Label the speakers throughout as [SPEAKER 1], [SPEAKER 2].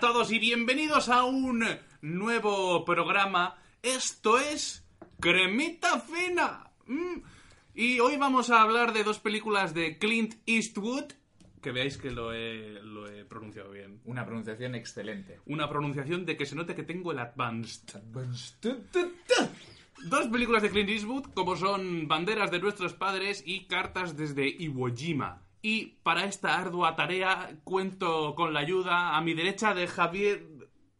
[SPEAKER 1] todos y bienvenidos a un nuevo programa. Esto es Cremita Fina. Mm. Y hoy vamos a hablar de dos películas de Clint Eastwood. Que veáis que lo he, lo he pronunciado bien.
[SPEAKER 2] Una pronunciación excelente.
[SPEAKER 1] Una pronunciación de que se note que tengo el advanced.
[SPEAKER 2] Eh,
[SPEAKER 1] Dos películas de Clint Eastwood como son Banderas de nuestros padres y Cartas desde Iwo Jima. Y para esta ardua tarea cuento con la ayuda a mi derecha de Javier...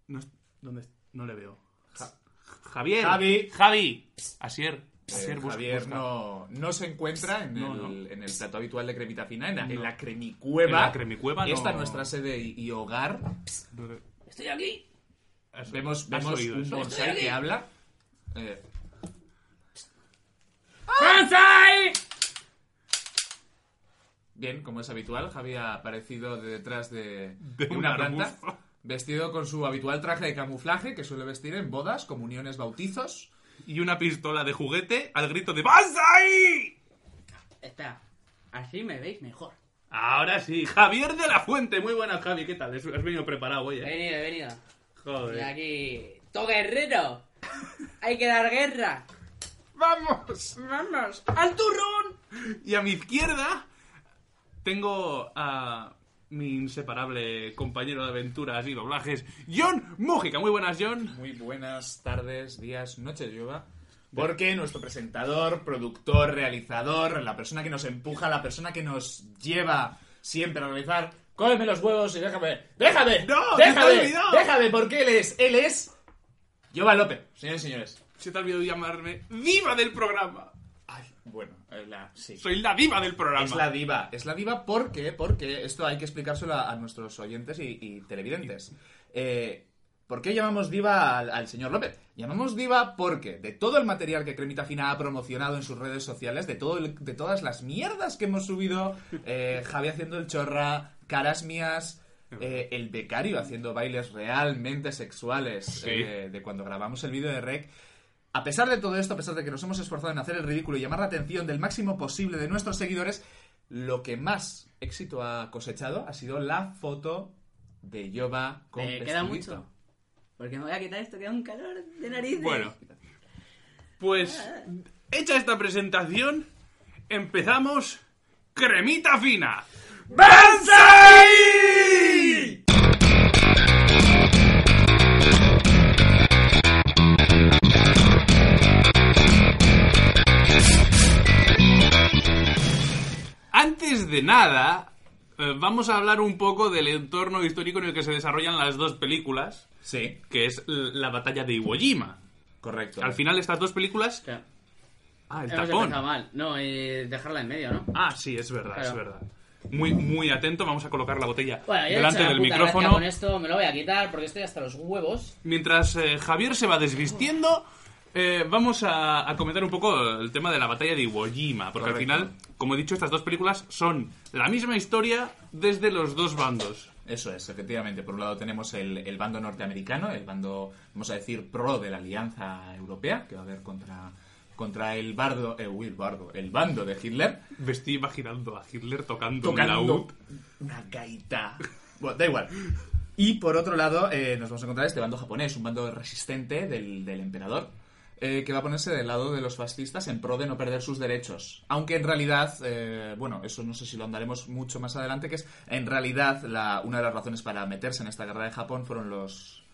[SPEAKER 1] No, es- ¿dónde es? No le veo. Ja- Javier.
[SPEAKER 2] Javi.
[SPEAKER 1] Javi. Asier. Asier
[SPEAKER 2] Eh,
[SPEAKER 1] bus-
[SPEAKER 2] Javier
[SPEAKER 1] busca.
[SPEAKER 2] no, no se encuentra en,
[SPEAKER 1] No,
[SPEAKER 2] el,
[SPEAKER 1] no.
[SPEAKER 2] en el plato habitual de cremita fina, en la, en
[SPEAKER 1] No.
[SPEAKER 2] la cremicueva.
[SPEAKER 1] En la cremicueva no.
[SPEAKER 2] Esta es nuestra sede y, y hogar.
[SPEAKER 3] Estoy aquí.
[SPEAKER 1] Has-
[SPEAKER 2] Vemos,
[SPEAKER 1] has
[SPEAKER 2] vemos
[SPEAKER 1] oído
[SPEAKER 2] un
[SPEAKER 1] eso.
[SPEAKER 2] bonsai que habla. Eh,
[SPEAKER 3] ¡Bonsai!
[SPEAKER 2] bien, como es habitual, Javi ha aparecido de detrás de,
[SPEAKER 1] De un
[SPEAKER 2] una planta.
[SPEAKER 1] arbusto.
[SPEAKER 2] Vestido con su habitual traje de camuflaje que suele vestir en bodas, comuniones, bautizos.
[SPEAKER 1] Y una pistola de juguete al grito de ¡Banzai!
[SPEAKER 3] Está. Así me veis mejor.
[SPEAKER 1] Ahora sí, Javier de la Fuente. Muy buenas, Javi. ¿Qué tal? Has has venido preparado hoy,
[SPEAKER 3] He
[SPEAKER 1] ¿eh?
[SPEAKER 3] venido, he venido. Y
[SPEAKER 1] Joder.
[SPEAKER 3] aquí. ¡To guerrero! ¡Hay que dar guerra!
[SPEAKER 1] ¡Vamos!
[SPEAKER 3] ¡Vamos! ¡Al turrón!
[SPEAKER 1] Y a mi izquierda tengo a mi inseparable compañero de aventuras y doblajes, John Mújica. Muy buenas, John.
[SPEAKER 2] Muy buenas tardes, días, noches, llueva. Porque nuestro presentador, productor, realizador, la persona que nos empuja, la persona que nos lleva siempre a realizar, cómeme los huevos y déjame, déjame,
[SPEAKER 1] ¡No, te he
[SPEAKER 2] déjame,
[SPEAKER 1] olvidado!
[SPEAKER 2] déjame, porque él es, él es, Jova López, señores y señores.
[SPEAKER 1] Se te ha olvidado llamarme diva del programa.
[SPEAKER 2] Ay, bueno, eh, la, sí.
[SPEAKER 1] Soy la diva del programa.
[SPEAKER 2] Es la diva, es la diva porque, porque esto hay que explicárselo a, a nuestros oyentes y, y televidentes. Eh, ¿Por qué llamamos diva al, al señor López? Llamamos diva porque de todo el material que Cremita Fina ha promocionado en sus redes sociales, de, todo el- de todas las mierdas que hemos subido, eh, Javi haciendo el chorra, caras mías, eh, el becario haciendo bailes realmente sexuales
[SPEAKER 1] Sí.
[SPEAKER 2] eh, de cuando grabamos el vídeo de Rec, a pesar de todo esto, a pesar de que nos hemos esforzado en hacer el ridículo y llamar la atención del máximo posible de nuestros seguidores, lo que más éxito ha cosechado ha sido la foto de Yoba con
[SPEAKER 3] Me Eh, queda
[SPEAKER 2] vestidito.
[SPEAKER 3] mucho. Porque me voy a quitar esto, que da un calor de narices.
[SPEAKER 1] Bueno, pues hecha esta presentación, empezamos cremita fina. ¡Banzai! Antes de nada, eh, vamos a hablar un poco del entorno histórico en el que se desarrollan las dos películas,
[SPEAKER 2] Sí,
[SPEAKER 1] que es l- la batalla de Iwo Jima.
[SPEAKER 2] correcto.
[SPEAKER 1] Al final estas dos películas...
[SPEAKER 3] Claro.
[SPEAKER 1] Ah, el
[SPEAKER 3] Hemos
[SPEAKER 1] tapón.
[SPEAKER 3] empezado mal. No, eh, dejarla en medio, ¿no?
[SPEAKER 1] Ah, sí, es verdad,
[SPEAKER 3] Claro.
[SPEAKER 1] es verdad. Muy, muy atento, vamos a colocar la botella
[SPEAKER 3] Bueno, yo he hecho
[SPEAKER 1] delante
[SPEAKER 3] la
[SPEAKER 1] del
[SPEAKER 3] puta gracia
[SPEAKER 1] micrófono.
[SPEAKER 3] con esto me lo voy a quitar porque estoy hasta los huevos.
[SPEAKER 1] Mientras eh, Javier se va desvistiendo, eh, vamos a, a comentar un poco el tema de la batalla de Iwo Jima, porque
[SPEAKER 2] Correcto.
[SPEAKER 1] al final, como he dicho, estas dos películas son la misma historia desde los dos bandos.
[SPEAKER 2] Eso es, efectivamente. Por un lado tenemos el, el bando norteamericano, el bando, vamos a decir, pro de la alianza europea, que va a haber contra, contra el bardo, eh, uy, el bardo, el bando de Hitler.
[SPEAKER 1] Vestí imaginando a Hitler tocando, un
[SPEAKER 2] tocando
[SPEAKER 1] laúd.
[SPEAKER 2] una gaita. Bueno, da igual. Y por otro lado, eh, nos vamos a encontrar este bando japonés, un bando resistente del, del emperador, eh, que va a ponerse del lado de los fascistas en pro de no perder sus derechos. Aunque en realidad, eh, bueno, eso no sé si lo andaremos mucho más adelante, que es en realidad la, una de las razones para meterse en esta guerra de Japón fueron los,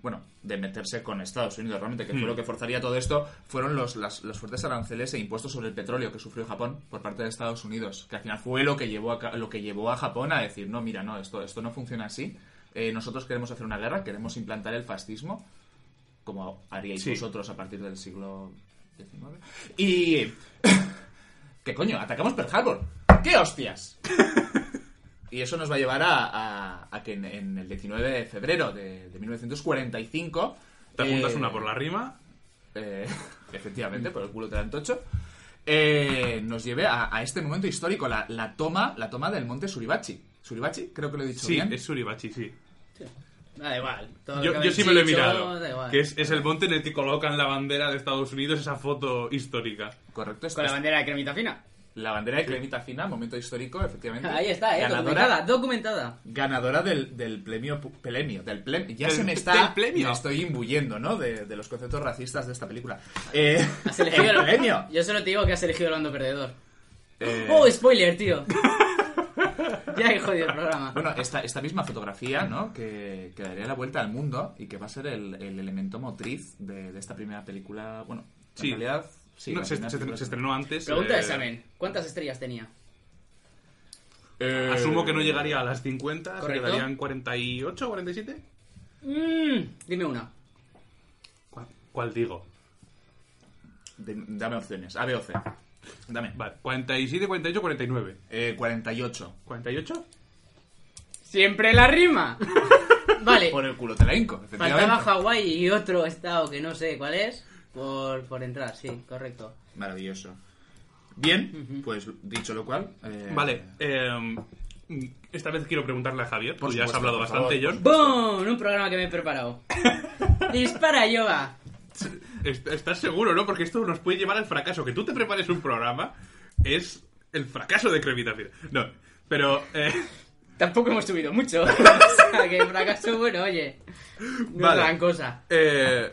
[SPEAKER 2] bueno, de meterse con Estados Unidos realmente, que fue lo que forzaría todo esto, fueron los, las, los fuertes aranceles e impuestos sobre el petróleo que sufrió Japón por parte de Estados Unidos, que al final fue lo que llevó a, ca- lo que llevó a Japón a decir, no, mira, no, esto, esto no funciona así, eh, nosotros queremos hacer una guerra, queremos implantar el fascismo, como haríais
[SPEAKER 1] Sí.
[SPEAKER 2] vosotros a partir del siglo XIX. Y... ¿Qué coño? Atacamos Pearl Harbor. ¡Qué hostias! Y eso nos va a llevar a, a- a que en, en el 19 de febrero de, de 1945...
[SPEAKER 1] Te apuntas
[SPEAKER 2] eh,
[SPEAKER 1] una por la rima.
[SPEAKER 2] eh, efectivamente, por el culo te dan tocho. eh, nos lleve a, a este momento histórico, la, la toma la toma del monte Suribachi. Suribachi, creo que lo he dicho
[SPEAKER 1] Sí,
[SPEAKER 2] bien.
[SPEAKER 1] es Suribachi, sí.
[SPEAKER 3] Da igual. Todo
[SPEAKER 1] Yo,
[SPEAKER 3] lo que
[SPEAKER 1] yo sí me lo he
[SPEAKER 3] habéis dicho,
[SPEAKER 1] mirado.
[SPEAKER 3] da igual.
[SPEAKER 1] Que es, es el monte en el que colocan la bandera de Estados Unidos, esa foto histórica.
[SPEAKER 2] Correcto. esto
[SPEAKER 3] Con la
[SPEAKER 2] es-
[SPEAKER 3] bandera de cremita fina.
[SPEAKER 2] La bandera de cremita fina, momento histórico, efectivamente.
[SPEAKER 4] Ahí está, eh, documentada,
[SPEAKER 2] Ganadora,
[SPEAKER 4] documentada.
[SPEAKER 2] ganadora del, del premio, pu- premio, del plem- Ya
[SPEAKER 1] Del-
[SPEAKER 2] se me está,
[SPEAKER 1] del premio.
[SPEAKER 2] me estoy imbuyendo, ¿no? De, de los conceptos racistas de esta película.
[SPEAKER 4] Ah,
[SPEAKER 2] Eh,
[SPEAKER 4] Has
[SPEAKER 2] el
[SPEAKER 4] elegido el-
[SPEAKER 2] premio.
[SPEAKER 4] Yo solo te digo que has elegido el bando perdedor.
[SPEAKER 2] Eh,
[SPEAKER 4] ¡Oh, spoiler, tío! ya he jodido el programa.
[SPEAKER 2] Bueno, esta, esta misma fotografía, ¿no? Que, que daría la vuelta al mundo y que va a ser el, el elemento motriz de, de esta primera película. Bueno,
[SPEAKER 1] Sí.
[SPEAKER 2] en realidad. Sí,
[SPEAKER 1] No,
[SPEAKER 2] la
[SPEAKER 1] se,
[SPEAKER 2] primera
[SPEAKER 1] se-
[SPEAKER 2] película-
[SPEAKER 1] se estrenó antes.
[SPEAKER 4] Pregunta
[SPEAKER 1] eh,
[SPEAKER 4] de examen. ¿Cuántas estrellas tenía?
[SPEAKER 2] Eh,
[SPEAKER 1] Asumo que no llegaría a las 50, se
[SPEAKER 4] Correcto.
[SPEAKER 1] quedarían 48, 47.
[SPEAKER 4] Mm, dime una.
[SPEAKER 1] ¿Cuál, cuál digo?
[SPEAKER 2] de- dame opciones. A, B o C. Dame.
[SPEAKER 1] Vale, 47, 48, 49.
[SPEAKER 2] Eh, 48.
[SPEAKER 1] ¿48?
[SPEAKER 4] ¡Siempre la rima! vale,
[SPEAKER 2] Por el culo te la hinco, efectivamente.
[SPEAKER 4] faltaba Hawái y otro estado que no sé cuál es por, por entrar, sí, correcto.
[SPEAKER 2] Maravilloso. Bien, pues dicho lo cual. eh,
[SPEAKER 1] Vale, eh, esta vez quiero preguntarle a Javier,
[SPEAKER 2] Por
[SPEAKER 1] tú ya has
[SPEAKER 2] supuesto,
[SPEAKER 1] hablado
[SPEAKER 2] por
[SPEAKER 1] bastante,
[SPEAKER 2] favor.
[SPEAKER 1] John.
[SPEAKER 4] ¡Boom! Un programa que me he preparado. ¡Dispara, Yoga!
[SPEAKER 1] Est- Estás seguro, ¿no? Porque esto nos puede llevar al fracaso. Que tú te prepares un programa es el fracaso de Crevitación. No, pero... eh,
[SPEAKER 4] Tampoco hemos subido mucho. o sea, que fracaso, bueno, oye. No
[SPEAKER 1] Vale.
[SPEAKER 4] es gran cosa.
[SPEAKER 1] Eh,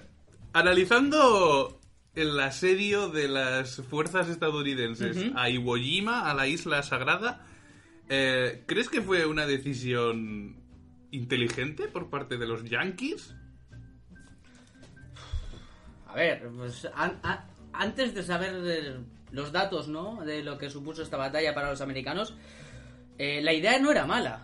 [SPEAKER 1] analizando el asedio de las fuerzas estadounidenses a Iwo Jima, a la isla sagrada, eh, ¿crees que fue una decisión inteligente por parte de los yankees?
[SPEAKER 4] A ver, pues an- a- antes de saber eh, los datos, ¿no? De lo que supuso esta batalla para los americanos, eh, la idea no era mala.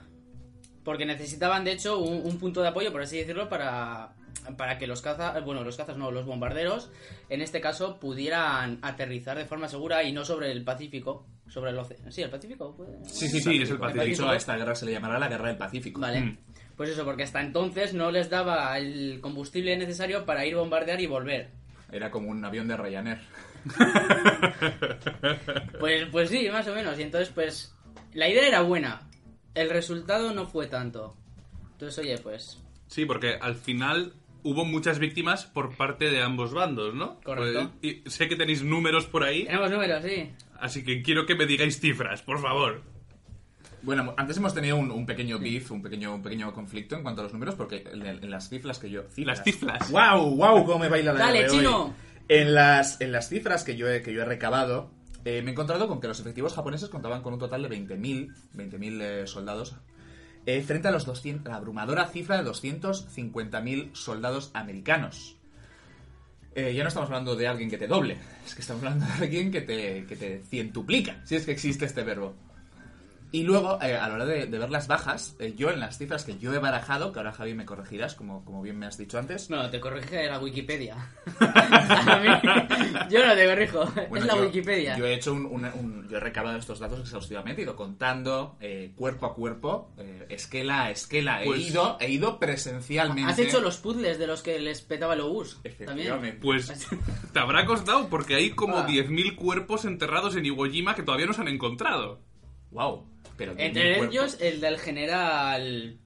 [SPEAKER 4] Porque necesitaban, de hecho, un, un punto de apoyo, por así decirlo, para, para que los cazas, bueno, los cazas no, los bombarderos, en este caso, pudieran aterrizar de forma segura y no sobre el Pacífico, sobre el océano. Sí, el Pacífico. pues. puede-
[SPEAKER 2] pues,
[SPEAKER 1] sí, sí, es el
[SPEAKER 2] Pacífico.
[SPEAKER 1] Pacífico.
[SPEAKER 2] De hecho, a esta guerra se le llamará la guerra del Pacífico.
[SPEAKER 4] Vale.
[SPEAKER 1] Mm.
[SPEAKER 4] Pues eso, porque hasta entonces no les daba el combustible necesario para ir a bombardear y volver.
[SPEAKER 2] Era como un avión de Ryanair.
[SPEAKER 4] Pues, pues sí, más o menos. Y entonces, pues, la idea era buena. El resultado no fue tanto. Entonces, oye, pues,
[SPEAKER 1] Sí, porque al final hubo muchas víctimas por parte de ambos bandos, ¿no?
[SPEAKER 4] Correcto.
[SPEAKER 1] Pues, y sé que tenéis números por ahí,
[SPEAKER 4] tenemos números, sí.
[SPEAKER 1] así que quiero que me digáis cifras, por favor.
[SPEAKER 2] Bueno, antes hemos tenido un, un pequeño beef, un pequeño, un pequeño conflicto en cuanto a los números, porque en, en las cifras que yo.
[SPEAKER 1] Las cifras.
[SPEAKER 2] ¡Wow! ¡Wow! ¿Cómo me baila la
[SPEAKER 4] Dale,
[SPEAKER 2] de hoy.
[SPEAKER 4] chino.
[SPEAKER 2] En las, en las cifras que yo he, que yo he recabado, eh, me he encontrado con que los efectivos japoneses contaban con un total de 20.000 20.000 eh, soldados, eh, frente a los 200, la abrumadora cifra de 250.000 soldados americanos. Eh, ya no estamos hablando de alguien que te doble, es que estamos hablando de alguien que te, que te cientuplica, si es que existe este verbo. Y luego, eh, a la hora de, de ver las bajas, eh, yo en las cifras que yo he barajado, que ahora Javi me corregirás, como, como bien me has dicho antes,
[SPEAKER 4] Bueno, te corrige la Wikipedia. A mí- yo no te corrijo,
[SPEAKER 2] Bueno,
[SPEAKER 4] es la
[SPEAKER 2] yo-
[SPEAKER 4] Wikipedia.
[SPEAKER 2] Yo he hecho un, un- un- yo he recabado estos datos exhaustivamente, he ido contando eh, cuerpo a cuerpo, eh, esquela a esquela,
[SPEAKER 1] Pues-
[SPEAKER 2] he ido, he ido presencialmente.
[SPEAKER 4] Has hecho los puzzles de los que les petaba el obús.
[SPEAKER 2] Efectivamente.
[SPEAKER 4] También.
[SPEAKER 1] Pues te habrá costado, porque hay como
[SPEAKER 4] Ah.
[SPEAKER 1] 10.000 cuerpos enterrados en Iwo Jima que todavía no se han encontrado.
[SPEAKER 2] Wow. Pero tiene un
[SPEAKER 4] Entre
[SPEAKER 2] cuerpo.
[SPEAKER 4] ellos, el del general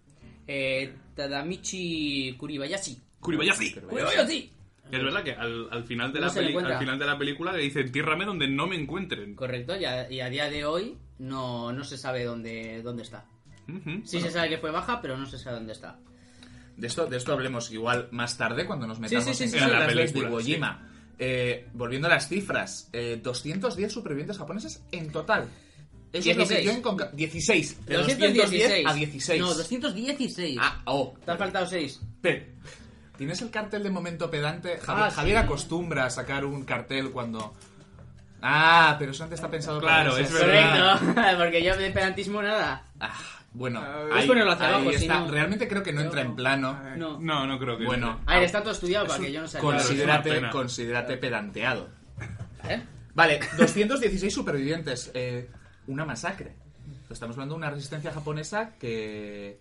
[SPEAKER 4] eh, Tadamichi Kuribayashi.
[SPEAKER 1] Kuribayashi.
[SPEAKER 4] ¡Kuribayashi!
[SPEAKER 1] Es verdad que al, al final de
[SPEAKER 4] No
[SPEAKER 1] la
[SPEAKER 4] se le
[SPEAKER 1] peli-
[SPEAKER 4] encuentra.
[SPEAKER 1] al final de la película le dice entiérrame donde no me encuentren.
[SPEAKER 4] Correcto, y a, y a día de hoy no, no se sabe dónde, dónde está.
[SPEAKER 1] Ujú.
[SPEAKER 4] Sí se sabe que fue baja, pero no se sabe dónde está.
[SPEAKER 2] De esto, de esto hablemos igual más tarde cuando nos metamos
[SPEAKER 4] sí, sí,
[SPEAKER 2] en
[SPEAKER 4] sí,
[SPEAKER 2] las
[SPEAKER 1] sí.
[SPEAKER 2] reglas
[SPEAKER 1] película,
[SPEAKER 2] de Iwo
[SPEAKER 1] sí.
[SPEAKER 2] Jima. Eh, volviendo a las cifras, eh, 210 supervivientes japoneses en total. Eso es lo que
[SPEAKER 4] 16.
[SPEAKER 2] yo he encontrado- 16. De 210 a 16.
[SPEAKER 4] No, 216.
[SPEAKER 2] Ah, oh.
[SPEAKER 4] Te han faltado 6.
[SPEAKER 2] Pe- ¿Tienes el cartel de momento pedante? Javi-
[SPEAKER 4] Ah,
[SPEAKER 2] Javier,
[SPEAKER 4] sí.
[SPEAKER 2] acostumbra a sacar un cartel cuando... Ah, pero eso antes está pensado para
[SPEAKER 1] Claro,
[SPEAKER 2] ese-
[SPEAKER 1] es verdad.
[SPEAKER 4] Correcto, porque yo de pedantismo nada.
[SPEAKER 2] Ah, bueno,
[SPEAKER 4] Puedes ponerlo hacia abajo, si
[SPEAKER 2] está.
[SPEAKER 4] no-
[SPEAKER 2] Realmente creo que no entra en plano.
[SPEAKER 4] No.
[SPEAKER 1] No, no creo que.
[SPEAKER 2] Bueno,
[SPEAKER 4] A ver, está todo estudiado para que yo no salga.
[SPEAKER 2] considérate,
[SPEAKER 1] Claro, es una pena.
[SPEAKER 2] considérate pedanteado.
[SPEAKER 4] ¿Eh?
[SPEAKER 2] Vale, 216 supervivientes. eh, una masacre. Estamos hablando de una resistencia japonesa que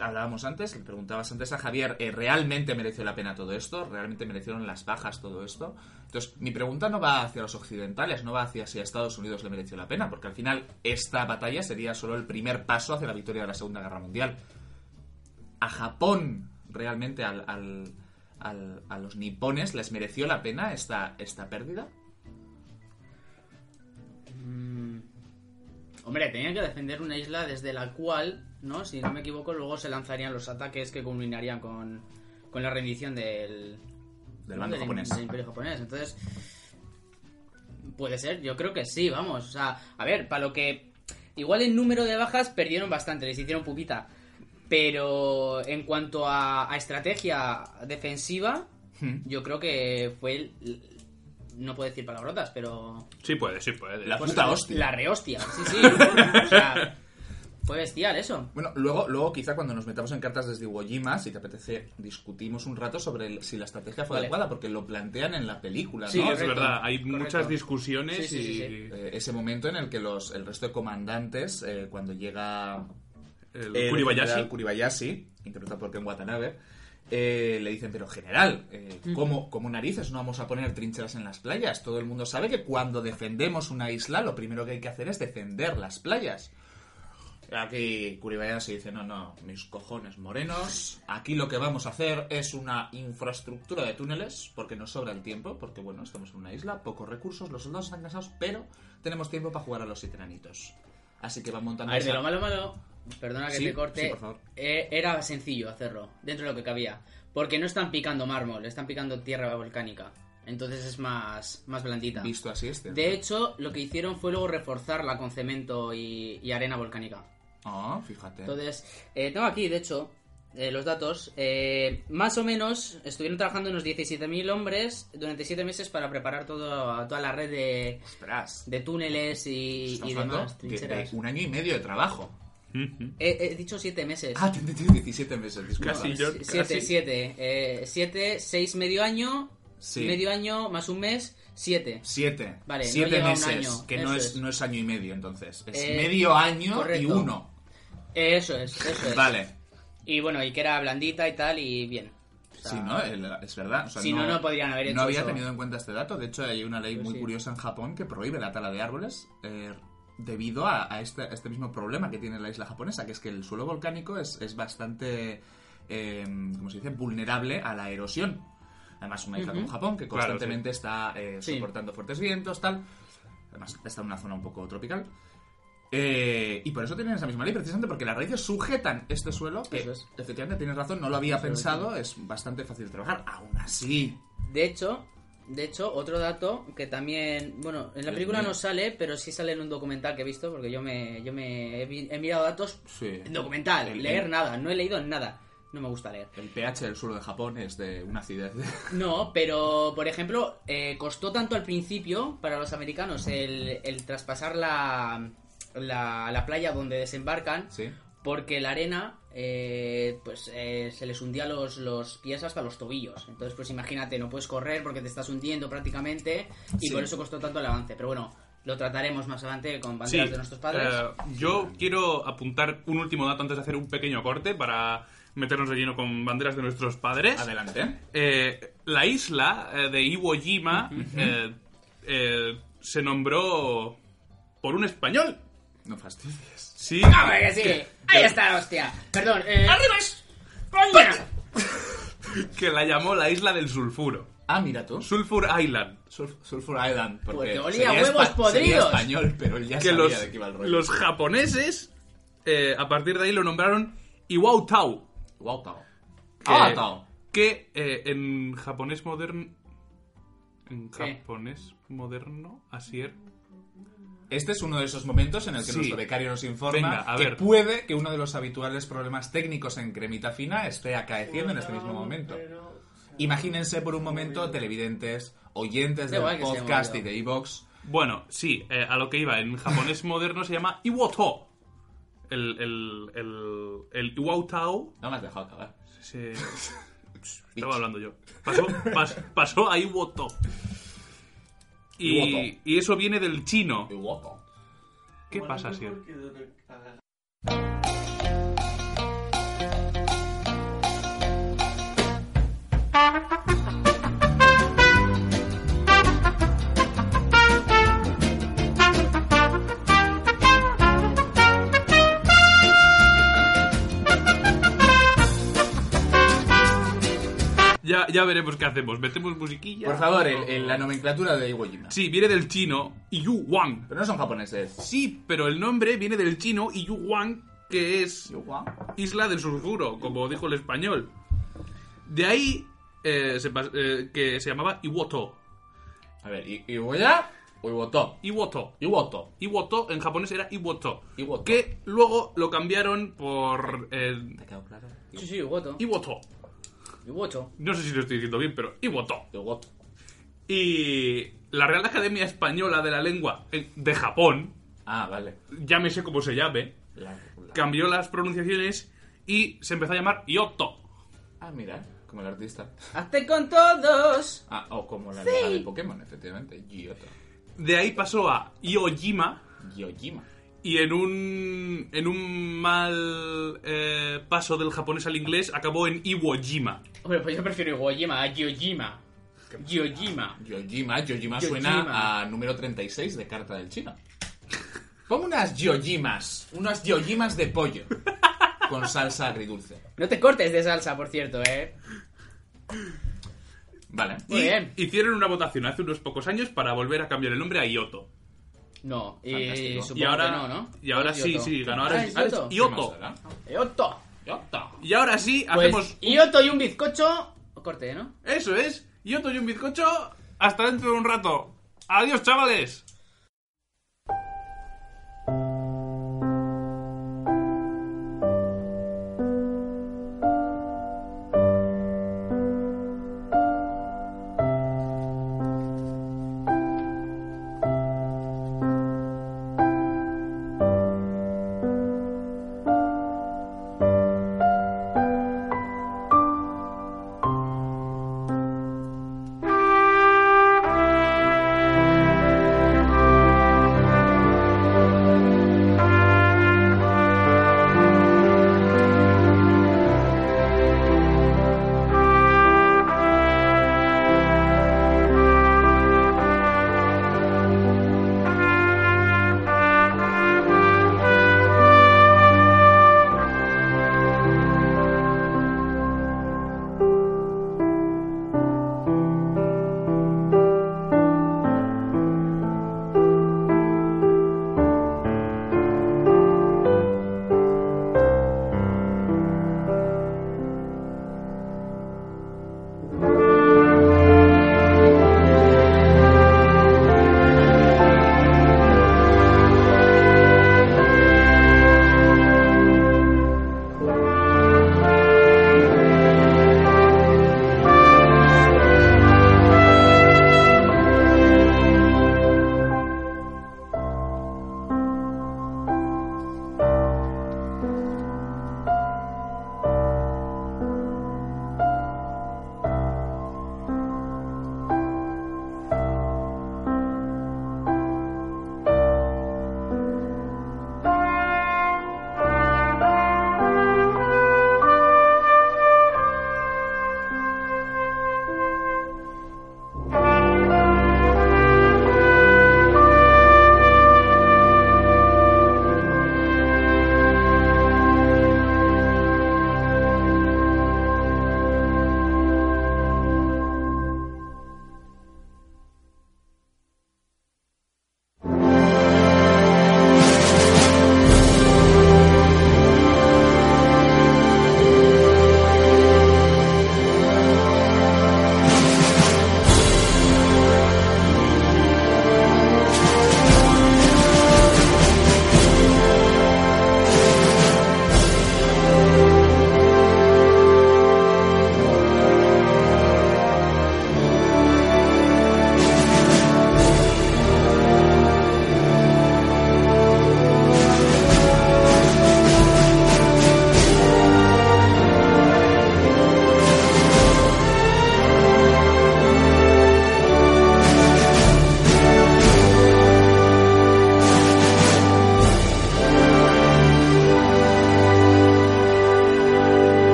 [SPEAKER 2] hablábamos antes, le preguntabas antes a Javier, eh, ¿realmente mereció la pena todo esto? ¿Realmente merecieron las bajas todo esto? Entonces, mi pregunta no va hacia los occidentales, no va hacia si a Estados Unidos le mereció la pena, porque al final esta batalla sería solo el primer paso hacia la victoria de la Segunda Guerra Mundial. A Japón, realmente, al- al- al- a los nipones, ¿les mereció la pena esta, esta pérdida?
[SPEAKER 4] Mm, Hombre, tenían que defender una isla desde la cual, ¿no? Si no me equivoco, luego se lanzarían los ataques que culminarían con, con la rendición del...
[SPEAKER 2] Del bando
[SPEAKER 4] del-
[SPEAKER 2] japonés.
[SPEAKER 4] del imperio japonés. Entonces, puede ser, yo creo que sí, vamos. O sea, a ver, para lo que... Igual en número de bajas perdieron bastante, les hicieron pupita. Pero en cuanto a, a estrategia defensiva,
[SPEAKER 2] Hmm.
[SPEAKER 4] yo creo que fue el... No puedo decir palabrotas, pero
[SPEAKER 1] Sí puede, sí puede.
[SPEAKER 2] La puta hostia.
[SPEAKER 4] la rehostia, sí, sí. o sea, fue bestial eso.
[SPEAKER 2] Bueno, luego, luego quizá cuando nos metamos en cartas desde Iwo Jima, si te apetece, discutimos un rato sobre el- si la estrategia fue
[SPEAKER 4] Vale.
[SPEAKER 2] adecuada, porque lo plantean en la película, ¿no?
[SPEAKER 4] Sí,
[SPEAKER 1] No, es
[SPEAKER 4] correcto,
[SPEAKER 1] verdad, hay
[SPEAKER 4] correcto.
[SPEAKER 1] muchas discusiones
[SPEAKER 4] Sí, sí, sí,
[SPEAKER 1] y...
[SPEAKER 2] Eh, ese momento en el que los, el resto de comandantes, eh, cuando llega
[SPEAKER 1] El
[SPEAKER 4] Eh,
[SPEAKER 2] el
[SPEAKER 1] Kuribayashi.
[SPEAKER 2] general Kuribayashi, interpretado por Ken Watanabe, eh, le dicen, pero general, eh,
[SPEAKER 4] Mm.
[SPEAKER 2] ¿cómo, cómo narices no vamos a poner trincheras en las playas? Todo el mundo sabe que cuando defendemos una isla, lo primero que hay que hacer es defender las playas. Aquí Kuribayashi dice, no, no, mis cojones morenos, aquí lo que vamos a hacer es una infraestructura de túneles, porque nos sobra el tiempo, porque bueno, estamos en una isla, pocos recursos, los soldados están cansados, pero tenemos tiempo para jugar a los sitranitos. Así que van montando...
[SPEAKER 4] A ver, de
[SPEAKER 2] esa-
[SPEAKER 4] lo malo, malo, perdona que
[SPEAKER 2] Sí,
[SPEAKER 4] te corte,
[SPEAKER 2] sí, por favor.
[SPEAKER 4] eh, era sencillo hacerlo, dentro de lo que cabía. Porque no están picando mármol, están picando tierra volcánica. Entonces es más, más blandita.
[SPEAKER 2] Visto así este.
[SPEAKER 4] De hecho, lo que hicieron fue luego reforzarla con cemento y, y arena volcánica.
[SPEAKER 2] Ah, fíjate.
[SPEAKER 4] Entonces, eh, tengo aquí, de hecho, eh, los datos. Eh, más o menos estuvieron trabajando unos 17.000 hombres durante 7 meses para preparar todo, toda la red de,
[SPEAKER 2] Ostras.
[SPEAKER 4] de túneles y,
[SPEAKER 2] Estamos
[SPEAKER 4] y
[SPEAKER 2] hablando
[SPEAKER 4] demás,
[SPEAKER 2] de- de,
[SPEAKER 4] trincheras.
[SPEAKER 2] un año y medio de trabajo.
[SPEAKER 1] Ujú.
[SPEAKER 4] He, he dicho 7 meses.
[SPEAKER 2] Ah, te he entendido 17 meses, disculpa.
[SPEAKER 1] Casi yo.
[SPEAKER 4] 7,
[SPEAKER 1] casi.
[SPEAKER 4] 7. 7, 6 Eh, medio año,
[SPEAKER 2] Sí.
[SPEAKER 4] medio año más un mes, 7.
[SPEAKER 2] 7.
[SPEAKER 4] Vale, no
[SPEAKER 2] 7
[SPEAKER 4] llega a un
[SPEAKER 2] meses,
[SPEAKER 4] año,
[SPEAKER 2] que no
[SPEAKER 4] eso
[SPEAKER 2] es,
[SPEAKER 4] es.
[SPEAKER 2] no es año y medio entonces. Es
[SPEAKER 4] Eh,
[SPEAKER 2] medio año y
[SPEAKER 4] correcto.
[SPEAKER 2] uno.
[SPEAKER 4] eso es, eso es.
[SPEAKER 2] Vale.
[SPEAKER 4] Y bueno, y que era blandita y tal, y bien. O sea,
[SPEAKER 2] Sí, ¿no? El- es verdad. o sea,
[SPEAKER 4] Si no, no podrían haber
[SPEAKER 2] No
[SPEAKER 4] hecho
[SPEAKER 2] había
[SPEAKER 4] eso.
[SPEAKER 2] tenido en cuenta este dato. De hecho, hay una ley
[SPEAKER 4] Pues
[SPEAKER 2] muy
[SPEAKER 4] sí.
[SPEAKER 2] curiosa en Japón que prohíbe la tala de árboles eh, debido a, a este, a este mismo problema que tiene la isla japonesa, que es que el suelo volcánico es, es bastante, como se dice, vulnerable a la erosión. Además, una isla como Japón que
[SPEAKER 1] Claro, sí.
[SPEAKER 2] constantemente está eh,
[SPEAKER 4] Sí.
[SPEAKER 2] soportando fuertes vientos, tal. Además, está en una zona un poco tropical. Eh, y por eso tienen esa misma ley, precisamente porque las raíces sujetan este suelo, que
[SPEAKER 4] Eso es.
[SPEAKER 2] efectivamente tienes razón, no lo había pensado, es bastante fácil de trabajar. Aún así,
[SPEAKER 4] De hecho, de hecho, otro dato que también, bueno, en la
[SPEAKER 2] Dios
[SPEAKER 4] película
[SPEAKER 2] mío.
[SPEAKER 4] no sale, pero sí sale en un documental que he visto, porque yo me, yo me he, vi- he mirado datos.
[SPEAKER 2] Sí.
[SPEAKER 4] En documental,
[SPEAKER 2] El-
[SPEAKER 4] leer
[SPEAKER 2] el-
[SPEAKER 4] nada, no he leído nada. No me gusta leer.
[SPEAKER 2] El pH del suelo de Japón es de una acidez.
[SPEAKER 4] No, pero, por ejemplo, eh, costó tanto al principio para los americanos el, el traspasar la, la, la playa donde desembarcan,
[SPEAKER 2] Sí.
[SPEAKER 4] porque la arena, eh, pues eh, se les hundía los, los pies hasta los tobillos. Entonces, pues imagínate, no puedes correr porque te estás hundiendo prácticamente y
[SPEAKER 2] Sí.
[SPEAKER 4] por eso costó tanto el avance. Pero bueno, lo trataremos más adelante con banderas
[SPEAKER 1] Sí,
[SPEAKER 4] de nuestros padres.
[SPEAKER 1] eh, yo quiero apuntar un último dato antes de hacer un pequeño corte para meternos de lleno con banderas de nuestros padres.
[SPEAKER 2] Adelante.
[SPEAKER 1] Eh, la isla eh, de Iwo Jima eh, eh, se nombró por un español. Ah,
[SPEAKER 2] No fastidies.
[SPEAKER 1] Sí.
[SPEAKER 4] ¡Ah, ¡Hombre, que sí! ¡Ahí está, la hostia! Perdón, eh... ¡Arriba es!
[SPEAKER 1] Que la llamó la isla del sulfuro.
[SPEAKER 2] Ah, mira tú. Pues
[SPEAKER 1] Sulfur Island.
[SPEAKER 2] Sulf- Sulfur Island. Porque,
[SPEAKER 4] Porque olía
[SPEAKER 2] sería
[SPEAKER 4] a huevos
[SPEAKER 2] espa-
[SPEAKER 4] podridos.
[SPEAKER 2] Sería español, pero él ya
[SPEAKER 1] Que
[SPEAKER 2] sabía
[SPEAKER 1] los,
[SPEAKER 2] de qué iba el rollo.
[SPEAKER 1] los japoneses, eh, a partir de ahí lo nombraron Iwao Tau.
[SPEAKER 2] Guau, tao.
[SPEAKER 1] que,
[SPEAKER 2] Ah, tao.
[SPEAKER 1] que, eh, en japonés moderno en
[SPEAKER 4] ¿Qué?
[SPEAKER 1] japonés moderno así es
[SPEAKER 2] Este es uno de esos momentos en el que
[SPEAKER 1] Sí.
[SPEAKER 2] nuestro becario nos informa
[SPEAKER 1] Venga, a
[SPEAKER 2] que
[SPEAKER 1] ver.
[SPEAKER 2] puede que uno de los habituales problemas técnicos en cremita fina esté acaeciendo en este mismo momento. Imagínense por un momento televidentes, oyentes
[SPEAKER 4] Da
[SPEAKER 2] del
[SPEAKER 4] igual que esté
[SPEAKER 2] podcast y
[SPEAKER 4] muerto.
[SPEAKER 2] de Evox.
[SPEAKER 1] bueno sí eh, a lo que iba en japonés moderno se llama iwoto el el el, el iwao tao
[SPEAKER 2] No me has dejado acabar.
[SPEAKER 1] se- estaba hablando yo pasó pas- pasó a iwoto y,
[SPEAKER 2] Iwoto.
[SPEAKER 1] y eso viene del chino
[SPEAKER 2] Qué guapo.
[SPEAKER 1] qué pasa Sier? Ya, ya veremos qué hacemos. Metemos musiquilla.
[SPEAKER 2] Por favor, eh, el- el- la nomenclatura de Iwo Jima.
[SPEAKER 1] Sí, viene del chino Yu Wang.
[SPEAKER 2] Pero no son japoneses.
[SPEAKER 1] Sí, pero el nombre viene del chino Yu Wang, que es Isla del Susurro, como dijo el español. De ahí eh, se pas- eh, que se llamaba Iwoto.
[SPEAKER 2] A ver, I- Iwoya o Iwoto.
[SPEAKER 1] Iwoto.
[SPEAKER 2] Iwoto.
[SPEAKER 1] Iwoto en japonés era Iwoto.
[SPEAKER 2] Iwoto.
[SPEAKER 1] Que luego lo cambiaron por eh,
[SPEAKER 2] ¿Te ha quedado claro?
[SPEAKER 4] Sí, sí, Iwoto.
[SPEAKER 1] Iwoto.
[SPEAKER 4] Iwoto.
[SPEAKER 1] No sé si lo estoy diciendo bien, pero Iwoto.
[SPEAKER 2] Iwoto.
[SPEAKER 1] Y la Real Academia Española de la Lengua eh, de Japón,
[SPEAKER 2] Ah, vale.
[SPEAKER 1] llámese como se llame,
[SPEAKER 2] La- la-
[SPEAKER 1] cambió las pronunciaciones y se empezó a llamar Ioto.
[SPEAKER 2] Ah, mira, como el artista.
[SPEAKER 4] Hazte con todos.
[SPEAKER 2] Ah, o como la amiga de Pokémon, efectivamente. Giotto.
[SPEAKER 1] De ahí pasó a Iojima
[SPEAKER 2] Gyojima.
[SPEAKER 1] y en un, en un mal eh, paso del japonés al inglés acabó en Iwo Jima.
[SPEAKER 4] Hombre, pues yo prefiero Iwo Jima a Gyojima. Gyojima.
[SPEAKER 2] Gyojima. Gyojima
[SPEAKER 4] Gyojima.
[SPEAKER 2] suena a número 36 de Carta del Chino. Pongo unas Gyojimas. Unas Gyojimas de pollo. Con salsa agridulce.
[SPEAKER 4] No te cortes de salsa, por cierto, eh.
[SPEAKER 2] Vale.
[SPEAKER 4] Muy
[SPEAKER 1] y
[SPEAKER 4] bien.
[SPEAKER 1] hicieron una votación hace unos pocos años para volver a cambiar el nombre a Ioto.
[SPEAKER 4] No, y
[SPEAKER 2] Fantástico.
[SPEAKER 4] supongo
[SPEAKER 1] Y ahora,
[SPEAKER 4] que no, ¿no?
[SPEAKER 1] Y ahora
[SPEAKER 4] Es
[SPEAKER 1] sí,
[SPEAKER 4] Yoto.
[SPEAKER 1] sí, ganó. Ahora,
[SPEAKER 4] Ah,
[SPEAKER 1] es,
[SPEAKER 4] es
[SPEAKER 1] ahora es
[SPEAKER 4] Yoto.
[SPEAKER 2] ¿Qué más
[SPEAKER 1] Ioto.
[SPEAKER 2] dará?
[SPEAKER 4] Yoto.
[SPEAKER 2] Yoto.
[SPEAKER 1] Y ahora sí,
[SPEAKER 4] Pues,
[SPEAKER 1] hacemos... un-
[SPEAKER 4] Yoto y un bizcocho. Corte, ¿no?
[SPEAKER 1] Eso es. Ioto y un bizcocho. Hasta dentro de un rato. Adiós, chavales.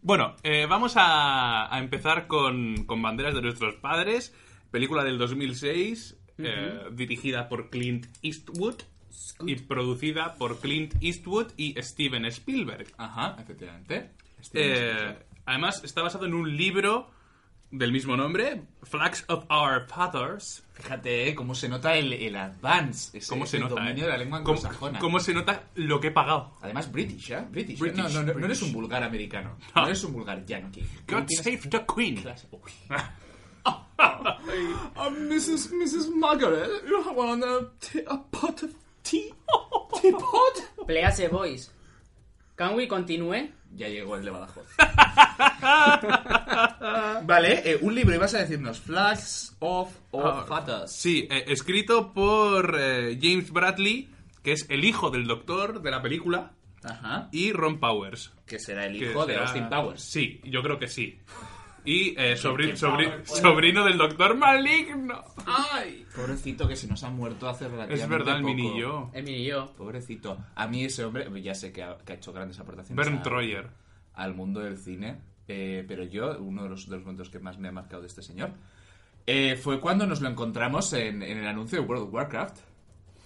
[SPEAKER 1] Bueno, eh, vamos a, a empezar con, con Banderas de nuestros padres, película del 2006, eh, dirigida por Clint Eastwood. y producida por Clint Eastwood y Steven Spielberg.
[SPEAKER 2] Ajá, efectivamente. Steven
[SPEAKER 1] Eh,
[SPEAKER 2] Spielberg.
[SPEAKER 1] además, está basado en un libro del mismo nombre, Flags of Our Fathers.
[SPEAKER 2] Fíjate eh, cómo se nota el, el advance, ese,
[SPEAKER 1] ¿Cómo se
[SPEAKER 2] el
[SPEAKER 1] nota?
[SPEAKER 2] dominio
[SPEAKER 1] eh?
[SPEAKER 2] de la lengua
[SPEAKER 1] ¿Cómo,
[SPEAKER 2] anglosajona.
[SPEAKER 1] cómo se nota lo que he pagado?
[SPEAKER 2] Además, British, ¿eh? British.
[SPEAKER 1] British,
[SPEAKER 2] no, no, no, no
[SPEAKER 1] British.
[SPEAKER 2] eres un vulgar americano.
[SPEAKER 1] No.
[SPEAKER 2] No, eres un vulgar llano aquí.
[SPEAKER 1] God
[SPEAKER 2] No tienes
[SPEAKER 1] save the Queen.
[SPEAKER 2] clase. Uy. Ah, Mrs. Mrs. Margaret, you want a, t- a pot of tea? pot?
[SPEAKER 4] Please, boys. Can we continue?
[SPEAKER 2] Ya llegó el de Badajoz. vale, eh, un libro y vas a decirnos Flags of
[SPEAKER 1] Ah,
[SPEAKER 2] or Fathers.
[SPEAKER 1] Sí, eh, escrito por eh, James Bradley, que es el hijo del doctor de la película,
[SPEAKER 2] Ajá.
[SPEAKER 1] y Ron Powers.
[SPEAKER 2] Que será el
[SPEAKER 1] que
[SPEAKER 2] hijo de
[SPEAKER 1] será-
[SPEAKER 2] Austin Powers.
[SPEAKER 1] Sí, yo creo que sí. Y eh, sobri-
[SPEAKER 2] Powers,
[SPEAKER 1] sobri-
[SPEAKER 2] bueno.
[SPEAKER 1] sobrino del doctor maligno.
[SPEAKER 2] Ay, pobrecito que se nos ha muerto hace relativamente
[SPEAKER 1] Es verdad, el
[SPEAKER 2] poco.
[SPEAKER 1] minillo.
[SPEAKER 4] Emil y Eh, yo.
[SPEAKER 2] Pobrecito. A mí ese hombre, ya sé que ha, que ha hecho grandes aportaciones
[SPEAKER 1] Bern
[SPEAKER 2] a-
[SPEAKER 1] Troyer.
[SPEAKER 2] al mundo del cine, eh, pero yo, uno de los, de los momentos que más me ha marcado de este señor, eh, fue cuando nos lo encontramos en, en el anuncio de World of Warcraft,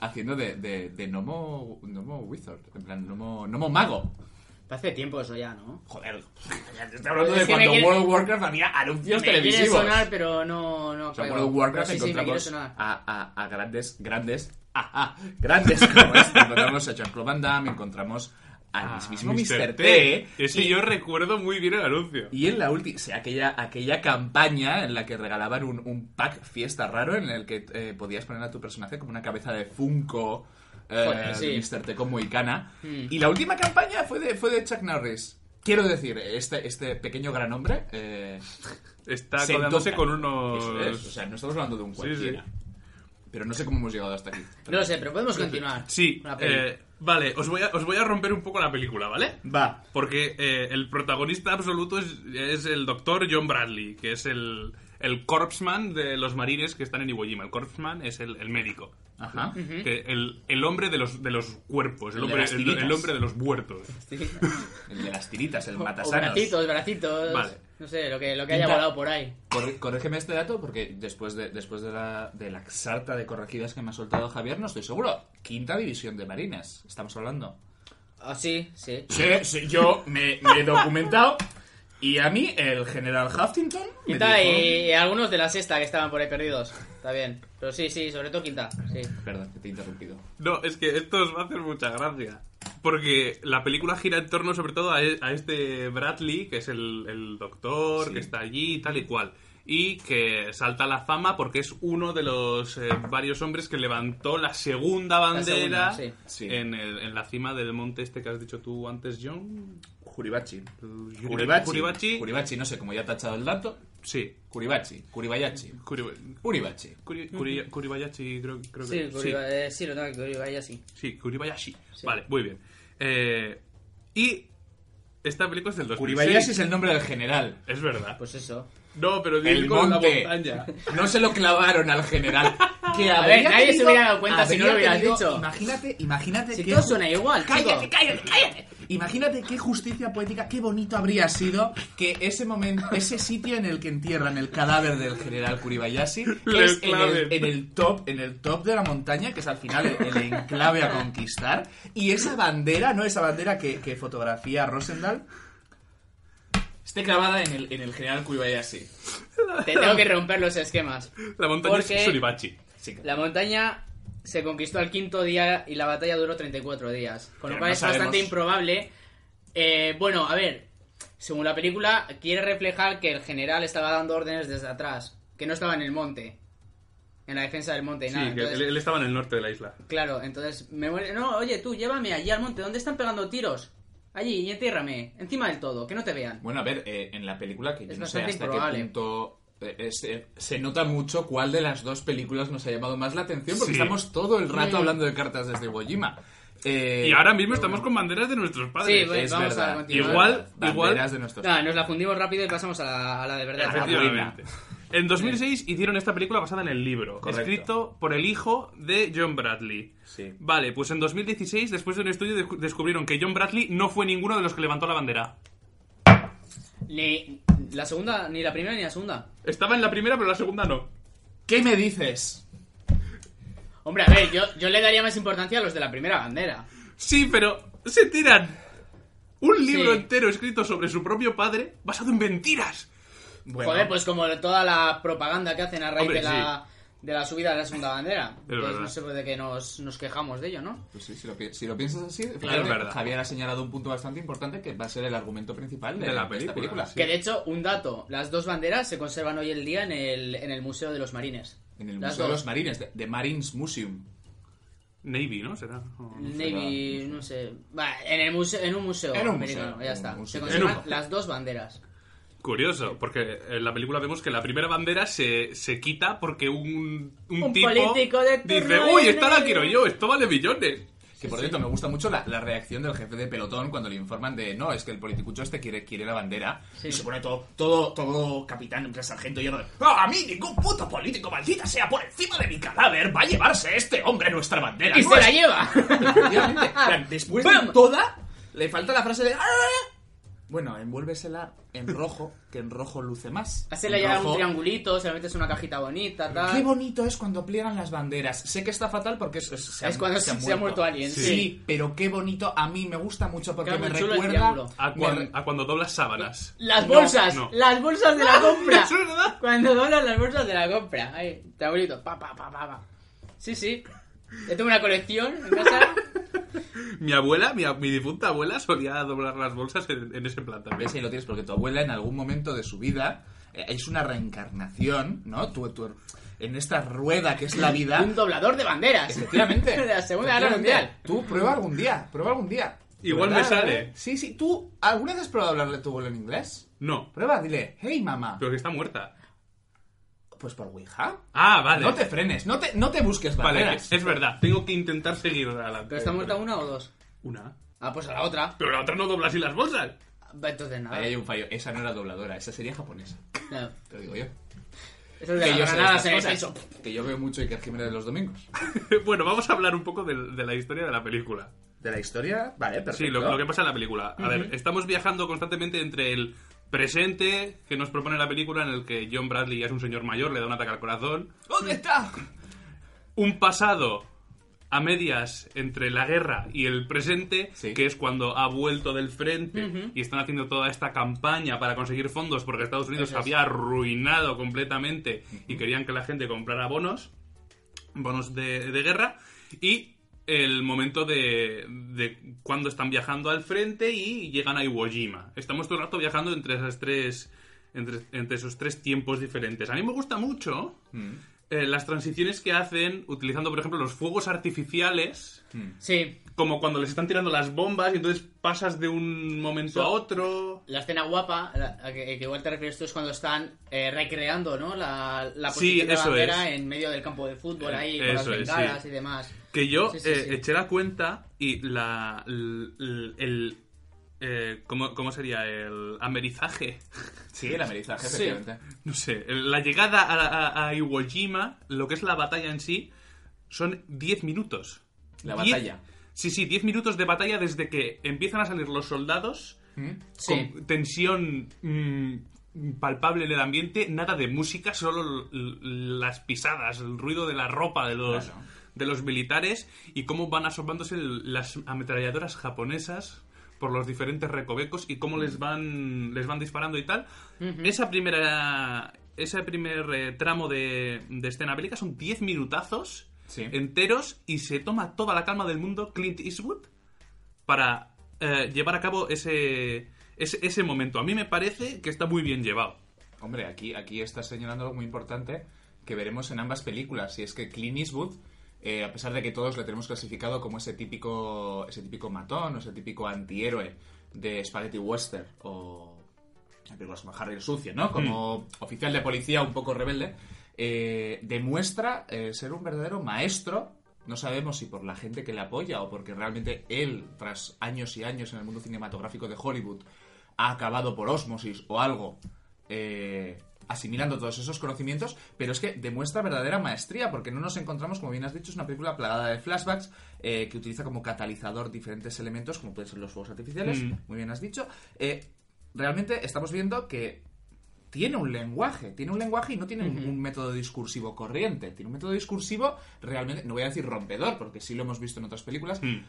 [SPEAKER 2] haciendo de, de, de Nomo, Nomo Wizard, en plan, Nomo, Nomo Mago.
[SPEAKER 4] Hace tiempo eso ya, ¿no?
[SPEAKER 2] Joder, te estoy hablando de
[SPEAKER 4] Es que me
[SPEAKER 2] cuando
[SPEAKER 4] quiere-
[SPEAKER 2] World of Warcraft había anuncios
[SPEAKER 4] me quiere
[SPEAKER 2] televisivos.
[SPEAKER 4] sonar, pero no... no
[SPEAKER 2] O sea,
[SPEAKER 4] caigo.
[SPEAKER 2] World of Warcraft
[SPEAKER 4] Pero sí, sí, me quiere
[SPEAKER 2] encontramos
[SPEAKER 4] sonar.
[SPEAKER 2] a, a- a grandes, grandes, ajá, grandes como este. Encontramos a Jean-Claude Van Damme, encontramos al
[SPEAKER 1] Ah,
[SPEAKER 2] Ah, mismísimo Mr. T.
[SPEAKER 1] Es
[SPEAKER 2] y-
[SPEAKER 1] que yo recuerdo muy bien el anuncio.
[SPEAKER 2] Y en la última, o sea, aquella, aquella campaña en la que regalaban un, un pack fiesta raro en el que eh, podías poner a tu personaje como una cabeza de Funko, eh,
[SPEAKER 4] Joder, sí.
[SPEAKER 2] Mr. T como Icana.
[SPEAKER 4] Mm.
[SPEAKER 2] Y la última campaña fue de, fue de Chuck Norris. Quiero decir, este, este pequeño gran hombre eh,
[SPEAKER 1] Está
[SPEAKER 2] se
[SPEAKER 1] codeándose
[SPEAKER 2] toca.
[SPEAKER 1] con
[SPEAKER 2] Eso es, O
[SPEAKER 1] unos...
[SPEAKER 2] sea, no estamos hablando de un
[SPEAKER 1] Sí,
[SPEAKER 2] cualquiera. Pero no sé cómo hemos llegado hasta aquí.
[SPEAKER 4] No lo sé, pero podemos continuar.
[SPEAKER 1] Sí,
[SPEAKER 4] Una peli.
[SPEAKER 1] eh, vale, os voy, a, os voy a romper un poco la película, ¿vale?
[SPEAKER 2] Va.
[SPEAKER 1] Porque eh, el protagonista absoluto es, es el doctor John Bradley, que es el, el corpsman de los marines que están en Iwo Jima. El corpsman es el, el médico.
[SPEAKER 2] Ajá.
[SPEAKER 1] Que el, el hombre de los, de los cuerpos, el
[SPEAKER 2] El de
[SPEAKER 1] hombre,
[SPEAKER 2] las
[SPEAKER 1] el-
[SPEAKER 2] tiritas.
[SPEAKER 1] el hombre de los muertos.
[SPEAKER 4] Sí.
[SPEAKER 2] El de las tiritas, el
[SPEAKER 4] O
[SPEAKER 2] matasanos.
[SPEAKER 4] bracitos, bracitos.
[SPEAKER 1] Vale.
[SPEAKER 4] No sé, lo que, lo que haya
[SPEAKER 2] Pinta-
[SPEAKER 4] volado por ahí.
[SPEAKER 2] Corre- Corrígeme este dato porque después de, después de la, de la sarta de corregidas que me ha soltado Javier, no estoy seguro. Quinta división de Marines, estamos hablando.
[SPEAKER 4] Ah, sí, sí.
[SPEAKER 2] Sí, sí, yo me, me he documentado y a mí el general Huffington me
[SPEAKER 4] Quinta
[SPEAKER 2] dijo-
[SPEAKER 4] y, y algunos de la sexta que estaban por ahí perdidos. Está bien. Pero sí, sí, sobre todo quinta. Sí.
[SPEAKER 2] Perdón, que te he interrumpido.
[SPEAKER 1] No, es que esto os va a hacer mucha gracia. Porque la película gira en torno sobre todo a, e- a este Bradley, que es el, el doctor,
[SPEAKER 2] Sí.
[SPEAKER 1] que está allí y tal y cual. Y que salta a la fama porque es uno de los eh, varios hombres que levantó la segunda
[SPEAKER 4] La segunda,
[SPEAKER 1] bandera
[SPEAKER 4] sí.
[SPEAKER 2] Sí.
[SPEAKER 1] En, el- en la cima del monte este que has dicho tú antes, John.
[SPEAKER 2] Juribachi.
[SPEAKER 1] Juribachi. Juribachi.
[SPEAKER 2] Juribachi, no sé cómo ya ha tachado el dato.
[SPEAKER 1] Sí.
[SPEAKER 2] Juribachi, Curibayachi.
[SPEAKER 1] Curi-
[SPEAKER 2] Uribachi.
[SPEAKER 1] Curi- Curi- Curibayashi, creo, creo
[SPEAKER 4] Sí,
[SPEAKER 1] que
[SPEAKER 4] Kuriba- eh, sí, lo tengo que Kuriba, ya sí.
[SPEAKER 1] Sí, Kuribayashi.
[SPEAKER 4] Sí.
[SPEAKER 1] Vale, muy bien. Eh, y esta película es del 2006.
[SPEAKER 2] Curibayashi es el nombre del general.
[SPEAKER 1] Es verdad.
[SPEAKER 4] Pues eso.
[SPEAKER 1] No, pero
[SPEAKER 2] El
[SPEAKER 1] dice con la
[SPEAKER 2] monte.
[SPEAKER 1] montaña.
[SPEAKER 2] No se lo clavaron al general. Que
[SPEAKER 4] A ver,
[SPEAKER 2] habría
[SPEAKER 4] nadie se
[SPEAKER 2] tenido-
[SPEAKER 4] hubiera dado cuenta si no lo
[SPEAKER 2] habría
[SPEAKER 4] hubieras dicho.
[SPEAKER 2] Imagínate, imagínate
[SPEAKER 4] Si
[SPEAKER 2] qué
[SPEAKER 4] todo
[SPEAKER 2] ju-
[SPEAKER 4] suena igual,
[SPEAKER 2] Cállate,
[SPEAKER 4] chico.
[SPEAKER 2] cállate, cállate. Imagínate qué justicia poética, qué bonito habría sido que ese momento, ese sitio en el que entierran el cadáver del general Kuribayashi
[SPEAKER 1] Le
[SPEAKER 2] es en
[SPEAKER 1] claven.
[SPEAKER 2] el, en el top, en el top de la montaña, que es al final el, el enclave a conquistar, y esa bandera, no esa bandera que, que fotografía Rosendahl, esté clavada en el, en el general Kuribayashi.
[SPEAKER 4] Te tengo que romper los esquemas.
[SPEAKER 1] La montaña
[SPEAKER 4] Porque-
[SPEAKER 1] es Suribachi.
[SPEAKER 2] Sí,
[SPEAKER 4] La montaña se conquistó al quinto día y la batalla duró 34 días. Con lo
[SPEAKER 2] Pero
[SPEAKER 4] cual
[SPEAKER 2] no
[SPEAKER 4] es bastante
[SPEAKER 2] sabemos-
[SPEAKER 4] improbable. Eh, bueno, a ver. Según la película, quiere reflejar que el general estaba dando órdenes desde atrás. Que no estaba en el monte. En la defensa del monte. y
[SPEAKER 1] Sí,
[SPEAKER 4] nada.
[SPEAKER 1] que
[SPEAKER 4] Entonces,
[SPEAKER 1] él, él estaba en el norte de la isla.
[SPEAKER 4] Claro, entonces me muere. No, oye, tú, llévame allí al monte. ¿Dónde están pegando tiros? Allí, y entiérrame. Encima del todo, que no te vean.
[SPEAKER 2] Bueno, a ver, eh, en la película, que yo
[SPEAKER 4] Es
[SPEAKER 2] no sé
[SPEAKER 4] bastante
[SPEAKER 2] hasta
[SPEAKER 4] improbable.
[SPEAKER 2] qué punto eh, es, eh, se nota mucho cuál de las dos películas nos ha llamado más la atención, porque
[SPEAKER 1] Sí.
[SPEAKER 2] estamos todo el rato
[SPEAKER 4] Mm.
[SPEAKER 2] hablando de cartas desde Iwo Jima. Eh,
[SPEAKER 1] y ahora mismo estamos con banderas de nuestros
[SPEAKER 4] Sí,
[SPEAKER 1] padres.
[SPEAKER 4] bueno,
[SPEAKER 2] es
[SPEAKER 4] vamos a
[SPEAKER 2] verdad.
[SPEAKER 4] continuar.
[SPEAKER 1] Igual- Ah.
[SPEAKER 2] Banderas
[SPEAKER 1] igual-
[SPEAKER 2] de nuestros...
[SPEAKER 4] Nada, nos la fundimos rápido y pasamos a la, a la de verdad.
[SPEAKER 2] Efectivamente.
[SPEAKER 1] Efectivamente. En 2006 hicieron esta película basada en el libro,
[SPEAKER 2] Correcto.
[SPEAKER 1] escrito por el hijo de John Bradley.
[SPEAKER 2] Sí.
[SPEAKER 1] Vale, pues en 2016, después de un estudio, descu- descubrieron que John Bradley no fue ninguno de los que levantó la bandera.
[SPEAKER 4] Ni la segunda, ni la primera ni la segunda.
[SPEAKER 1] Estaba en la primera, pero la segunda no.
[SPEAKER 2] ¿Qué me dices?
[SPEAKER 4] Hombre, a ver, yo, yo le daría más importancia a los de la primera bandera.
[SPEAKER 1] Sí, pero se tiran un libro
[SPEAKER 4] Sí.
[SPEAKER 1] entero escrito sobre su propio padre basado en mentiras.
[SPEAKER 2] Bueno,
[SPEAKER 4] Joder, pues como toda la propaganda que hacen a raíz
[SPEAKER 1] Hombre,
[SPEAKER 4] de, la, de la subida de la segunda bandera. Entonces
[SPEAKER 1] verdad.
[SPEAKER 4] no sé por qué nos, nos quejamos de ello, ¿no?
[SPEAKER 2] pues sí, si, lo, pi- si lo piensas así,
[SPEAKER 1] Claro, es verdad.
[SPEAKER 2] Javier ha señalado un punto bastante importante que va a ser el argumento principal de,
[SPEAKER 1] De la
[SPEAKER 2] de
[SPEAKER 1] película,
[SPEAKER 2] esta película.
[SPEAKER 1] sí.
[SPEAKER 4] Que de hecho, un dato, las dos banderas se conservan hoy en día en el, en el Museo de los Marines.
[SPEAKER 2] En el
[SPEAKER 4] Las
[SPEAKER 2] Museo de
[SPEAKER 4] dos.
[SPEAKER 2] los Marines, de, de Marines Museum.
[SPEAKER 1] Navy, ¿no? Será. O-
[SPEAKER 4] Navy, no sé. Va, en, el museo, en un museo
[SPEAKER 2] En un
[SPEAKER 4] americano,
[SPEAKER 2] museo,
[SPEAKER 4] ya
[SPEAKER 2] un
[SPEAKER 4] está. Se
[SPEAKER 2] museo.
[SPEAKER 1] En
[SPEAKER 4] conservan
[SPEAKER 1] un-
[SPEAKER 4] las dos banderas.
[SPEAKER 1] Curioso, porque en la película vemos que la primera bandera se, se quita porque un, un
[SPEAKER 4] Un
[SPEAKER 1] tipo
[SPEAKER 4] político de
[SPEAKER 1] dice,
[SPEAKER 4] turno
[SPEAKER 1] uy,
[SPEAKER 4] viene".
[SPEAKER 1] esta la quiero yo, esto vale millones.
[SPEAKER 2] Que por cierto, me gusta mucho la, la reacción del jefe de pelotón cuando le informan de no, es que el politicucho este quiere, quiere la bandera.
[SPEAKER 4] Sí.
[SPEAKER 2] Y se pone todo, todo, todo capitán, en plan sargento lleno de "Ah, a mí ningún puto político, maldita sea, por encima de mi cadáver, va a llevarse este hombre nuestra bandera.
[SPEAKER 4] ¡Y se la
[SPEAKER 2] nuestra".
[SPEAKER 4] lleva!
[SPEAKER 2] Efectivamente. En plan, Después de
[SPEAKER 4] ¡Bum!
[SPEAKER 2] toda, le falta la frase de. "Ah". Bueno, envuélvesela en rojo, que en rojo luce más.
[SPEAKER 4] Se la
[SPEAKER 2] En
[SPEAKER 4] lleva un
[SPEAKER 2] rojo-
[SPEAKER 4] triangulito, se la metes en una cajita bonita, tal.
[SPEAKER 2] Qué bonito es cuando pliegan las banderas. Sé que está fatal porque es, es-
[SPEAKER 4] Es cuando se- se ha muerto alguien,
[SPEAKER 2] Sí.
[SPEAKER 4] sí.
[SPEAKER 2] pero qué bonito. A mí me gusta mucho porque
[SPEAKER 4] Queda
[SPEAKER 2] me
[SPEAKER 4] muy chulo el
[SPEAKER 2] recuerda.
[SPEAKER 4] triángulo.
[SPEAKER 1] A,
[SPEAKER 2] me
[SPEAKER 1] cuan-
[SPEAKER 2] re-
[SPEAKER 1] a cuando doblas sábanas.
[SPEAKER 4] Las
[SPEAKER 1] No,
[SPEAKER 4] bolsas,
[SPEAKER 1] no.
[SPEAKER 4] las bolsas de la compra.
[SPEAKER 1] Es verdad.
[SPEAKER 4] Cuando doblan las bolsas de la compra. Ahí, está bonito. Pa, pa, pa, pa, pa. Sí, sí. Yo tengo una colección en casa.
[SPEAKER 1] Mi abuela, mi, a- mi difunta abuela, solía doblar las bolsas en, en ese plan también.
[SPEAKER 2] ¿Ves? Ahí lo tienes porque tu abuela en algún momento de su vida eh, es una reencarnación, ¿no? Tú, tú- en esta rueda que es la vida.
[SPEAKER 4] Un doblador de banderas.
[SPEAKER 2] Efectivamente.
[SPEAKER 4] De la Segunda Guerra Mundial.
[SPEAKER 2] Efectivamente. Tú prueba algún día, prueba algún día.
[SPEAKER 1] Igual
[SPEAKER 2] ¿Verdad? ¿eh?
[SPEAKER 1] me sale.
[SPEAKER 2] Sí, sí. ¿Tú alguna vez has probado hablarle a tu abuelo en inglés?
[SPEAKER 1] No,
[SPEAKER 2] Prueba, dile, hey mamá.
[SPEAKER 1] pero que está muerta.
[SPEAKER 2] Pues por Ouija.
[SPEAKER 1] Ah, vale.
[SPEAKER 2] No te frenes, no te, no te busques
[SPEAKER 1] Vale,
[SPEAKER 2] barreras.
[SPEAKER 1] que- es verdad, tengo que intentar seguir adelante.
[SPEAKER 4] ¿Pero está muerta una o dos?
[SPEAKER 1] Una.
[SPEAKER 4] Ah, pues a la otra.
[SPEAKER 1] Pero la otra no dobla así las bolsas.
[SPEAKER 4] Va, Entonces nada.
[SPEAKER 2] Ahí hay un fallo. Esa no era dobladora, esa sería japonesa.
[SPEAKER 4] No.
[SPEAKER 2] Te lo digo yo.
[SPEAKER 4] Eso es de la
[SPEAKER 2] sé
[SPEAKER 4] granada
[SPEAKER 2] de
[SPEAKER 4] se
[SPEAKER 2] estas
[SPEAKER 4] deshizo.
[SPEAKER 2] cosas. Que yo veo mucho Iker Jiménez los domingos.
[SPEAKER 1] bueno, vamos a hablar un poco de, de la historia de la película.
[SPEAKER 2] ¿De la historia? Vale,
[SPEAKER 1] Sí, lo, lo que pasa en la película. A ver, estamos viajando constantemente entre el presente que nos propone la película, en el que John Bradley ya es un señor mayor, le da un ataque al corazón.
[SPEAKER 2] ¿Dónde está?
[SPEAKER 1] Un pasado a medias entre la guerra y el presente,
[SPEAKER 2] Sí.
[SPEAKER 1] que es cuando ha vuelto del frente y están haciendo toda esta campaña para conseguir fondos porque Estados Unidos
[SPEAKER 4] Eso es.
[SPEAKER 1] había arruinado completamente y querían que la gente comprara bonos. bonos de, de guerra y el momento de, de cuando están viajando al frente y llegan a Iwo Jima. Estamos todo el rato viajando entre esas tres entre, entre esos tres tiempos diferentes. A mí me gusta mucho
[SPEAKER 2] Mm,
[SPEAKER 1] eh, las transiciones que hacen utilizando, por ejemplo, los fuegos artificiales,
[SPEAKER 2] mm.
[SPEAKER 4] Sí.
[SPEAKER 1] como cuando les están tirando las bombas y entonces pasas de un momento a otro.
[SPEAKER 4] La escena guapa, la- a que, que igual te refieres tú, es cuando están eh, recreando, ¿no? La, la
[SPEAKER 1] Sí,
[SPEAKER 4] posición de la
[SPEAKER 1] eso
[SPEAKER 4] bandera
[SPEAKER 1] es.
[SPEAKER 4] en medio del campo de
[SPEAKER 2] Eh,
[SPEAKER 4] fútbol, ahí, con
[SPEAKER 1] Eso
[SPEAKER 4] las
[SPEAKER 1] es,
[SPEAKER 4] bengalas
[SPEAKER 1] sí.
[SPEAKER 4] y demás.
[SPEAKER 1] Que yo
[SPEAKER 4] Sí, sí,
[SPEAKER 1] eh,
[SPEAKER 4] sí.
[SPEAKER 1] eché la cuenta y la. l- l- el, eh, ¿cómo, ¿Cómo sería? El amerizaje.
[SPEAKER 2] Sí, el amerizaje,
[SPEAKER 4] Sí.
[SPEAKER 2] efectivamente.
[SPEAKER 1] no sé, el- la llegada a, a- a Iwo Jima, lo que es la batalla en sí, son 10 minutos.
[SPEAKER 2] La
[SPEAKER 1] Diez-
[SPEAKER 2] batalla.
[SPEAKER 1] Sí, sí, 10 minutos de batalla desde que empiezan a salir los soldados,
[SPEAKER 2] ¿Mm?
[SPEAKER 4] Sí.
[SPEAKER 1] con tensión mm, palpable en el ambiente, nada de música, solo l- las pisadas, el ruido de la ropa de los,
[SPEAKER 2] Claro.
[SPEAKER 1] de los militares y cómo van asomándose el- las ametralladoras japonesas por los diferentes recovecos y cómo les van les van disparando y tal. Esa primera ese primer eh, tramo de, de escena bélica son 10 minutazos
[SPEAKER 2] Sí.
[SPEAKER 1] enteros y se toma toda la calma del mundo Clint Eastwood para eh, llevar a cabo ese, ese, ese momento. A mí me parece que está muy bien llevado.
[SPEAKER 2] Hombre, aquí, aquí estás señalando algo muy importante que veremos en ambas películas. Y es que Clint Eastwood, eh, a pesar de que todos le tenemos clasificado como ese típico, ese típico matón o ese típico antihéroe de Spaghetti Western o en películas como Harry el Sucio, ¿no? Como oficial de policía un poco rebelde, eh, demuestra eh, ser un verdadero maestro. No sabemos si por la gente que le apoya o porque realmente él, tras años y años en el mundo cinematográfico de Hollywood, ha acabado por osmosis o algo eh, asimilando todos esos conocimientos, pero es que demuestra verdadera maestría, porque no nos encontramos, como bien has dicho, es una película plagada de flashbacks eh, que utiliza como catalizador diferentes elementos, como pueden ser los fuegos artificiales,
[SPEAKER 1] Mm.
[SPEAKER 2] muy bien has dicho. Eh, realmente estamos viendo que tiene un lenguaje, tiene un lenguaje y no tiene un- un método discursivo corriente, tiene un método discursivo realmente, no voy a decir rompedor, porque sí lo hemos visto en otras películas,
[SPEAKER 1] Mm. Hmm.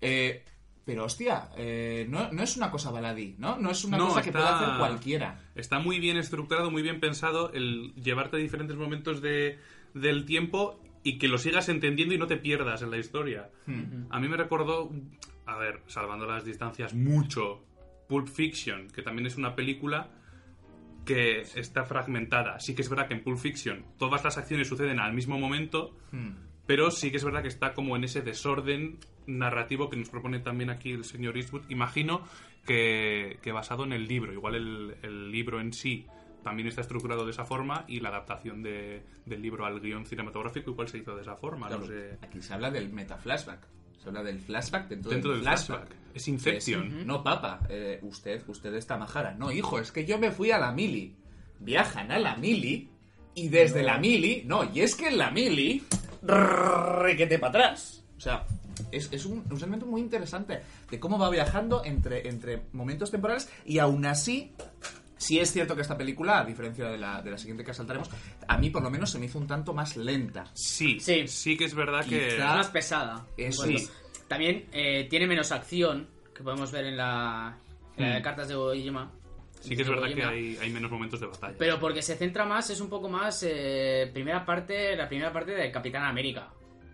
[SPEAKER 2] eh, pero hostia, eh, no, no es una cosa baladí, ¿no? No es una
[SPEAKER 1] No,
[SPEAKER 2] cosa que
[SPEAKER 1] está-
[SPEAKER 2] pueda hacer cualquiera.
[SPEAKER 1] Está muy bien estructurado, muy bien pensado el llevarte a diferentes momentos de, del tiempo y que lo sigas entendiendo y no te pierdas en la historia.
[SPEAKER 2] Mm,
[SPEAKER 1] A mí me recordó, a ver, salvando las distancias mucho, Pulp Fiction, que también es una película que está fragmentada. Sí que es verdad que en Pulp Fiction todas las acciones suceden al mismo momento,
[SPEAKER 2] mm.
[SPEAKER 1] pero sí que es verdad que está como en ese desorden narrativo que nos propone también aquí el señor Eastwood. Imagino que, que basado en el libro, igual el, el libro en sí también está estructurado de esa forma y la adaptación de- del libro al guión cinematográfico igual se hizo de esa forma.
[SPEAKER 2] Claro,
[SPEAKER 1] no sé.
[SPEAKER 2] Aquí se habla del metaflashback. Se habla del flashback dentro,
[SPEAKER 1] Dentro
[SPEAKER 2] del,
[SPEAKER 1] del flashback. Es Inception.
[SPEAKER 2] Es, No, papa, eh, usted, usted está majara. No, hijo, es que yo me fui a la mili. Viajan a la mili y desde la mili... No, y es que en la mili... Requete para atrás. O sea, es, es un, un elemento muy interesante de cómo va viajando entre, entre momentos temporales y aún así Sí es cierto que esta película, a diferencia de la, de la siguiente que asaltaremos, a mí por lo menos se me hizo un tanto más lenta.
[SPEAKER 1] Sí, sí,
[SPEAKER 4] Sí.
[SPEAKER 1] que es verdad
[SPEAKER 4] Es
[SPEAKER 2] Quizá-
[SPEAKER 1] que...
[SPEAKER 4] más pesada.
[SPEAKER 2] Eso
[SPEAKER 4] Bueno,
[SPEAKER 2] es.
[SPEAKER 4] También eh, tiene menos acción que podemos ver en la, en la de
[SPEAKER 2] Mm.
[SPEAKER 4] cartas de Gojima.
[SPEAKER 1] Sí que es
[SPEAKER 4] De
[SPEAKER 1] verdad que
[SPEAKER 4] Gojima.
[SPEAKER 1] hay, hay menos momentos de batalla.
[SPEAKER 4] Pero porque se centra más, es un poco más eh, primera parte, la primera parte de Capitán América.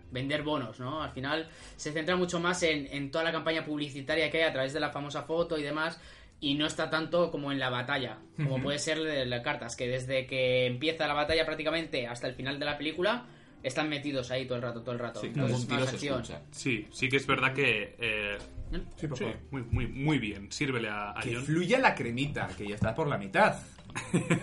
[SPEAKER 4] Vender bonos, ¿no? Al final se centra mucho más en, en toda la campaña publicitaria que hay a través de la famosa foto y demás. Y no está tanto como en la batalla, como puede ser de las cartas, que desde que empieza la batalla prácticamente hasta el final de la película, están metidos ahí todo el rato, todo el rato.
[SPEAKER 2] Sí,
[SPEAKER 4] Entonces,
[SPEAKER 2] ningún tiro
[SPEAKER 4] más
[SPEAKER 2] se
[SPEAKER 4] acción.
[SPEAKER 2] escucha.
[SPEAKER 1] Sí, sí que es verdad que... eh,
[SPEAKER 4] ¿Eh?
[SPEAKER 2] Sí, por
[SPEAKER 1] sí,
[SPEAKER 2] favor.
[SPEAKER 1] muy, muy, muy bien, sírvele a, a
[SPEAKER 2] Que
[SPEAKER 1] John.
[SPEAKER 2] fluya la cremita, que ya está por la mitad.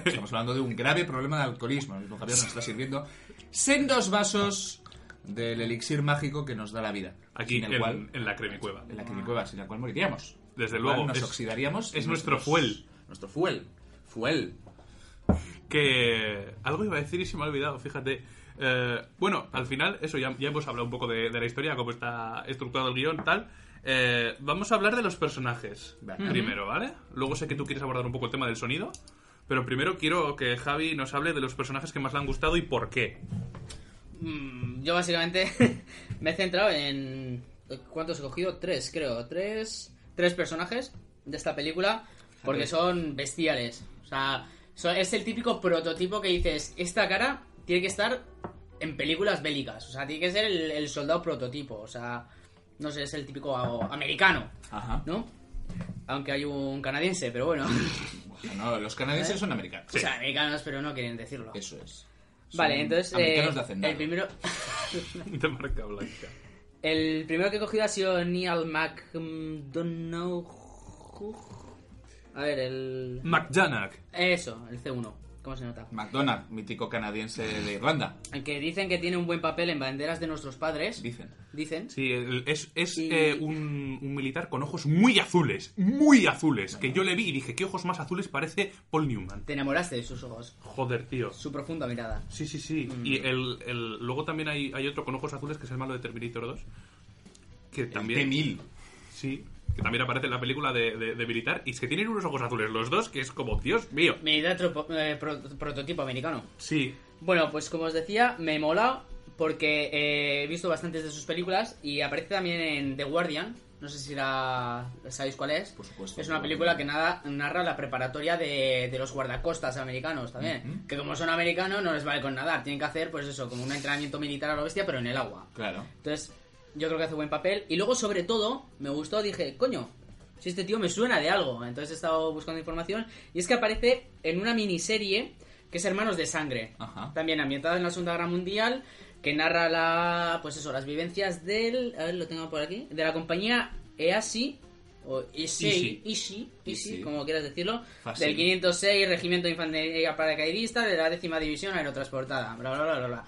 [SPEAKER 2] Estamos hablando de un grave problema de alcoholismo. El mismo Javier nos está sirviendo sendos vasos del elixir mágico que nos da la vida.
[SPEAKER 1] Aquí
[SPEAKER 2] sin el
[SPEAKER 1] en-
[SPEAKER 2] cual,
[SPEAKER 1] en la cremicueva.
[SPEAKER 2] En la cremicueva, sin la cual moriríamos.
[SPEAKER 1] Desde
[SPEAKER 2] Sin la cual
[SPEAKER 1] luego,
[SPEAKER 2] Nos
[SPEAKER 1] es-
[SPEAKER 2] oxidaríamos. y
[SPEAKER 1] es
[SPEAKER 2] nos-
[SPEAKER 1] nuestro
[SPEAKER 2] nos-
[SPEAKER 1] fuel.
[SPEAKER 2] Nuestro fuel. Fuel.
[SPEAKER 1] que algo iba a decir y se me ha olvidado, fíjate. Eh, bueno, al final, eso, ya, ya hemos hablado un poco de, de la historia, cómo está estructurado el guión, tal. Eh, vamos a hablar de los personajes
[SPEAKER 2] Vale.
[SPEAKER 1] primero, ¿vale? Luego sé que tú quieres abordar un poco el tema del sonido, pero primero quiero que Javi nos hable de los personajes que más le han gustado y por qué.
[SPEAKER 4] Mm, Yo básicamente me he centrado en. ¿Cuántos he cogido? Tres, creo. Tres, tres personajes de esta película. Porque son bestiales. O sea, so- es el típico prototipo que dices: Esta cara tiene que estar en películas bélicas. O sea, tiene que ser el, el soldado prototipo. O sea, no sé, es el típico a- americano,
[SPEAKER 2] Ajá.
[SPEAKER 4] ¿no? Aunque hay un canadiense, pero bueno.
[SPEAKER 2] Bueno, los canadienses son americanos.
[SPEAKER 4] O sea, americanos, pero no quieren decirlo.
[SPEAKER 2] Eso es.
[SPEAKER 4] Vale,
[SPEAKER 2] Son
[SPEAKER 4] entonces. eh,
[SPEAKER 2] Americanos de hacendado.
[SPEAKER 4] el primero.
[SPEAKER 1] De marca blanca.
[SPEAKER 4] El primero que he cogido ha sido Neil McDonough. A ver, el.
[SPEAKER 1] McJanak.
[SPEAKER 4] Eso, el C1. ¿Cómo se nota?
[SPEAKER 2] McDonald, mítico canadiense de Irlanda,
[SPEAKER 4] El que dicen que tiene un buen papel en banderas de nuestros padres.
[SPEAKER 2] dicen.
[SPEAKER 4] Dicen.
[SPEAKER 1] Sí, el- es, es
[SPEAKER 4] Y-
[SPEAKER 1] eh, un, un militar con ojos muy azules, muy azules, que yo le vi y dije, ¿qué ojos más azules parece Paul Newman?
[SPEAKER 4] Te enamoraste de sus ojos.
[SPEAKER 1] Joder, tío.
[SPEAKER 4] Su profunda mirada.
[SPEAKER 1] Sí, sí, sí. Y el, el- luego también hay, hay otro con ojos azules que es el malo de Terminator 2. Que también.
[SPEAKER 2] También. T-1000.
[SPEAKER 1] Sí. Que también aparece en la película de, de- de militar. Y es que tienen unos ojos azules los dos, que es como, Dios mío.
[SPEAKER 4] Medida tropo- eh, pro- prototipo americano.
[SPEAKER 1] Sí.
[SPEAKER 4] Bueno, pues como os decía, me mola porque eh, he visto bastantes de sus películas y aparece también en The Guardian. No sé si la sabéis cuál es.
[SPEAKER 2] Por supuesto.
[SPEAKER 4] Es una película que nada, narra la preparatoria de, de los guardacostas americanos también. Que como son americanos no les vale con nadar. Tienen que hacer, pues eso, como un entrenamiento militar a lo bestia, pero en el agua.
[SPEAKER 2] Claro.
[SPEAKER 4] Entonces, yo creo que hace buen papel. Y luego, sobre todo, me gustó, dije, coño, si este tío me suena de algo. Entonces he estado buscando información. Y es que aparece en una miniserie que es Hermanos de Sangre.
[SPEAKER 2] Ajá.
[SPEAKER 4] También ambientada en la Segunda Guerra Mundial. Que narra la. Pues eso, las vivencias del. A ver, lo tengo por aquí. De la compañía E EASI. O E
[SPEAKER 1] Ishi.
[SPEAKER 2] E
[SPEAKER 4] Ishi, Ishi, Ishi,
[SPEAKER 2] Ishi.
[SPEAKER 4] como quieras decirlo,
[SPEAKER 2] Fácil.
[SPEAKER 4] del 506 Regimiento de Infantería Paracaidista de la décima división aerotransportada, bla bla bla bla. bla.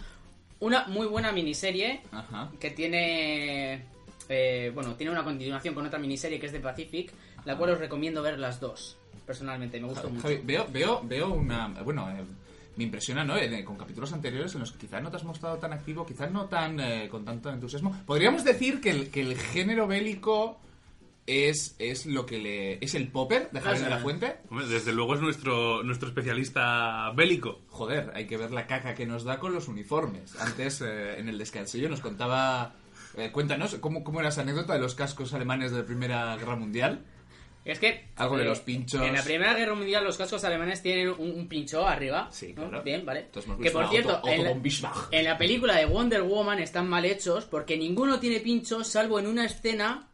[SPEAKER 4] Una muy buena miniserie
[SPEAKER 2] Ajá.
[SPEAKER 4] que tiene eh, bueno tiene una continuación con otra miniserie que es de Pacific la cual os recomiendo ver las dos personalmente me gustó
[SPEAKER 2] Javi,
[SPEAKER 4] mucho
[SPEAKER 2] Javi, veo, veo, veo una... Bueno, eh, me impresiona, ¿no? En- con capítulos anteriores en los que quizás no te has mostrado tan activo, quizás no tan eh, con tanto entusiasmo. Podríamos decir que el, que el género bélico es, es lo que le. es el popper de Javier de la Fuente.
[SPEAKER 1] Hombre, desde luego es nuestro, nuestro especialista bélico.
[SPEAKER 2] Joder, hay que ver la caca que nos da con los uniformes. Antes, eh, en el descansillo, nos contaba. eh, cuéntanos, ¿cómo, ¿cómo era esa anécdota de los cascos alemanes de la Primera Guerra Mundial?
[SPEAKER 4] Es que. eh,
[SPEAKER 2] Algo de los pinchos.
[SPEAKER 4] En la Primera Guerra Mundial, los cascos alemanes tienen un, un pincho arriba.
[SPEAKER 2] Sí,
[SPEAKER 4] ¿no?
[SPEAKER 2] claro.
[SPEAKER 4] Bien, vale.
[SPEAKER 2] Entonces hemos
[SPEAKER 4] Que
[SPEAKER 2] visto
[SPEAKER 4] por
[SPEAKER 2] a
[SPEAKER 4] cierto,
[SPEAKER 2] Otto-
[SPEAKER 4] en
[SPEAKER 2] Otto
[SPEAKER 4] la,
[SPEAKER 2] von Bismarck.
[SPEAKER 4] en la película de Wonder Woman están mal hechos porque ninguno tiene pinchos, salvo en una escena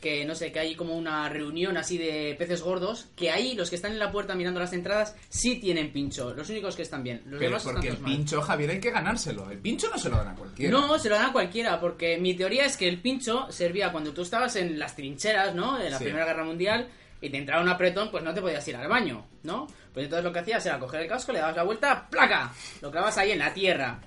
[SPEAKER 4] que no sé, que hay como una reunión así de peces gordos. Que ahí los que están en la puerta mirando las entradas sí tienen pincho. Los únicos que están bien. Los
[SPEAKER 2] Pero
[SPEAKER 4] demás están
[SPEAKER 2] porque el
[SPEAKER 4] todos mal.
[SPEAKER 2] pincho, Javier, hay que ganárselo. El pincho no se lo dan a cualquiera.
[SPEAKER 4] No, se lo dan a cualquiera, porque mi teoría es que el pincho servía cuando tú estabas en las trincheras, ¿no? En la
[SPEAKER 2] Sí.
[SPEAKER 4] Primera Guerra Mundial y te entraba un apretón, pues no te podías ir al baño, ¿no? Pues entonces lo que hacías era coger el casco, le dabas la vuelta, ¡placa! Lo clavabas ahí en la tierra.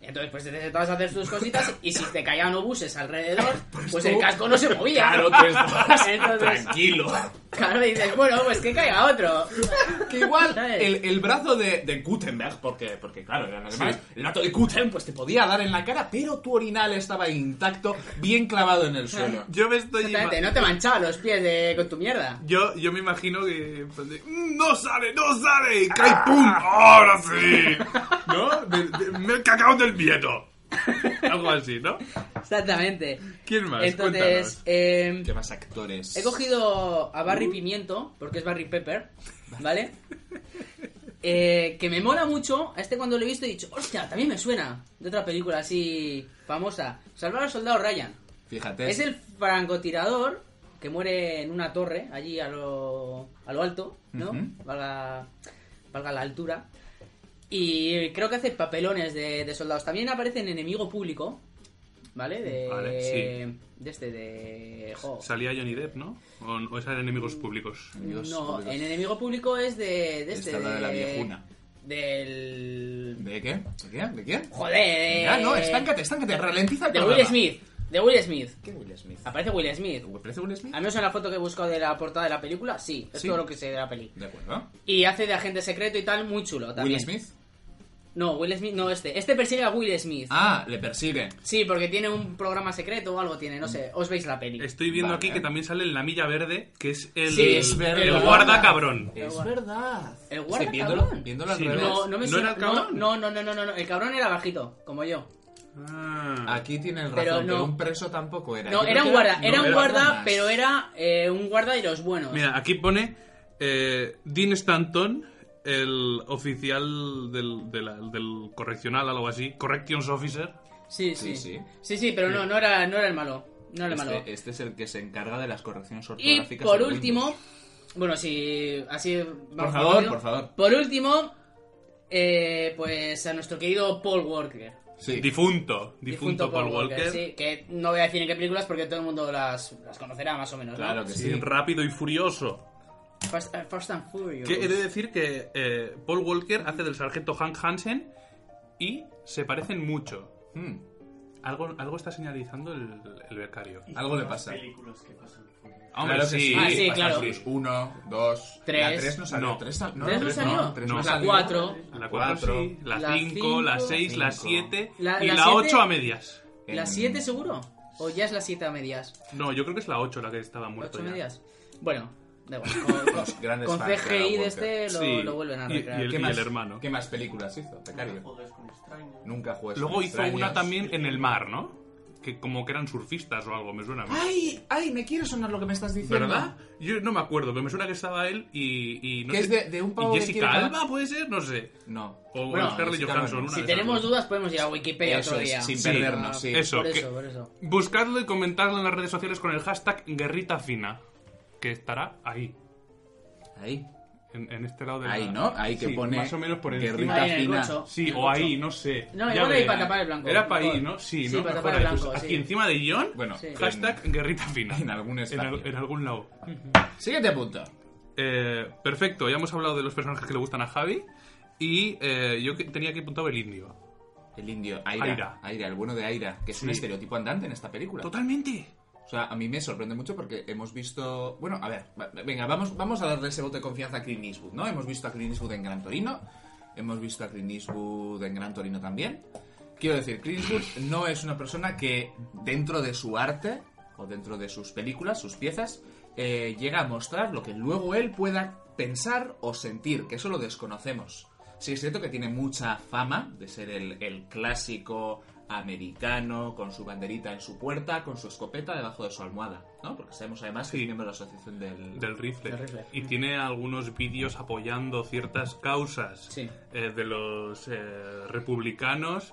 [SPEAKER 4] Entonces, pues te sentabas a hacer tus cositas y si te caían obuses alrededor, pues, el
[SPEAKER 2] tú-
[SPEAKER 4] casco no se movía.
[SPEAKER 2] Claro, tú estabas
[SPEAKER 4] Entonces,
[SPEAKER 2] tranquilo.
[SPEAKER 4] claro, dices, bueno, pues que caiga otro.
[SPEAKER 2] Que igual
[SPEAKER 4] ¿Sabes?
[SPEAKER 2] el, el brazo de, de Gutenberg, porque, porque claro, eran alemanes, el brazo de Gutenberg pues te podía dar en la cara, pero tu orinal estaba intacto, bien clavado en el suelo.
[SPEAKER 1] Yo me estoy.
[SPEAKER 4] Exactamente,
[SPEAKER 1] ima-
[SPEAKER 4] no te manchaba los pies de- con tu mierda.
[SPEAKER 1] Yo, yo me imagino que. en plan de, "Mm, ¡No sale! ¡No sale! Y cae ¡pum! ¡Ahora sí! ¿No? De- de- me he cagado del miedo. Algo así, ¿no?
[SPEAKER 4] Exactamente.
[SPEAKER 1] ¿Quién más?
[SPEAKER 4] Entonces,
[SPEAKER 1] Cuéntanos.
[SPEAKER 4] eh,
[SPEAKER 2] ¿Qué más actores?
[SPEAKER 4] He cogido a Barry Pimiento, porque es Barry Pepper, ¿vale? Eh, que me mola mucho. A este cuando lo he visto he dicho, hostia, también me suena de otra película así famosa. Salvar al soldado Ryan.
[SPEAKER 2] Fíjate.
[SPEAKER 4] Es el francotirador que muere en una torre, allí a lo, a lo alto, ¿no?
[SPEAKER 2] Ujú.
[SPEAKER 4] valga, valga la altura. Y creo que hace papelones de, de soldados. También aparece en Enemigo Público, ¿vale? De,
[SPEAKER 1] Vale, sí.
[SPEAKER 4] de este, de... jo.
[SPEAKER 1] Salía Johnny Depp, ¿no? O, o eran enemigos públicos.
[SPEAKER 2] Amigos
[SPEAKER 4] no,
[SPEAKER 2] públicos.
[SPEAKER 4] en enemigo público es de, de
[SPEAKER 2] Está
[SPEAKER 4] este.
[SPEAKER 2] la de la viejuna.
[SPEAKER 4] Del.
[SPEAKER 2] ¿De qué? ¿De quién? ¿De quién?
[SPEAKER 4] Joder.
[SPEAKER 2] Ya, no, estáncate, estáncate, ralentiza el
[SPEAKER 4] Eh, De
[SPEAKER 2] programa.
[SPEAKER 4] Will Smith. De Will Smith.
[SPEAKER 2] ¿Qué Will Smith?
[SPEAKER 4] Aparece Will Smith.
[SPEAKER 2] ¿Aparece Will Smith?
[SPEAKER 4] Al menos en la foto que he buscado de la portada de la película, sí. Es
[SPEAKER 2] Sí.
[SPEAKER 4] todo lo que sé de la peli.
[SPEAKER 2] De acuerdo.
[SPEAKER 4] Y hace de agente secreto y tal, muy chulo también.
[SPEAKER 2] ¿Will Smith?
[SPEAKER 4] No, Will Smith, no este. Este persigue a Will Smith.
[SPEAKER 2] Ah, le persigue.
[SPEAKER 4] Sí, porque tiene un programa secreto o algo tiene, no sé.
[SPEAKER 2] Mm.
[SPEAKER 4] Os veis la
[SPEAKER 2] Este,
[SPEAKER 4] peli.
[SPEAKER 1] Estoy viendo
[SPEAKER 2] Vale.
[SPEAKER 1] aquí que también sale en la milla verde, que es el,
[SPEAKER 4] Sí, es
[SPEAKER 2] verdad.
[SPEAKER 1] el guarda cabrón.
[SPEAKER 4] El
[SPEAKER 2] Es
[SPEAKER 4] guar-
[SPEAKER 2] verdad.
[SPEAKER 4] el
[SPEAKER 2] Es que
[SPEAKER 4] guarda
[SPEAKER 2] viéndolo,
[SPEAKER 4] cabrón.
[SPEAKER 2] viéndolo al
[SPEAKER 1] Sí,
[SPEAKER 2] revés.
[SPEAKER 4] No, no me
[SPEAKER 1] ¿No
[SPEAKER 4] suena-
[SPEAKER 1] era el cabrón?
[SPEAKER 4] No, no, no, no, no, no. El cabrón era bajito, como yo.
[SPEAKER 1] Ah.
[SPEAKER 2] Aquí tiene el razón,
[SPEAKER 4] Pero
[SPEAKER 2] pero,
[SPEAKER 4] no.
[SPEAKER 2] un preso tampoco era.
[SPEAKER 4] No,
[SPEAKER 2] Yo
[SPEAKER 4] era
[SPEAKER 2] creo
[SPEAKER 4] un
[SPEAKER 2] que
[SPEAKER 4] guarda, era
[SPEAKER 2] no,
[SPEAKER 4] un guarda,
[SPEAKER 2] más.
[SPEAKER 4] pero era eh, un guarda de los buenos.
[SPEAKER 1] Ah. Mira, aquí pone eh, Dean Stanton, el oficial del, de la- del correccional, algo así, corrections officer.
[SPEAKER 4] Sí,
[SPEAKER 2] Sí,
[SPEAKER 4] sí. Sí,
[SPEAKER 2] sí.
[SPEAKER 4] sí, pero no, no era, no era el malo. No era el malo.
[SPEAKER 2] Este, este es el que se encarga de las correcciones
[SPEAKER 4] Y
[SPEAKER 2] ortográficas.
[SPEAKER 4] por
[SPEAKER 2] de
[SPEAKER 4] último,
[SPEAKER 2] Windows.
[SPEAKER 4] bueno, si así vamos
[SPEAKER 2] favor,
[SPEAKER 4] rápido.
[SPEAKER 2] por favor.
[SPEAKER 4] Por último, eh, pues a nuestro querido Paul Walker.
[SPEAKER 2] Sí.
[SPEAKER 1] Difunto, difunto, Paul Walker.
[SPEAKER 4] Sí, que no voy a decir en qué películas porque todo el mundo las, las conocerá más o menos. ¿no?
[SPEAKER 2] Claro que
[SPEAKER 1] Sí,
[SPEAKER 2] sí.
[SPEAKER 1] rápido y furioso.
[SPEAKER 4] Fast, eh, Fast and Furious.
[SPEAKER 1] Que he de decir que eh, Paul Walker hace del sargento Hank Hansen y se parecen mucho.
[SPEAKER 2] Mm,
[SPEAKER 1] Algo, algo está señalizando el, el becario.
[SPEAKER 2] algo le pasa.
[SPEAKER 5] películas que pasan fuera.
[SPEAKER 2] Hombre,
[SPEAKER 1] Claro que sí.
[SPEAKER 4] Ah, sí,
[SPEAKER 2] Fast
[SPEAKER 4] claro.
[SPEAKER 2] and Furious Uno, dos.
[SPEAKER 4] Tres.
[SPEAKER 2] La tres no salió.
[SPEAKER 1] No.
[SPEAKER 2] Tres, sal- no,
[SPEAKER 4] ¿Tres no salió?
[SPEAKER 2] tres
[SPEAKER 1] No.
[SPEAKER 2] no
[SPEAKER 1] La
[SPEAKER 2] salió.
[SPEAKER 4] cuatro.
[SPEAKER 1] La 4,
[SPEAKER 2] Cuatro.
[SPEAKER 1] sí, la
[SPEAKER 4] La
[SPEAKER 1] 5, la
[SPEAKER 4] cinco.
[SPEAKER 1] 6, la
[SPEAKER 2] Cinco.
[SPEAKER 1] 7 y
[SPEAKER 4] La- la
[SPEAKER 1] la
[SPEAKER 4] siete-
[SPEAKER 1] 8 a medias.
[SPEAKER 4] ¿La
[SPEAKER 2] En-
[SPEAKER 4] 7 seguro? ¿O ya es la 7 a medias?
[SPEAKER 1] No, yo creo que es la 8 la que estaba
[SPEAKER 4] ¿La
[SPEAKER 1] muerta.
[SPEAKER 4] ¿Ocho
[SPEAKER 1] ya.
[SPEAKER 4] medias? Bueno, da igual. Con-
[SPEAKER 2] Los grandes
[SPEAKER 4] Con
[SPEAKER 2] fans de
[SPEAKER 4] CGI
[SPEAKER 2] Alan
[SPEAKER 4] de
[SPEAKER 2] Walker.
[SPEAKER 4] este lo,
[SPEAKER 1] Sí.
[SPEAKER 4] lo vuelven a
[SPEAKER 1] Y- y
[SPEAKER 4] recrear.
[SPEAKER 1] el-
[SPEAKER 2] ¿Qué más-
[SPEAKER 1] hermano.
[SPEAKER 2] ¿Qué más películas hizo? Becario.
[SPEAKER 5] Jodas con extraños.
[SPEAKER 2] Nunca jugué.
[SPEAKER 1] Luego
[SPEAKER 2] con
[SPEAKER 1] hizo
[SPEAKER 2] extraños.
[SPEAKER 1] una también en el mar, ¿no? Que como que eran surfistas o algo, me suena. a mí.
[SPEAKER 2] Ay, ay, me quiere sonar lo que me estás diciendo.
[SPEAKER 1] ¿Verdad? Yo no me acuerdo, pero me suena que estaba él y. y no
[SPEAKER 2] Que
[SPEAKER 1] sé-
[SPEAKER 2] es de- de un pavo
[SPEAKER 1] y
[SPEAKER 2] que
[SPEAKER 1] Jessica
[SPEAKER 2] quiere-
[SPEAKER 1] Alba, puede ser, no sé.
[SPEAKER 2] No.
[SPEAKER 1] O
[SPEAKER 4] Bueno,
[SPEAKER 1] Scarlett
[SPEAKER 2] Jessica
[SPEAKER 1] Johansson,
[SPEAKER 2] Alba.
[SPEAKER 1] una
[SPEAKER 4] Si
[SPEAKER 1] de
[SPEAKER 4] tenemos
[SPEAKER 1] esas dos.
[SPEAKER 4] dudas podemos ir a Wikipedia
[SPEAKER 2] Eso
[SPEAKER 4] otro
[SPEAKER 2] es,
[SPEAKER 4] día.
[SPEAKER 2] sin
[SPEAKER 1] Sí.
[SPEAKER 2] perdernos, sí.
[SPEAKER 1] Eso.
[SPEAKER 4] Por
[SPEAKER 1] que-
[SPEAKER 4] eso, por eso.
[SPEAKER 1] Buscadlo y comentadlo en las redes sociales con el hashtag Guerrita Fina, que estará ahí,
[SPEAKER 2] Ahí.
[SPEAKER 1] en, en este lado de la-
[SPEAKER 2] Ahí, ¿no? Ahí que
[SPEAKER 1] Sí,
[SPEAKER 2] pone.
[SPEAKER 1] Más o menos por
[SPEAKER 2] Guerrita
[SPEAKER 1] encima.
[SPEAKER 4] Ahí en el
[SPEAKER 2] fina.
[SPEAKER 4] cocho.
[SPEAKER 1] Sí,
[SPEAKER 4] El
[SPEAKER 1] o
[SPEAKER 4] ocho.
[SPEAKER 1] ahí, no sé.
[SPEAKER 4] No,
[SPEAKER 1] Ya
[SPEAKER 4] igual ahí
[SPEAKER 1] verás.
[SPEAKER 4] para tapar el blanco,
[SPEAKER 1] Era para ahí,
[SPEAKER 4] mejor.
[SPEAKER 1] ¿no? Sí,
[SPEAKER 4] Sí,
[SPEAKER 1] ¿no?
[SPEAKER 4] para
[SPEAKER 1] Mejor
[SPEAKER 4] tapar el
[SPEAKER 1] ahí, pues,
[SPEAKER 4] blanco,
[SPEAKER 1] aquí
[SPEAKER 4] sí.
[SPEAKER 1] encima de guión,
[SPEAKER 2] Bueno,
[SPEAKER 4] Sí.
[SPEAKER 2] en-
[SPEAKER 1] hashtag Guerrita Fina.
[SPEAKER 2] en algún
[SPEAKER 1] En, al-
[SPEAKER 2] espacio.
[SPEAKER 1] en algún lado.
[SPEAKER 2] Siguiente punto.
[SPEAKER 1] Eh, perfecto, ya hemos hablado de los personajes que le gustan a Javi. Y eh, yo que- tenía aquí apuntado el indio.
[SPEAKER 2] El indio, Aira.
[SPEAKER 1] Aira.
[SPEAKER 2] Aira, el bueno de Aira, que es un
[SPEAKER 1] Sí.
[SPEAKER 2] estereotipo andante en esta película.
[SPEAKER 1] Totalmente.
[SPEAKER 2] O sea, a mí me sorprende mucho porque hemos visto... Bueno, a ver, va- venga, vamos, vamos a darle ese voto de confianza a Clint Eastwood, ¿no? Hemos visto a Clint Eastwood en Gran Torino, hemos visto a Clint Eastwood en Gran Torino también. Quiero decir, Clint Eastwood no es una persona que, dentro de su arte, o dentro de sus películas, sus piezas, eh, llega a mostrar lo que luego él pueda pensar o sentir, que eso lo desconocemos. Sí, es cierto que tiene mucha fama de ser el, el clásico americano, con su banderita en su puerta, con su escopeta debajo de su almohada, ¿no? Porque sabemos además que
[SPEAKER 1] Sí.
[SPEAKER 2] es miembro de la asociación del... Mm.
[SPEAKER 1] Del rifle.
[SPEAKER 4] Del rifle.
[SPEAKER 1] Y tiene algunos vídeos apoyando ciertas causas
[SPEAKER 4] Sí.
[SPEAKER 1] eh, de los eh, republicanos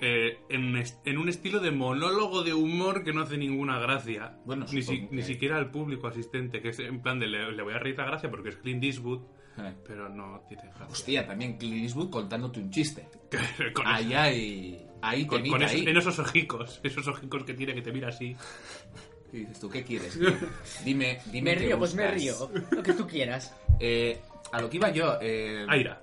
[SPEAKER 1] eh, en, est- en un estilo de monólogo de humor que no hace ninguna gracia.
[SPEAKER 2] Bueno,
[SPEAKER 1] ni, si-
[SPEAKER 2] supongo que-
[SPEAKER 1] ni siquiera al público asistente, que es en plan de le, le voy a reír la gracia porque es Clint Eastwood,
[SPEAKER 2] Eh.
[SPEAKER 1] pero no tiene gracia.
[SPEAKER 2] Hostia, también Clint Eastwood contándote un chiste.
[SPEAKER 1] con
[SPEAKER 2] Ahí hay... Ahí te
[SPEAKER 1] con-
[SPEAKER 2] mira
[SPEAKER 1] con esos-
[SPEAKER 2] ahí.
[SPEAKER 1] en esos ojicos, esos ojicos que tiene que te mira así.
[SPEAKER 2] Y dices tú, ¿qué quieres? tío? Dime, dime
[SPEAKER 4] Me
[SPEAKER 2] qué
[SPEAKER 4] río, pues me
[SPEAKER 2] buscas.
[SPEAKER 4] río. Lo que tú quieras.
[SPEAKER 2] Eh, a lo que iba yo... eh,
[SPEAKER 1] Aira.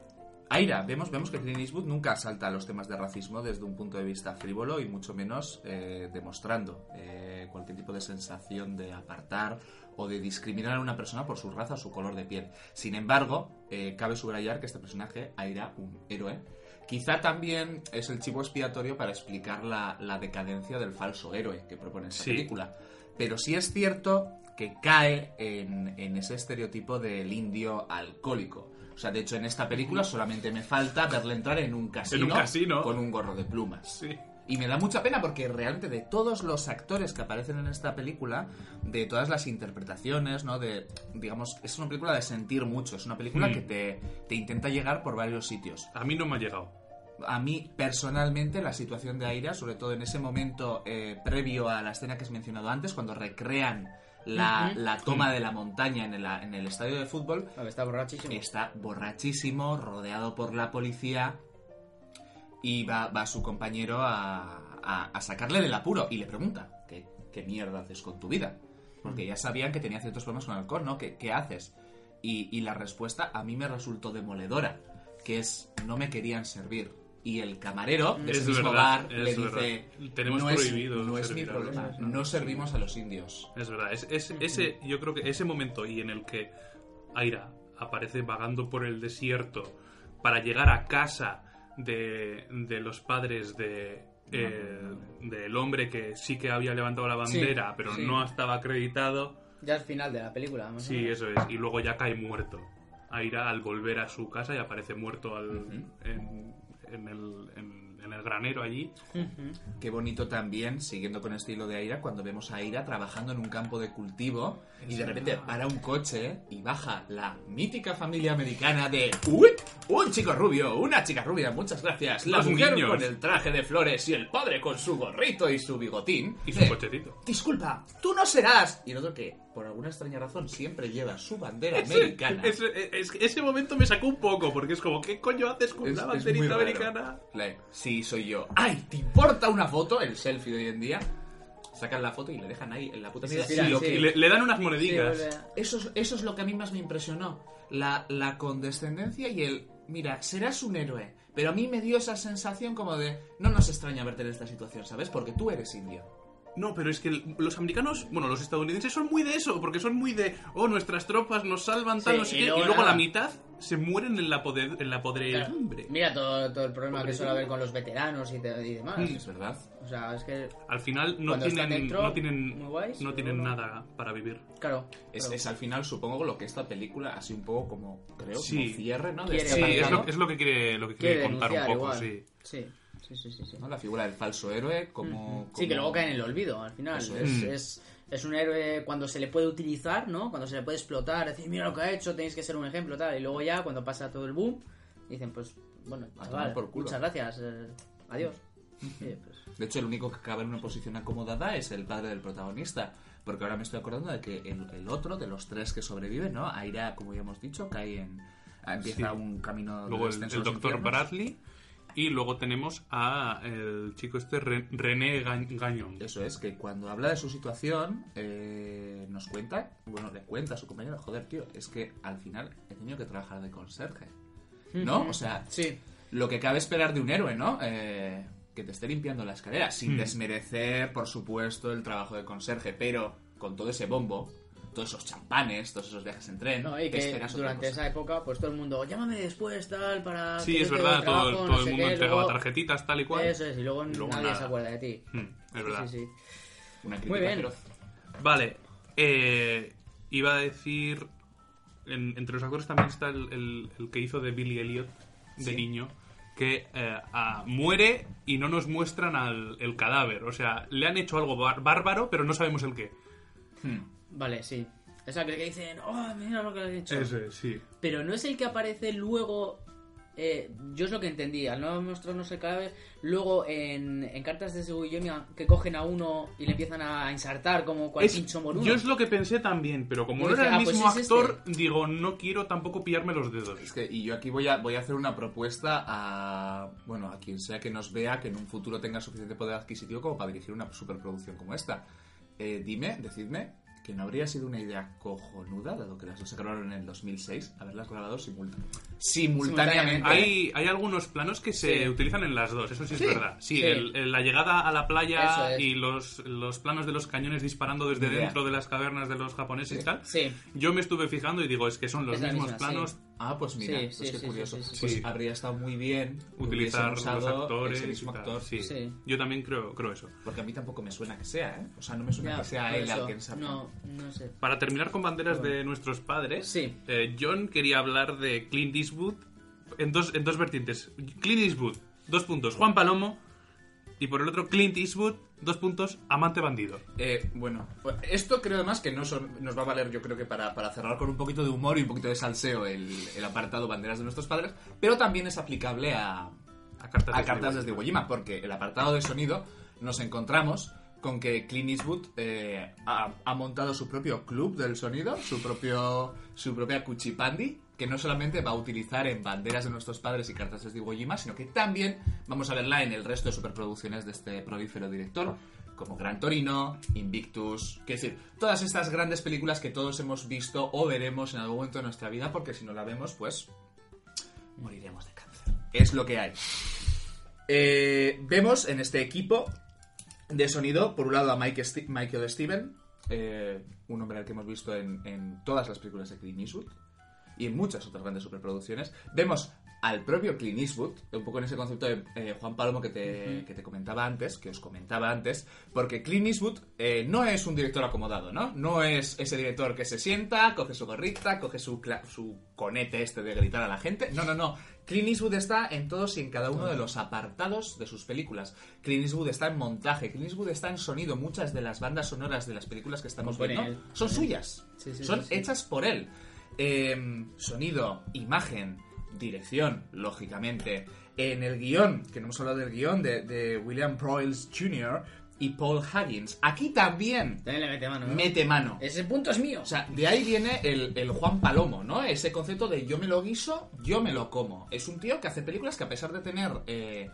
[SPEAKER 2] Aira, vemos, vemos que Clint Eastwood nunca salta a los temas de racismo desde un punto de vista frívolo y mucho menos eh, demostrando eh, cualquier tipo de sensación de apartar o de discriminar a una persona por su raza o su color de piel. Sin embargo, eh, cabe subrayar que este personaje, Aira, un héroe, quizá también es el chivo expiatorio para explicar la, la decadencia del falso héroe que propone esta
[SPEAKER 1] Sí.
[SPEAKER 2] película. Pero sí es cierto que cae en, en ese estereotipo del indio alcohólico. O sea, de hecho, en esta película solamente me falta verle entrar en un casino,
[SPEAKER 1] En un casino.
[SPEAKER 2] con un gorro de plumas.
[SPEAKER 1] Sí.
[SPEAKER 2] Y me da mucha pena porque realmente de todos los actores que aparecen en esta película, de todas las interpretaciones, ¿no? De, digamos, es una película de sentir mucho, es una película
[SPEAKER 1] Mm.
[SPEAKER 2] que te, te intenta llegar por varios sitios.
[SPEAKER 1] A mí no me ha llegado.
[SPEAKER 2] A mí, personalmente, la situación de Aira, sobre todo en ese momento eh, previo a la escena que has mencionado antes, cuando recrean la,
[SPEAKER 4] Ujú.
[SPEAKER 2] la toma de la montaña en el, en el estadio de fútbol,
[SPEAKER 4] A ver, está borrachísimo.
[SPEAKER 2] está borrachísimo, rodeado por la policía y va, va su compañero a, a- a sacarle del apuro y le pregunta, ¿qué, qué mierda haces con tu vida? Porque ya sabían que tenía ciertos problemas con el alcohol, ¿no? ¿Qué, qué haces? Y, y la respuesta a mí me resultó demoledora, que es no me querían servir. Y el camarero de
[SPEAKER 1] Es
[SPEAKER 2] ese mismo
[SPEAKER 1] verdad,
[SPEAKER 2] bar
[SPEAKER 1] es
[SPEAKER 2] le dice,
[SPEAKER 1] verdad. Tenemos
[SPEAKER 2] no, es-
[SPEAKER 1] prohibido
[SPEAKER 2] no es mi
[SPEAKER 1] servir a los
[SPEAKER 2] problema,
[SPEAKER 1] demás, ¿no?
[SPEAKER 2] no servimos a los indios.
[SPEAKER 1] Es verdad, es, es- ese, yo creo que ese momento y en el que Aira aparece vagando por el desierto para llegar a casa de, de los padres de eh, del hombre que sí que había levantado la
[SPEAKER 4] Sí,
[SPEAKER 1] bandera pero
[SPEAKER 4] sí.
[SPEAKER 1] no estaba acreditado,
[SPEAKER 4] Ya al final de la película. más o
[SPEAKER 1] sí,
[SPEAKER 4] menos.
[SPEAKER 1] eso es, y luego ya cae muerto. Aira al volver a su casa y aparece muerto al, en, en el, en- en el granero allí.
[SPEAKER 2] Qué bonito también, siguiendo con el estilo de Aira, cuando vemos a Aira trabajando en un campo de cultivo y de repente para un coche y baja la mítica familia americana de ¡Uy! Un chico rubio, una chica rubia, muchas gracias. La
[SPEAKER 1] Los
[SPEAKER 2] mujer
[SPEAKER 1] niños.
[SPEAKER 2] con el traje de flores y el padre con su gorrito y su bigotín.
[SPEAKER 1] Y su
[SPEAKER 2] de,
[SPEAKER 1] cochecito.
[SPEAKER 2] Disculpa, tú no serás. Y el otro que, por alguna extraña razón, siempre lleva su bandera americana.
[SPEAKER 1] Ese, es- ese momento me sacó un poco, porque es como, ¿qué coño haces con
[SPEAKER 2] Es-
[SPEAKER 1] una
[SPEAKER 2] es
[SPEAKER 1] banderita
[SPEAKER 2] muy raro.
[SPEAKER 1] americana?
[SPEAKER 2] Le- sí, soy yo. ¡Ay! ¿Te importa una foto? El selfie de hoy en día. Sacan la foto y le dejan ahí en la puta
[SPEAKER 4] Sí,
[SPEAKER 2] mierda.
[SPEAKER 4] sí,
[SPEAKER 2] Y
[SPEAKER 4] sí,
[SPEAKER 2] lo
[SPEAKER 4] sí.
[SPEAKER 1] Y
[SPEAKER 2] que-
[SPEAKER 1] le, le dan unas
[SPEAKER 4] Sí,
[SPEAKER 1] moneditas.
[SPEAKER 4] vuelve a-
[SPEAKER 2] Eso, es, eso es lo que a mí más me impresionó. La, la condescendencia y el. Mira, serás un héroe. Pero a mí me dio esa sensación como de. No nos extraña verte en esta situación, ¿sabes? Porque tú eres indio.
[SPEAKER 1] no, pero es que los americanos, bueno, los estadounidenses son muy de eso, porque son muy de, oh, nuestras tropas nos salvan tal,
[SPEAKER 4] Sí,
[SPEAKER 1] no sé
[SPEAKER 4] y
[SPEAKER 1] qué, y
[SPEAKER 4] luego
[SPEAKER 1] luego
[SPEAKER 4] nada.
[SPEAKER 1] la mitad se mueren en la, poder, en la
[SPEAKER 4] Claro.
[SPEAKER 1] podredumbre.
[SPEAKER 4] Mira todo, todo el problema
[SPEAKER 1] Hombre, Mm.
[SPEAKER 4] que suele haber con los veteranos y, te- y
[SPEAKER 1] Ah,
[SPEAKER 4] demás.
[SPEAKER 2] Es verdad.
[SPEAKER 4] O sea, es que,
[SPEAKER 1] Al final no
[SPEAKER 4] Cuando
[SPEAKER 1] tienen,
[SPEAKER 4] están dentro,
[SPEAKER 1] no tienen,
[SPEAKER 4] muy guays,
[SPEAKER 1] no
[SPEAKER 4] pero
[SPEAKER 1] tienen
[SPEAKER 4] luego-
[SPEAKER 1] nada para vivir.
[SPEAKER 4] claro.
[SPEAKER 2] Es,
[SPEAKER 4] pero-
[SPEAKER 2] es al final, supongo, lo que esta película, así un poco como. Creo,
[SPEAKER 1] Sí.
[SPEAKER 2] como cierre, ¿no? De
[SPEAKER 4] Quiere-
[SPEAKER 2] este
[SPEAKER 1] Sí, es
[SPEAKER 2] apartado.
[SPEAKER 1] lo, es lo que quiere, lo que
[SPEAKER 4] Quiere
[SPEAKER 1] quiere contar un
[SPEAKER 4] denunciar
[SPEAKER 1] poco,
[SPEAKER 4] igual.
[SPEAKER 1] sí.
[SPEAKER 4] Sí, sí, sí, sí. sí.
[SPEAKER 2] ¿no? La figura del falso héroe, como.
[SPEAKER 4] Mm. Sí, que
[SPEAKER 2] como-
[SPEAKER 4] luego cae en el olvido al final.
[SPEAKER 2] Eso
[SPEAKER 1] es.
[SPEAKER 4] Es, es- es un héroe cuando se le puede utilizar, ¿no? Cuando se le puede explotar, decir, mira lo que ha hecho, tenéis que ser un ejemplo, tal. Y luego ya, cuando pasa todo el boom, dicen, pues, bueno,
[SPEAKER 2] A
[SPEAKER 4] chaval,
[SPEAKER 2] tomar por culo.
[SPEAKER 4] muchas gracias, eh, adiós. Y, pues,
[SPEAKER 2] De hecho, el único que acaba en una posición acomodada es el padre del protagonista. Porque ahora me estoy acordando de que el, el otro, de los tres que sobreviven, ¿no? Aira, como ya hemos dicho, cae en. Empieza
[SPEAKER 1] Sí.
[SPEAKER 2] un camino. de
[SPEAKER 1] Luego el,
[SPEAKER 2] descenso a
[SPEAKER 1] el
[SPEAKER 2] los
[SPEAKER 1] doctor
[SPEAKER 2] infiernos.
[SPEAKER 1] Bradley y luego tenemos a el chico este Re- René Ga- Gagnon.
[SPEAKER 2] Eso es, que cuando habla de su situación, eh, nos cuenta, bueno, le cuenta a su compañero, joder, tío, es que al final he tenido que trabajar de conserje. ¿No? O sea,
[SPEAKER 4] sí,
[SPEAKER 2] lo que cabe esperar de un héroe, ¿no? Eh, que te esté limpiando la escalera, sin desmerecer, por supuesto, el trabajo de conserje, pero con todo ese bombo, todos esos champanes, todos esos viajes en tren,
[SPEAKER 4] no, y
[SPEAKER 2] te
[SPEAKER 4] que
[SPEAKER 2] esperas otra
[SPEAKER 4] durante
[SPEAKER 2] cosa.
[SPEAKER 4] esa época, pues todo el mundo, llámame después, tal, para...
[SPEAKER 1] Sí,
[SPEAKER 4] que
[SPEAKER 1] es
[SPEAKER 4] yo te doy
[SPEAKER 1] verdad, todo,
[SPEAKER 4] trabajo, no
[SPEAKER 1] todo el
[SPEAKER 4] sé
[SPEAKER 1] mundo
[SPEAKER 4] qué,
[SPEAKER 1] entregaba
[SPEAKER 4] luego-
[SPEAKER 1] tarjetitas, tal y cual.
[SPEAKER 4] Eso es, y luego,
[SPEAKER 1] luego
[SPEAKER 4] nadie
[SPEAKER 1] nada.
[SPEAKER 4] se acuerda de ti.
[SPEAKER 1] Mm, es verdad.
[SPEAKER 4] Sí, sí.
[SPEAKER 2] Una crítica
[SPEAKER 4] Muy bien.
[SPEAKER 2] feroz.
[SPEAKER 1] Vale. eh, iba a decir. en- entre los actores también está el, el- el que hizo de Billy Elliot, de niño, que eh, ah, muere y no nos muestran al, el cadáver. O sea, le han hecho algo bar- bárbaro, pero no sabemos el qué.
[SPEAKER 2] Hmm.
[SPEAKER 4] Vale, sí. Esa que que dicen, oh, mira lo que le han hecho.
[SPEAKER 1] Ese, sí.
[SPEAKER 4] Pero no es el que aparece luego. eh, yo es lo que entendí, al no mostrarnos el cadáver, luego en, en cartas de Seguyonia que cogen a uno y le empiezan a ensartar como cual
[SPEAKER 1] Es-
[SPEAKER 4] pincho moruno.
[SPEAKER 1] yo es lo que pensé también, pero como
[SPEAKER 4] Yo
[SPEAKER 1] no
[SPEAKER 4] dije,
[SPEAKER 1] era el
[SPEAKER 4] ah, pues
[SPEAKER 1] mismo
[SPEAKER 4] es este.
[SPEAKER 1] actor, digo, no quiero tampoco pillarme los dedos.
[SPEAKER 2] Es que- y yo aquí voy a, voy a hacer una propuesta a, bueno, a quien sea que nos vea que en un futuro tenga suficiente poder adquisitivo como para dirigir una superproducción como esta. Eh, dime, decidme, que no habría sido una idea cojonuda, dado que las dos se grabaron en el 2006, haberlas grabado simulta- simultáneamente.
[SPEAKER 4] Simultáneamente.
[SPEAKER 1] Hay, hay algunos planos que se
[SPEAKER 4] Sí.
[SPEAKER 1] utilizan en las dos, eso sí,
[SPEAKER 4] Sí,
[SPEAKER 1] es verdad. Sí,
[SPEAKER 4] sí.
[SPEAKER 1] el- el- la llegada a la
[SPEAKER 4] Eso
[SPEAKER 1] playa
[SPEAKER 4] es.
[SPEAKER 1] y los, los planos de los cañones disparando desde
[SPEAKER 2] Idea.
[SPEAKER 1] dentro de las cavernas de los japoneses y tal.
[SPEAKER 4] Sí,
[SPEAKER 1] Yo me estuve fijando y digo, es que son los
[SPEAKER 4] Es la
[SPEAKER 1] mismos
[SPEAKER 4] misma,
[SPEAKER 1] planos.
[SPEAKER 4] sí.
[SPEAKER 2] Ah, pues mira,
[SPEAKER 4] Sí,
[SPEAKER 2] pues
[SPEAKER 4] sí,
[SPEAKER 2] qué
[SPEAKER 4] sí,
[SPEAKER 2] curioso.
[SPEAKER 4] sí, sí, sí.
[SPEAKER 2] Pues
[SPEAKER 1] Sí.
[SPEAKER 2] habría estado muy bien que
[SPEAKER 1] Utilizar
[SPEAKER 2] hubiesen
[SPEAKER 1] los
[SPEAKER 2] usado
[SPEAKER 1] actores.
[SPEAKER 2] ese mismo
[SPEAKER 1] y tal.
[SPEAKER 2] actor.
[SPEAKER 1] Sí.
[SPEAKER 4] Sí.
[SPEAKER 1] Yo también creo, creo eso.
[SPEAKER 2] Porque a mí tampoco me suena que sea, ¿eh? O sea, no me suena
[SPEAKER 4] ya,
[SPEAKER 2] que sea
[SPEAKER 4] por
[SPEAKER 2] él al
[SPEAKER 4] eso.
[SPEAKER 2] que ensartan.
[SPEAKER 4] No, no sé.
[SPEAKER 1] Para terminar con banderas de nuestros padres,
[SPEAKER 4] Sí.
[SPEAKER 1] eh, John quería hablar de Clint Eastwood en dos, en dos vertientes. Clint Eastwood, dos puntos, Juan Palomo. Y por el otro, Clint Eastwood, dos puntos, amante bandido.
[SPEAKER 2] Eh, bueno, pues esto creo además que no son- nos va a valer, yo creo que para, para cerrar con un poquito de humor y un poquito de salseo el, el apartado Banderas de nuestros padres, pero también es aplicable a,
[SPEAKER 1] A cartas,
[SPEAKER 2] a
[SPEAKER 1] de
[SPEAKER 2] cartas
[SPEAKER 1] Hollywood.
[SPEAKER 2] desde Iwo Jima, porque el apartado de sonido nos encontramos con que Clint Eastwood eh, ha, ha montado su propio club del sonido, su, propio, su propia cuchipandi, que no solamente va a utilizar en banderas de nuestros padres y cartas desde Iwo Jima, sino que también vamos a verla en el resto de superproducciones de este prolífero director, como Gran Torino, Invictus, que es decir, todas estas grandes películas que todos hemos visto o veremos en algún momento de nuestra vida, porque si no la vemos, pues moriremos de cáncer. Es lo que hay. Eh, vemos en este equipo de sonido, por un lado a Mike Sti- Michael Steven, eh, un hombre al que hemos visto en, en todas las películas de Clint Eastwood y en muchas otras grandes superproducciones. Vemos al propio Clint Eastwood, un poco en ese concepto de eh, Juan Palomo que te, que te comentaba antes, que os comentaba antes, porque Clint Eastwood eh, no es un director acomodado, ¿no? No es ese director que se sienta, coge su gorrita, coge su, cla- su conete este de gritar a la gente. No, no, no. Clint Eastwood está en todos y en cada uno de los apartados de sus películas. Clint Eastwood está en montaje, Clint Eastwood está en sonido. Muchas de las bandas sonoras de las películas que estamos
[SPEAKER 4] Compone
[SPEAKER 2] viendo
[SPEAKER 4] él.
[SPEAKER 2] son suyas.
[SPEAKER 4] Sí, sí,
[SPEAKER 2] son
[SPEAKER 4] sí, sí.
[SPEAKER 2] hechas por él. Eh, sonido, imagen, dirección, lógicamente. En el guión, que no hemos hablado del guión, de, de William Proyles Jr. y Paul Huggins. Aquí también
[SPEAKER 4] También le mete mano, ¿no?
[SPEAKER 2] mete mano.
[SPEAKER 4] Ese punto es mío.
[SPEAKER 2] O sea, de ahí viene el, el Juan Palomo, ¿no? Ese concepto de yo me lo guiso, yo me lo como. Es un tío que hace películas que a pesar de tener eh,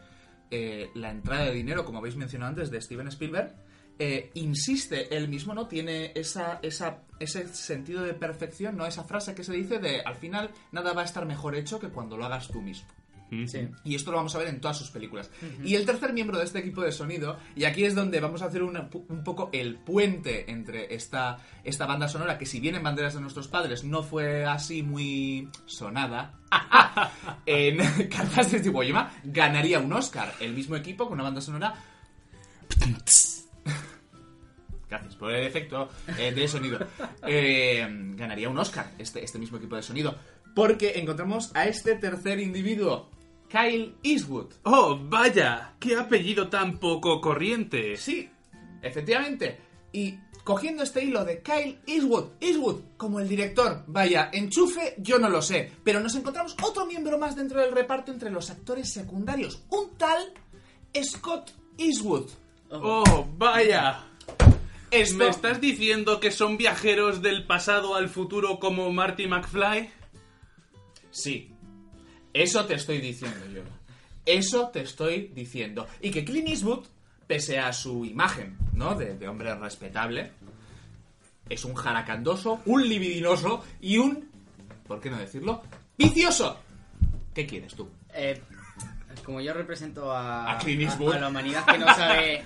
[SPEAKER 2] eh, la entrada de dinero, como habéis mencionado antes, de Steven Spielberg, eh, insiste, él mismo no tiene esa, esa, ese sentido de perfección, no esa frase que se dice de al final nada va a estar mejor hecho que cuando lo hagas tú mismo.
[SPEAKER 4] sí.
[SPEAKER 2] Y esto lo vamos a ver en todas sus películas. Y el tercer miembro de este equipo de sonido, y aquí es donde vamos a hacer una pu- un poco el puente entre esta, esta banda sonora, que si bien en Banderas de Nuestros Padres no fue así muy sonada, en Cartas de Iwo Jima ganaría un Oscar. El mismo equipo con una banda sonora... Gracias por el efecto eh, de sonido. Eh, ganaría un Oscar este, este mismo equipo de sonido. Porque encontramos a este tercer individuo, Kyle Eastwood.
[SPEAKER 1] ¡Oh, vaya! ¡Qué apellido tan poco corriente!
[SPEAKER 2] Sí, efectivamente. Y cogiendo este hilo de Kyle Eastwood, Eastwood como el director, vaya, enchufe, yo no lo sé. Pero nos encontramos otro miembro más dentro del reparto entre los actores secundarios. Un tal Scott Eastwood.
[SPEAKER 1] ¡Oh, vaya!
[SPEAKER 2] Esto-
[SPEAKER 1] ¿Me estás diciendo que son viajeros del pasado al futuro como Marty McFly?
[SPEAKER 2] Sí. Eso te estoy diciendo yo. Eso te estoy diciendo. Y que Clint Eastwood, pese a su imagen, ¿no? De, de hombre respetable, es un jaracandoso, un libidinoso y un, ¿por qué no decirlo? ¡Vicioso! ¿Qué quieres tú?
[SPEAKER 4] Eh, como yo represento a,
[SPEAKER 2] A Clint Eastwood.
[SPEAKER 4] a- a la humanidad que no sabe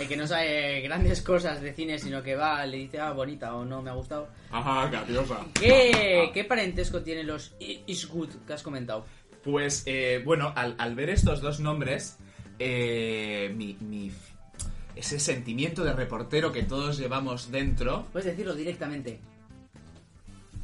[SPEAKER 4] eh, que no sabe grandes cosas de cine, sino que va, le dice, ah, bonita o no, me ha gustado.
[SPEAKER 2] Ajá, capiosa. Ah,
[SPEAKER 4] ¿Qué, qué parentesco tienen los I- Eastwood que has comentado?
[SPEAKER 2] Pues eh, bueno, al, al ver estos dos nombres, eh, mi, mi- ese sentimiento de reportero que todos llevamos dentro.
[SPEAKER 4] Puedes decirlo directamente.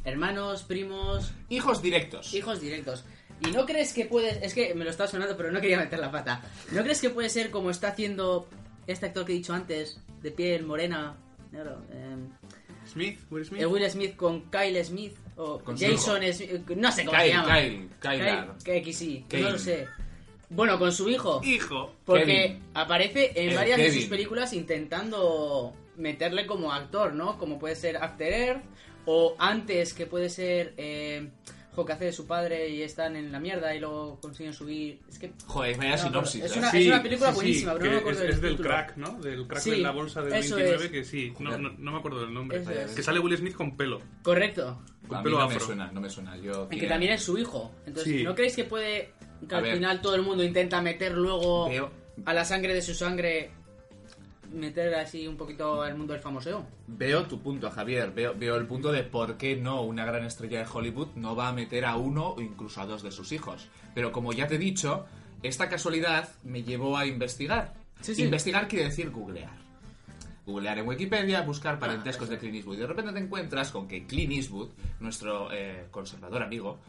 [SPEAKER 4] Hermanos, primos,
[SPEAKER 2] Hijos directos.
[SPEAKER 4] hijos directos. ¿Y no crees que puedes.? Es que me lo estaba sonando, pero no quería meter la pata. ¿No crees que puede ser como está haciendo este actor que he dicho antes, de piel morena, negro? eh,
[SPEAKER 1] Smith, Will Smith.
[SPEAKER 4] el Will Smith con Kyle Smith o
[SPEAKER 2] Con su
[SPEAKER 4] Jason Smith. No sé cómo se
[SPEAKER 2] Kyle,
[SPEAKER 4] llama.
[SPEAKER 2] Kyle, Kyle.
[SPEAKER 4] Kyle, que sí,
[SPEAKER 2] Kane.
[SPEAKER 4] no lo sé. Bueno, con su hijo.
[SPEAKER 1] Hijo.
[SPEAKER 4] Porque
[SPEAKER 2] Kevin.
[SPEAKER 4] aparece en
[SPEAKER 2] El
[SPEAKER 4] varias de sus
[SPEAKER 2] Kevin.
[SPEAKER 4] películas intentando meterle como actor, ¿no? Como puede ser After Earth o antes que puede ser eh, jo, que hace de su padre y están en la mierda y luego consiguen subir. Es que
[SPEAKER 2] Joder, vaya
[SPEAKER 4] No,
[SPEAKER 2] sinopsis.
[SPEAKER 4] es
[SPEAKER 2] ¿eh?
[SPEAKER 4] una- película buenísima, pero no me
[SPEAKER 1] que
[SPEAKER 4] acuerdo
[SPEAKER 1] es,
[SPEAKER 4] del
[SPEAKER 1] es del
[SPEAKER 4] título.
[SPEAKER 1] crack, ¿no? Del crack
[SPEAKER 4] Sí,
[SPEAKER 1] de la bolsa del
[SPEAKER 4] eso
[SPEAKER 1] 29,
[SPEAKER 4] es.
[SPEAKER 1] que sí. No, no, no me acuerdo del nombre.
[SPEAKER 4] Eso es.
[SPEAKER 1] Que sale Will Smith con pelo.
[SPEAKER 4] correcto.
[SPEAKER 1] Con
[SPEAKER 2] A mí
[SPEAKER 1] pelo
[SPEAKER 2] no me
[SPEAKER 1] afro.
[SPEAKER 2] suena, no me suena. Yo
[SPEAKER 4] Y que
[SPEAKER 2] bien.
[SPEAKER 4] también es su hijo. Entonces,
[SPEAKER 1] Sí.
[SPEAKER 4] ¿no creéis que puede que
[SPEAKER 2] A
[SPEAKER 4] al
[SPEAKER 2] ver.
[SPEAKER 4] final todo el mundo intenta meter luego
[SPEAKER 2] Veo-
[SPEAKER 4] a la sangre de su sangre meter así un poquito al mundo del famoseo?
[SPEAKER 2] Veo tu punto, Javier. Veo, veo el punto de por qué no una gran estrella de Hollywood no va a meter a uno o incluso a dos de sus hijos. Pero como ya te he dicho, esta casualidad me llevó a investigar.
[SPEAKER 4] Sí, sí.
[SPEAKER 2] Investigar quiere decir googlear. Googlear en Wikipedia, buscar parentescos de Clint Eastwood. Y de repente te encuentras con que Clint Eastwood, nuestro eh, conservador amigo,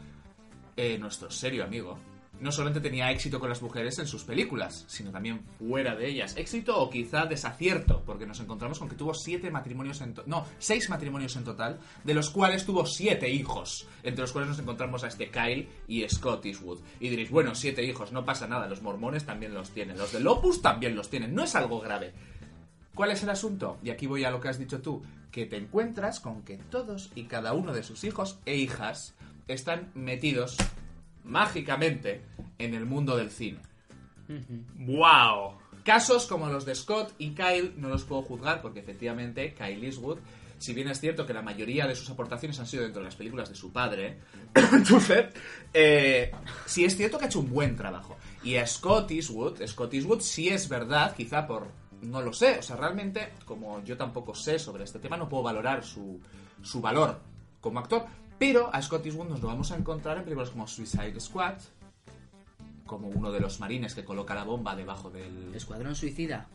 [SPEAKER 2] eh, nuestro serio amigo, no solamente tenía éxito con las mujeres en sus películas, sino también fuera de ellas. Éxito o quizá desacierto, porque nos encontramos con que tuvo siete matrimonios en to- no, seis matrimonios en total, de los cuales tuvo siete hijos, entre los cuales nos encontramos a este Kyle y Scott Eastwood. Y diréis, bueno, siete hijos, no pasa nada, los mormones también los tienen, los de Opus también los tienen, no es algo grave. ¿Cuál es el asunto? Y aquí voy a lo que has dicho tú, que te encuentras con que todos y cada uno de sus hijos e hijas están metidos mágicamente en el mundo del cine.
[SPEAKER 1] ¡Wow!
[SPEAKER 2] Casos como los de Scott y Kyle no los puedo juzgar porque efectivamente Kyle Eastwood, si bien es cierto que la mayoría de sus aportaciones han sido dentro de las películas de su padre, entonces, eh, sí es cierto que ha hecho un buen trabajo. Y a Scott Eastwood, Scott Eastwood sí es verdad, quizá por... No lo sé, o sea, realmente, como yo tampoco sé sobre este tema, no puedo valorar su, su valor como actor. Pero a Scott Eastwood nos lo vamos a encontrar en películas como Suicide Squad, como uno de los marines que coloca la bomba debajo del,
[SPEAKER 4] Escuadrón Suicida.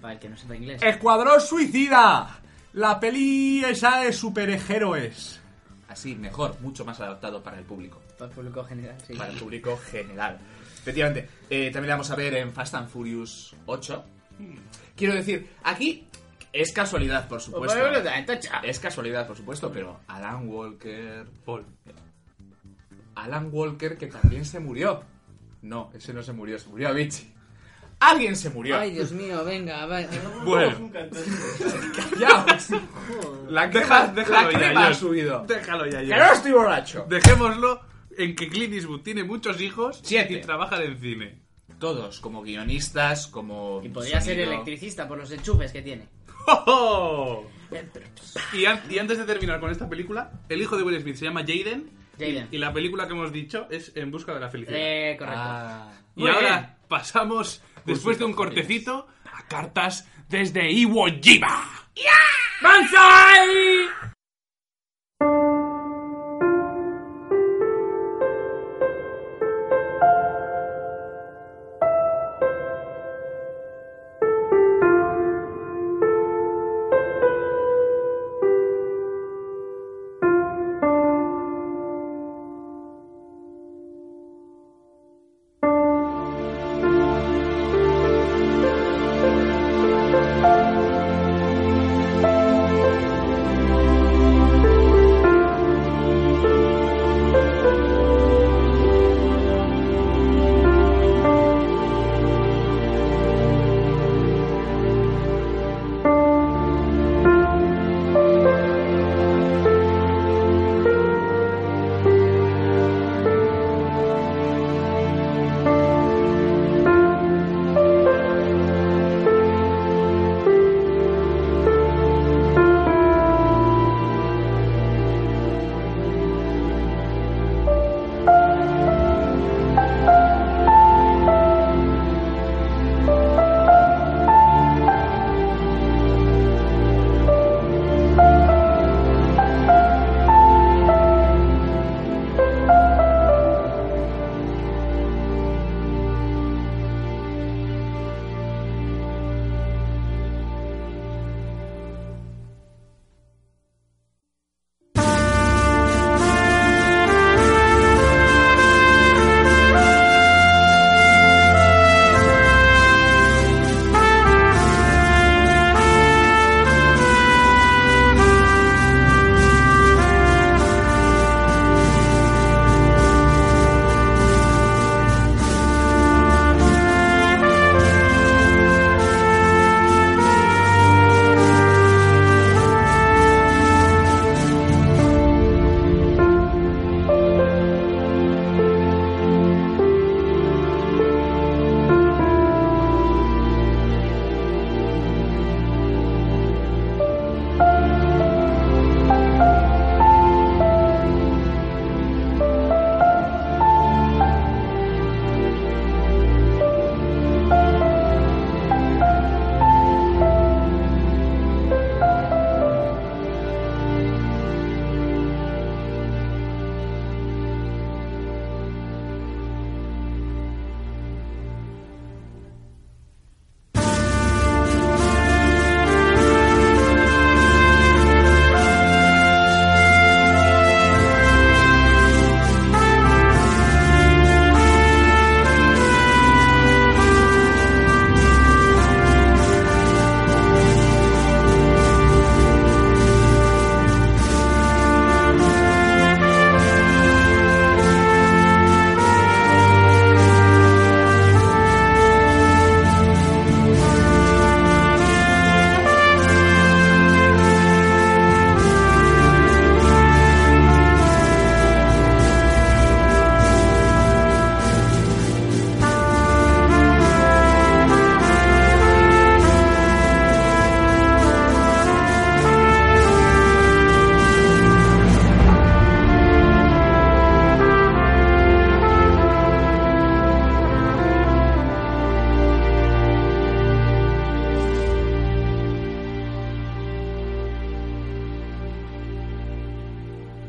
[SPEAKER 4] Para el que no sepa inglés.
[SPEAKER 2] Escuadrón Suicida. La peli esa de superhéroes. Así, mejor, mucho más adaptado para el público.
[SPEAKER 4] Para el público general, sí.
[SPEAKER 2] Para el público general. Efectivamente. eh, también la vamos a ver en Fast and Furious 8. Quiero decir, aquí es casualidad, por
[SPEAKER 4] Pues
[SPEAKER 1] Pues
[SPEAKER 2] supuesto.
[SPEAKER 1] Eh,
[SPEAKER 2] Es casualidad, por supuesto, pero Alan Walker...
[SPEAKER 1] Paul.
[SPEAKER 2] Alan Walker que también se murió. No, ese no se murió, se murió a Vichy. Alguien se murió.
[SPEAKER 4] Ay, Dios mío, venga, va.
[SPEAKER 1] Bueno,
[SPEAKER 5] Nunca antes.
[SPEAKER 2] Ya, la quema,
[SPEAKER 1] déjalo
[SPEAKER 2] la
[SPEAKER 1] ya,
[SPEAKER 2] crema
[SPEAKER 1] John.
[SPEAKER 2] ha subido.
[SPEAKER 1] déjalo ya.
[SPEAKER 2] ¡Que
[SPEAKER 1] ya.
[SPEAKER 2] no estoy borracho!
[SPEAKER 1] Dejémoslo en que Clint Eastwood tiene muchos hijos
[SPEAKER 2] Siete.
[SPEAKER 1] y trabaja en cine.
[SPEAKER 2] Todos, como guionistas, como.
[SPEAKER 4] Y podría ser
[SPEAKER 2] sonido.
[SPEAKER 4] electricista por los enchufes que tiene.
[SPEAKER 1] ¡Oh! Y, an- y antes de terminar con esta película, el hijo de Will Smith se llama Jaden.
[SPEAKER 4] Jaden.
[SPEAKER 1] Y, y la película que hemos dicho es En busca de la felicidad.
[SPEAKER 4] Eh, correcto.
[SPEAKER 2] Ah,
[SPEAKER 1] y
[SPEAKER 4] muy
[SPEAKER 1] ahora
[SPEAKER 4] bien.
[SPEAKER 1] pasamos, después de un
[SPEAKER 2] Justo,
[SPEAKER 1] cortecito, a cartas desde Iwo Jima.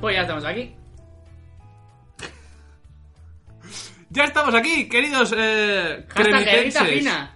[SPEAKER 4] Pues ya estamos aquí.
[SPEAKER 1] Ya estamos aquí, queridos eh,
[SPEAKER 4] Hashtag guerrita
[SPEAKER 1] cremitenses.
[SPEAKER 4] fina.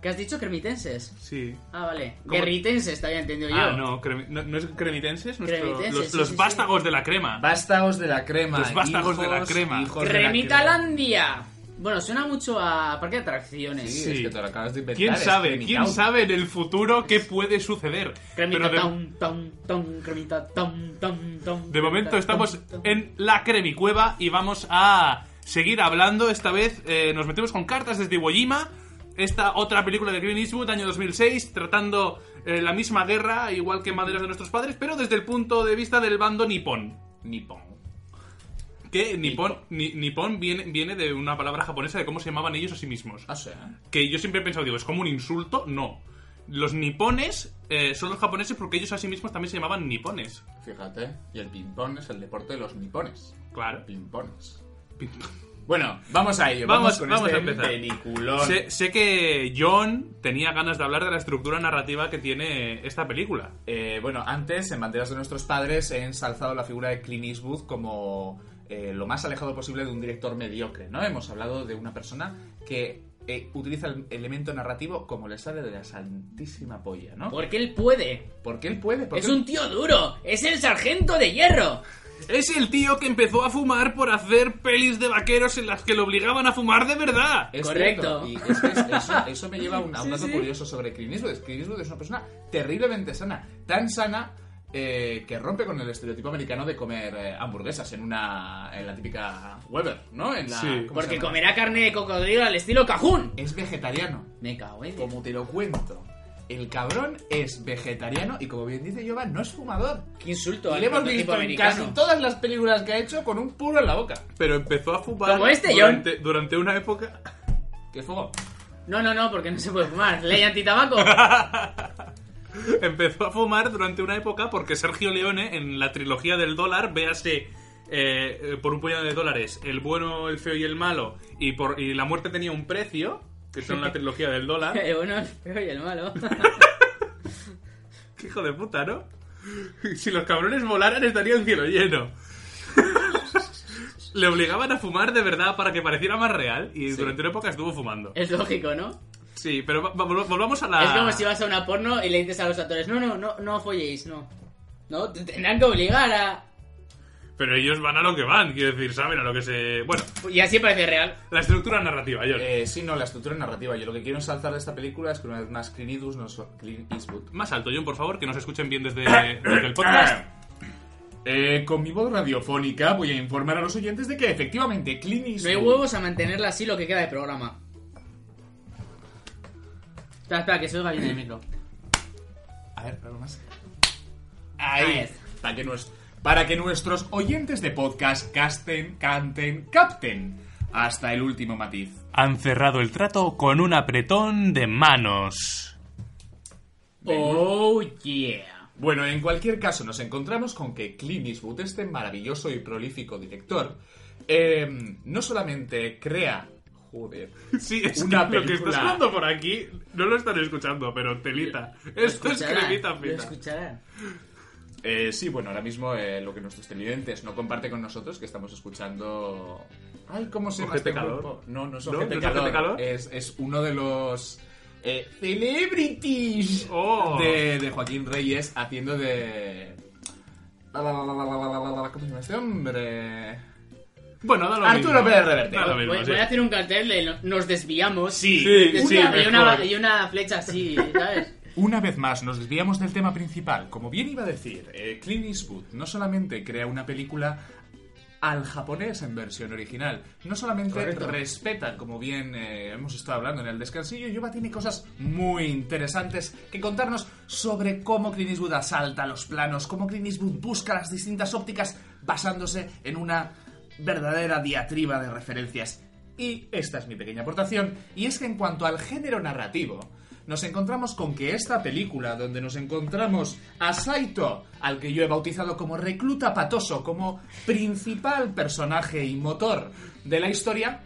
[SPEAKER 4] ¿Qué has dicho? Cremitenses.
[SPEAKER 1] Sí.
[SPEAKER 4] Ah, vale.
[SPEAKER 1] ¿Cómo?
[SPEAKER 4] Guerritenses, te había entendido
[SPEAKER 1] Ah,
[SPEAKER 4] yo.
[SPEAKER 1] no, cremi- no, ¿no es cremitenses? Nuestro-
[SPEAKER 4] Cremitenses,
[SPEAKER 1] los
[SPEAKER 4] sí,
[SPEAKER 1] los
[SPEAKER 4] sí, sí.
[SPEAKER 1] vástagos de la crema.
[SPEAKER 2] Vástagos de la crema.
[SPEAKER 1] Los vástagos de la crema.
[SPEAKER 2] hijos de la crema.
[SPEAKER 4] Cremitalandia. Bueno, suena mucho a parque de atracciones.
[SPEAKER 2] Sí,
[SPEAKER 1] Sí.
[SPEAKER 2] es que te lo acabas de inventar.
[SPEAKER 1] ¿Quién
[SPEAKER 2] es
[SPEAKER 1] sabe?
[SPEAKER 2] Cremitown.
[SPEAKER 1] ¿Quién sabe en el futuro qué puede suceder?
[SPEAKER 4] Cremita
[SPEAKER 1] Pero de,
[SPEAKER 4] tom, tom, tom, cremita tom, tom, tom.
[SPEAKER 1] de momento
[SPEAKER 4] cremita tom,
[SPEAKER 1] estamos
[SPEAKER 4] tom.
[SPEAKER 1] en la cremicueva y vamos a seguir hablando. Esta vez eh, nos metemos con cartas desde Iwo Jima. Esta otra película de Clint Eastwood, año 2006, tratando eh, la misma guerra, igual que Maderas de nuestros padres, pero desde el punto de vista del bando nipón.
[SPEAKER 2] Nippon.
[SPEAKER 1] Que nipón, ni- nipón viene, viene de una palabra japonesa de cómo se llamaban ellos a sí mismos.
[SPEAKER 2] O sea,
[SPEAKER 1] que yo siempre he pensado, digo, es como un insulto, no. Los nipones eh, son los japoneses porque ellos a sí mismos también se llamaban nipones.
[SPEAKER 2] fíjate. Y el ping-pong es el deporte de los nipones.
[SPEAKER 1] Claro.
[SPEAKER 2] Ping-pongs.
[SPEAKER 1] Pin-
[SPEAKER 2] Bueno, vamos a ello.
[SPEAKER 1] Vamos-
[SPEAKER 2] Vamos, con
[SPEAKER 1] vamos
[SPEAKER 2] este
[SPEAKER 1] a empezar.
[SPEAKER 2] peliculón.
[SPEAKER 1] Sé, sé que John tenía ganas de hablar de la estructura narrativa que tiene esta película.
[SPEAKER 2] Eh, bueno, antes, en Banderas de Nuestros Padres, he ensalzado la figura de Clint Eastwood como eh, lo más alejado posible de un director mediocre, ¿no? Hemos hablado de una persona que eh, utiliza el elemento narrativo como le sale de la santísima polla, ¿no?
[SPEAKER 4] Porque él puede.
[SPEAKER 2] Porque él puede, porque
[SPEAKER 4] Es un tío duro. Es el sargento de hierro.
[SPEAKER 1] Es el tío que empezó a fumar por hacer pelis de vaqueros en las que lo obligaban a fumar de verdad.
[SPEAKER 2] Es cierto,
[SPEAKER 4] Correcto.
[SPEAKER 2] Y es que es- eso, eso me lleva a un, a un
[SPEAKER 4] Sí,
[SPEAKER 2] dato
[SPEAKER 4] sí.
[SPEAKER 2] curioso sobre Clint Eastwood. Clint Eastwood es una persona terriblemente sana. Tan sana eh, que rompe con el estereotipo americano de comer eh, hamburguesas en una en la típica Weber, ¿no? En la,
[SPEAKER 1] Sí.
[SPEAKER 2] ¿cómo se
[SPEAKER 4] Porque
[SPEAKER 2] llama?
[SPEAKER 4] comerá carne de cocodrilo al estilo cajún.
[SPEAKER 2] Es vegetariano.
[SPEAKER 4] Me cago en.
[SPEAKER 2] Como te lo cuento. El cabrón es vegetariano y como bien dice Giovanni, no es fumador.
[SPEAKER 4] Qué insulto
[SPEAKER 2] Y
[SPEAKER 4] al
[SPEAKER 2] le hemos
[SPEAKER 4] prototipo
[SPEAKER 2] visto en
[SPEAKER 4] americano.
[SPEAKER 2] casi todas las películas que ha hecho con un puro en la boca.
[SPEAKER 1] Pero empezó a fumar
[SPEAKER 4] Como este,
[SPEAKER 1] durante, durante una época.
[SPEAKER 2] ¿Qué fuego?
[SPEAKER 4] No, no, no, porque no se puede fumar. Ley antitabaco.
[SPEAKER 1] Empezó a fumar durante una época porque Sergio Leone, en la trilogía del dólar, véase eh, eh, por un puñado de dólares el bueno, el feo y el malo, y, por, y la muerte tenía un precio, que son la trilogía del dólar.
[SPEAKER 4] Eh, bueno, el feo y el malo.
[SPEAKER 1] Qué hijo de puta, ¿no? Si los cabrones volaran estaría el cielo lleno. Le obligaban a fumar de verdad para que pareciera más real y durante una época estuvo fumando.
[SPEAKER 4] es lógico, ¿no?
[SPEAKER 1] Sí, pero va- va- vol- volvamos a la...
[SPEAKER 4] Es como si vas a una porno y le dices a los actores, no, no, no, no folléis, no. No, te tendrán que obligar a...
[SPEAKER 1] Pero ellos van a lo que van, quiero decir, saben a lo que se... Bueno,
[SPEAKER 4] Y así parece real.
[SPEAKER 1] la estructura narrativa, yo...
[SPEAKER 2] Eh, sí, no, la estructura narrativa. Yo lo que quiero ensalzar de esta película es que una vez más Clint Eastwood nos, Clint Eastwood.
[SPEAKER 1] Más alto, John, por favor, que nos escuchen bien desde, desde el podcast.
[SPEAKER 2] Ah. Eh, con mi voz radiofónica voy a informar a los oyentes de que efectivamente Clint
[SPEAKER 4] No hay
[SPEAKER 2] Eastwood...
[SPEAKER 4] huevos a mantenerla así lo que queda de programa. Espera, espera, que se oiga bien el micro.
[SPEAKER 2] A ver, algo más.
[SPEAKER 4] Ahí.
[SPEAKER 2] Ahí. Para que, nues- para que nuestros oyentes de podcast casten, canten, capten hasta el último matiz.
[SPEAKER 1] Han cerrado el trato con un apretón de manos.
[SPEAKER 4] Oh, yeah.
[SPEAKER 2] Bueno, en cualquier caso, nos encontramos con que Clint Eastwood, este maravilloso y prolífico director, eh, no solamente crea... Joder.
[SPEAKER 1] Sí, es
[SPEAKER 2] Una
[SPEAKER 1] que lo que
[SPEAKER 2] película.
[SPEAKER 1] estás hablando por aquí no lo están escuchando, pero telita.
[SPEAKER 4] Lo
[SPEAKER 1] Esto es
[SPEAKER 4] escucharán,
[SPEAKER 1] cremita
[SPEAKER 4] Lo
[SPEAKER 1] fina.
[SPEAKER 4] escucharán.
[SPEAKER 2] Eh, sí, bueno, ahora mismo eh, lo que nuestros televidentes no comparte con nosotros, que estamos escuchando... Ay, ¿cómo se llama
[SPEAKER 1] Ojete
[SPEAKER 2] este
[SPEAKER 1] Calor.
[SPEAKER 2] grupo? No, no es
[SPEAKER 1] ¿No?
[SPEAKER 2] Ojete
[SPEAKER 1] ¿No es
[SPEAKER 2] Calor.
[SPEAKER 1] Ojete Calor?
[SPEAKER 2] Es, es uno de los... eh, celebrities
[SPEAKER 1] Oh.
[SPEAKER 2] de, de Joaquín Reyes haciendo de... la, la, la, la, la, la, la, la, la, ¿Cómo se llama este hombre?
[SPEAKER 1] Bueno, da lo
[SPEAKER 2] Arturo
[SPEAKER 1] mismo.
[SPEAKER 2] Pérez Reverte.
[SPEAKER 1] Da lo
[SPEAKER 4] Voy,
[SPEAKER 1] mismo, sí.
[SPEAKER 4] voy a hacer un cartel de no- nos desviamos.
[SPEAKER 1] Sí,
[SPEAKER 4] Una-
[SPEAKER 1] sí,
[SPEAKER 4] y, una,
[SPEAKER 1] mejor.
[SPEAKER 4] y una flecha así, ¿sabes?
[SPEAKER 2] Una vez más, nos desviamos del tema principal. Como bien iba a decir, eh, Clint Eastwood no solamente crea una película al japonés en versión original, no solamente respeta, como bien eh, hemos estado hablando en el descansillo, Yuba tiene cosas muy interesantes que contarnos sobre cómo Clint Eastwood asalta los planos, cómo Clint Eastwood busca las distintas ópticas basándose en una verdadera diatriba de referencias. Y esta es mi pequeña aportación, y es que en cuanto al género narrativo, nos encontramos con que esta película, donde nos encontramos a Saito, al que yo he bautizado como recluta patoso, como principal personaje y motor de la historia,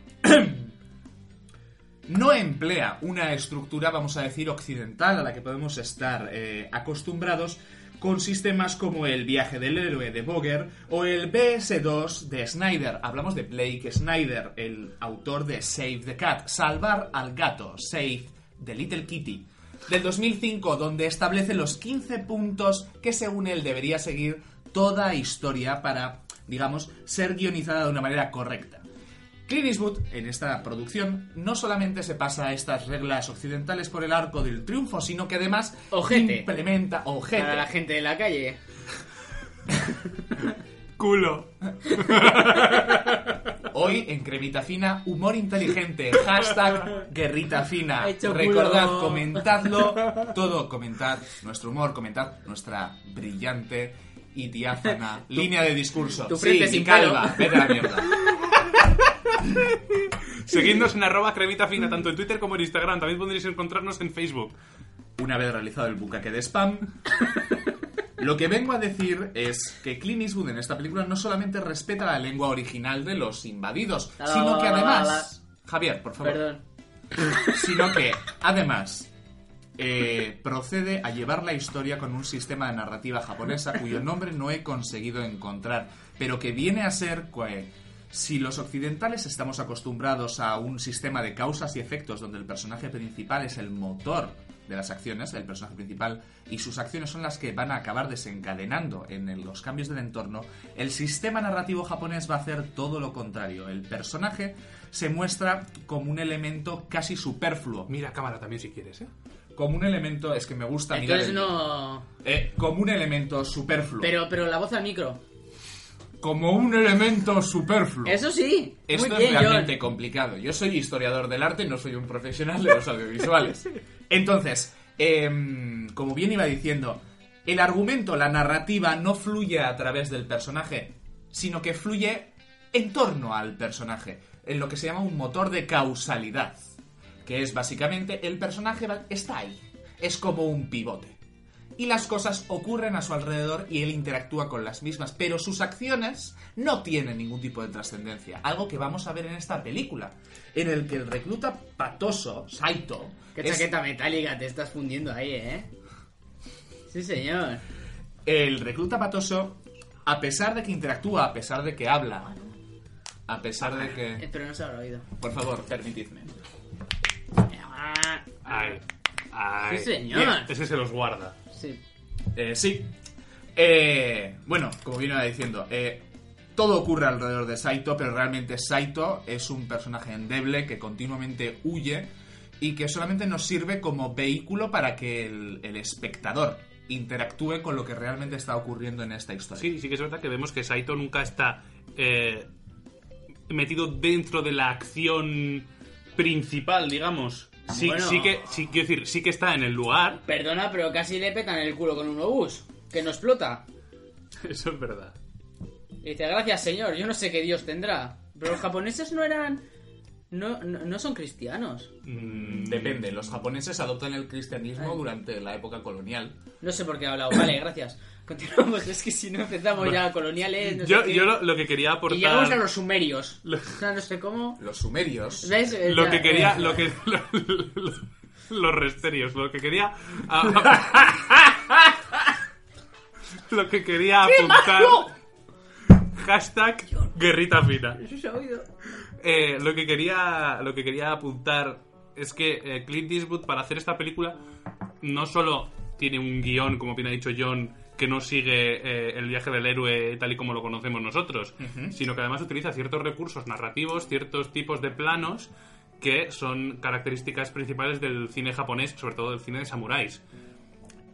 [SPEAKER 2] no emplea una estructura, vamos a decir, occidental a la que podemos estar eh, acostumbrados, con sistemas como el viaje del héroe de Boger o el BS2 de Snyder. Hablamos de Blake Snyder, el autor de Save the Cat, Salvar al Gato, Save the Little Kitty, del 2005, donde establece los 15 puntos que según él debería seguir toda historia para, digamos, ser guionizada de una manera correcta. Clint Eastwood, en esta producción, no solamente se pasa estas reglas occidentales por el arco del triunfo, sino que además
[SPEAKER 4] Ojete.
[SPEAKER 2] implementa ojete.
[SPEAKER 4] Para la gente de la calle.
[SPEAKER 1] Culo.
[SPEAKER 2] Hoy en Cremita Fina, humor inteligente, hashtag guerrita fina.
[SPEAKER 4] Ha hecho
[SPEAKER 2] Recordad,
[SPEAKER 4] culo.
[SPEAKER 2] comentadlo todo, comentad nuestro humor, comentad nuestra brillante y diáfana línea de discurso.
[SPEAKER 4] tu frente
[SPEAKER 2] sí,
[SPEAKER 4] sin
[SPEAKER 2] calva, vete a la mierda.
[SPEAKER 1] Seguidnos en arroba cremita fina, tanto en Twitter como en Instagram. También podréis encontrarnos en Facebook.
[SPEAKER 2] una vez realizado el bucaque de spam, lo que vengo a decir es que Clint Eastwood en esta película no solamente respeta la lengua original de los invadidos,
[SPEAKER 4] La, la,
[SPEAKER 2] sino
[SPEAKER 4] la,
[SPEAKER 2] que
[SPEAKER 4] la, la,
[SPEAKER 2] además... Javier, por favor.
[SPEAKER 4] Perdón.
[SPEAKER 2] Sino que además eh, procede a llevar la historia con un sistema de narrativa japonesa cuyo nombre no he conseguido encontrar, pero que viene a ser... cue- si los occidentales estamos acostumbrados a un sistema de causas y efectos donde el personaje principal es el motor de las acciones, el personaje principal y sus acciones son las que van a acabar desencadenando en el- los cambios del entorno, el sistema narrativo japonés va a hacer todo lo contrario. El personaje se muestra como un elemento casi superfluo,
[SPEAKER 1] Mira a cámara también si quieres, ¿eh?
[SPEAKER 2] como un elemento, es que me gusta mirar
[SPEAKER 4] Entonces
[SPEAKER 2] el-
[SPEAKER 4] no.
[SPEAKER 2] Eh, como un elemento superfluo.
[SPEAKER 4] Pero, pero la voz al micro.
[SPEAKER 2] Como un elemento superfluo.
[SPEAKER 4] Eso sí.
[SPEAKER 2] Esto
[SPEAKER 4] Muy
[SPEAKER 2] es
[SPEAKER 4] bien, John.
[SPEAKER 2] realmente complicado. Yo soy historiador del arte, no soy un profesional de los audiovisuales. Entonces, em, como bien iba diciendo, el argumento, la narrativa no fluye a través del personaje, sino que fluye en torno al personaje, en lo que se llama un motor de causalidad, que es básicamente el personaje va- está ahí, es como un pivote. Y las cosas ocurren a su alrededor y él interactúa con las mismas, pero sus acciones no tienen ningún tipo de trascendencia, algo que vamos a ver en esta película, en el que el recluta patoso, Saito,
[SPEAKER 4] Qué
[SPEAKER 2] es-
[SPEAKER 4] chaqueta metálica te estás fundiendo ahí, ¿eh? Sí, señor.
[SPEAKER 2] El recluta patoso, a pesar de que interactúa, a pesar de que habla, a pesar de
[SPEAKER 4] Eh,
[SPEAKER 2] que...
[SPEAKER 4] Pero no se habrá oído.
[SPEAKER 2] Por favor, permitidme.
[SPEAKER 1] Ay. Ay.
[SPEAKER 4] Sí, señor.
[SPEAKER 1] Bien, ese se los guarda.
[SPEAKER 4] Sí.
[SPEAKER 2] Eh, sí. Eh, bueno, como bien iba diciendo, eh, todo ocurre alrededor de Saito, pero realmente Saito es un personaje endeble que continuamente huye y que solamente nos sirve como vehículo para que el, el espectador interactúe con lo que realmente está ocurriendo en esta historia.
[SPEAKER 1] Sí, sí que es verdad que vemos que Saito nunca está eh, metido dentro de la acción principal, digamos. Sí,
[SPEAKER 4] Bueno.
[SPEAKER 1] sí que, sí, quiero decir, sí que está en el lugar.
[SPEAKER 4] Perdona, pero casi le petan el culo con un obús. Que no explota.
[SPEAKER 1] Eso es verdad.
[SPEAKER 4] Y dice, gracias, señor. Yo no sé qué Dios tendrá. Pero los japoneses no eran. No, no, no son cristianos.
[SPEAKER 1] Mm,
[SPEAKER 2] Depende, los japoneses adoptan el cristianismo durante la época colonial.
[SPEAKER 4] No sé por qué he hablado. Vale, gracias. Continuamos. Es que si no empezamos ya coloniales. No sé
[SPEAKER 1] Yo,
[SPEAKER 4] qué.
[SPEAKER 1] yo lo, lo que quería
[SPEAKER 4] Y llegamos a
[SPEAKER 1] aportar.
[SPEAKER 4] los sumerios. O sea, no sé cómo.
[SPEAKER 2] Los sumerios
[SPEAKER 4] ¿Ves? Eh,
[SPEAKER 1] Lo
[SPEAKER 4] ya,
[SPEAKER 1] que quería.
[SPEAKER 4] eh,
[SPEAKER 1] Lo que, lo- lo- los resterios. Lo que quería. a- lo que quería apuntar. Hashtag guerrita fina.
[SPEAKER 4] Eso se ha oído.
[SPEAKER 1] Eh, lo que quería lo que quería apuntar es que eh, Clint Eastwood para hacer esta película no solo tiene un guión como bien ha dicho John que no sigue eh, el viaje del héroe tal y como lo conocemos nosotros sino que además utiliza ciertos recursos narrativos ciertos tipos de planos que son características principales del cine japonés sobre todo del cine de samuráis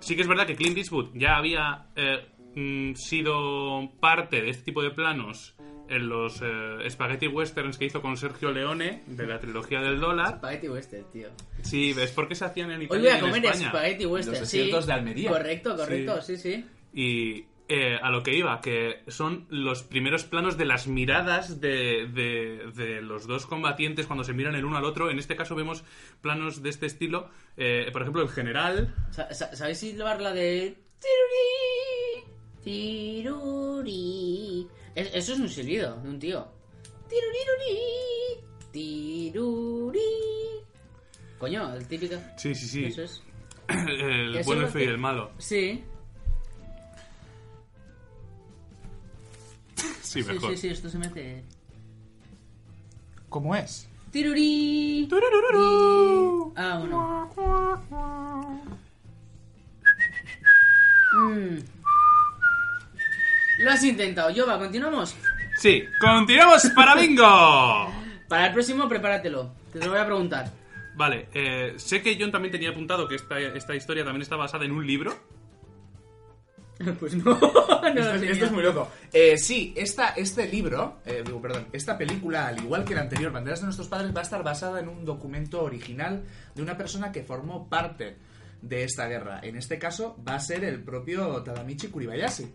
[SPEAKER 1] sí que es verdad que Clint Eastwood ya había eh, mm, sido parte de este tipo de planos en los eh, Spaghetti Westerns que hizo con Sergio Leone de la trilogía del dólar.
[SPEAKER 4] Spaghetti Western, tío.
[SPEAKER 1] Sí, ves por qué se hacían en
[SPEAKER 4] Hoy
[SPEAKER 1] Italia
[SPEAKER 4] voy a
[SPEAKER 1] y en
[SPEAKER 4] comer
[SPEAKER 1] España.
[SPEAKER 4] Spaghetti Western.
[SPEAKER 2] Los
[SPEAKER 4] sí.
[SPEAKER 2] desiertos de Almería.
[SPEAKER 4] Correcto, correcto, sí, sí.
[SPEAKER 1] Y eh, a lo que iba, que son los primeros planos de las miradas de, de- de los dos combatientes cuando se miran el uno al otro. En este caso vemos planos de este estilo. eh, por ejemplo, el general
[SPEAKER 4] Sa- sa- ¿Sabéis silbar la de. Tiruri? Tiruri. Es- eso es un silbido de un tío. Tiruriruri. Tiruri. Coño, el típico.
[SPEAKER 1] Sí, sí, sí.
[SPEAKER 4] Eso es.
[SPEAKER 1] El
[SPEAKER 4] Eso
[SPEAKER 1] bueno, el
[SPEAKER 4] lo
[SPEAKER 1] feo y
[SPEAKER 4] que-
[SPEAKER 1] el malo.
[SPEAKER 4] Sí.
[SPEAKER 6] Sí, mejor.
[SPEAKER 4] sí, sí, esto se me hace.
[SPEAKER 2] ¿Cómo es?
[SPEAKER 4] Tirurí. Ah, uno. Mm. Lo has intentado, Yoba, continuamos.
[SPEAKER 6] Sí, continuamos para bingo.
[SPEAKER 4] Para el próximo, prepáratelo. Te lo voy a preguntar.
[SPEAKER 6] Vale, eh, sé que John también tenía apuntado que esta, esta historia también está basada en un libro.
[SPEAKER 4] Pues no, no
[SPEAKER 2] esto,
[SPEAKER 4] lo
[SPEAKER 2] es-
[SPEAKER 4] tenía.
[SPEAKER 2] esto es muy loco. Eh, sí, esta, este libro, eh, digo, perdón, esta película, al igual que la anterior, Banderas de nuestros padres, va a estar basada en un documento original de una persona que formó parte de esta guerra. En este caso, va a ser el propio Tadamichi Kuribayashi,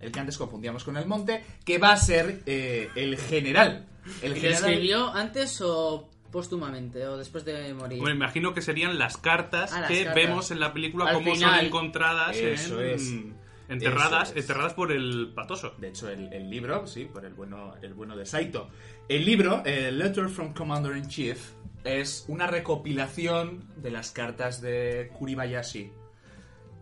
[SPEAKER 2] el que antes confundíamos con el monte, que va a ser eh, el general. El
[SPEAKER 4] ¿Y ¿Lo
[SPEAKER 2] general
[SPEAKER 4] escribió antes o póstumamente o después de morir?
[SPEAKER 6] Bueno, imagino que serían las cartas
[SPEAKER 4] Ah, las
[SPEAKER 6] que
[SPEAKER 4] cartas.
[SPEAKER 6] vemos en la película
[SPEAKER 4] Al
[SPEAKER 6] como son
[SPEAKER 4] final.
[SPEAKER 6] encontradas
[SPEAKER 2] eh, Eso
[SPEAKER 6] en-
[SPEAKER 2] es.
[SPEAKER 6] enterradas,
[SPEAKER 2] Eso es.
[SPEAKER 6] enterradas por el patoso.
[SPEAKER 2] De hecho, el, el libro, sí, por el bueno, el bueno de Saito. El libro, eh, Letter from Commander in Chief, es una recopilación de las cartas de Kuribayashi.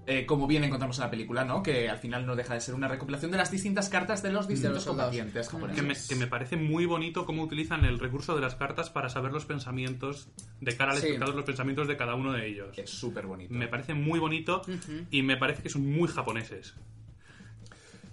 [SPEAKER 2] Eh, como bien encontramos en la película, ¿no? Que al final no deja de ser una recopilación de las distintas cartas de los distintos
[SPEAKER 4] soldados.
[SPEAKER 2] combatientes japoneses.
[SPEAKER 6] Que me, que me parece muy bonito cómo utilizan el recurso de las cartas para saber los pensamientos de cara al
[SPEAKER 4] Sí.
[SPEAKER 6] espectador, los pensamientos de cada uno de ellos.
[SPEAKER 2] Es súper bonito.
[SPEAKER 6] Me parece muy bonito y me parece que son muy japoneses.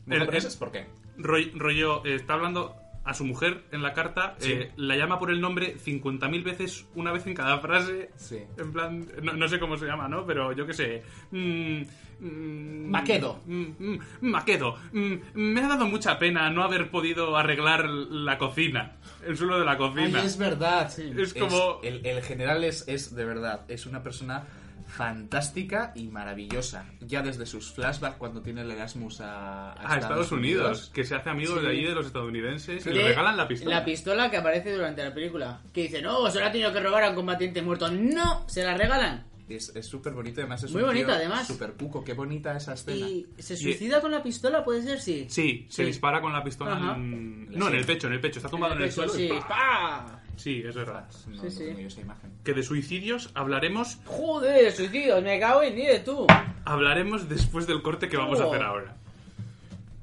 [SPEAKER 6] el- el-
[SPEAKER 2] ¿Por qué?
[SPEAKER 6] Roy- rollo, eh, está hablando a su mujer en la carta,
[SPEAKER 2] Sí.
[SPEAKER 6] eh, la llama por el nombre 50.000 veces, una vez en cada frase.
[SPEAKER 2] Sí.
[SPEAKER 6] En plan, no, no sé cómo se llama, ¿no? Pero yo qué sé. Mm, mm,
[SPEAKER 2] Maquedo.
[SPEAKER 6] mm, mm, Maquedo. Mm, me ha dado mucha pena no haber podido arreglar la cocina, el suelo de la
[SPEAKER 2] Ay,
[SPEAKER 6] cocina.
[SPEAKER 2] es verdad.
[SPEAKER 6] Es como-
[SPEAKER 2] el, el general es, es de verdad, es una persona fantástica y maravillosa. Ya desde sus flashbacks cuando tiene el Erasmus a, a
[SPEAKER 6] A Ah, Estados Unidos, que se hace amigo de
[SPEAKER 4] Sí.
[SPEAKER 6] allí de los estadounidenses y
[SPEAKER 4] De
[SPEAKER 6] le regalan la pistola.
[SPEAKER 4] La pistola que aparece durante la película. Que dice, no, se la ha tenido que robar a un combatiente muerto. No, se la regalan.
[SPEAKER 2] Es es súper bonito, además es
[SPEAKER 4] Muy
[SPEAKER 2] un
[SPEAKER 4] bonito,
[SPEAKER 2] tío
[SPEAKER 4] además.
[SPEAKER 2] Súper cuco, qué bonita esa escena.
[SPEAKER 4] Y se suicida con la pistola, puede ser, sí.
[SPEAKER 6] Sí, se
[SPEAKER 4] Sí.
[SPEAKER 6] dispara con la pistola.
[SPEAKER 4] Ajá.
[SPEAKER 6] en- No, en el pecho, en el pecho. Está tumbado en el,
[SPEAKER 4] pecho,
[SPEAKER 6] suelo. y
[SPEAKER 4] sí.
[SPEAKER 6] ¡pa!
[SPEAKER 4] ¡Pah!
[SPEAKER 6] Sí, es verdad.
[SPEAKER 2] No,
[SPEAKER 4] Sí,
[SPEAKER 2] no
[SPEAKER 4] sí.
[SPEAKER 2] tengo yo esa imagen.
[SPEAKER 6] Que de suicidios hablaremos,
[SPEAKER 4] Joder, suicidio, me cago en 10, tú.
[SPEAKER 6] hablaremos después del corte que vamos a
[SPEAKER 4] Oh.
[SPEAKER 6] hacer ahora.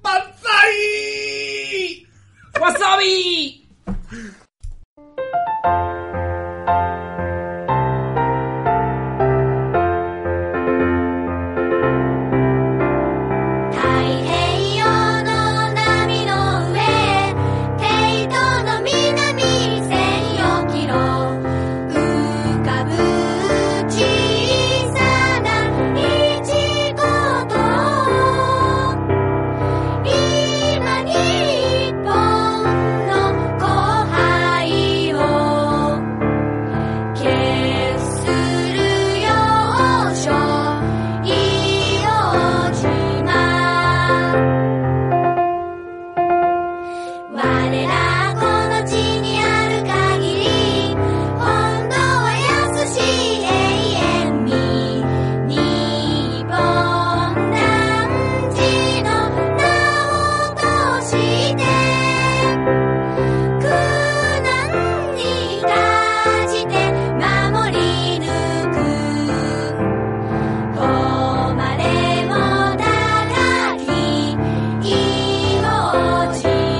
[SPEAKER 2] ¡Banzai!
[SPEAKER 4] ¡Wasabi!
[SPEAKER 7] 「太平洋の波の上へ」「帝都の南1004キロ」「浮かぶ小さなイチゴと」「今日本の後輩を」「決するよしょいおじま」「我らこの地にある限り」「本当は優しい永遠に」「日本男児の名をとして」「苦難にかじて守り抜く」「誉れも高き命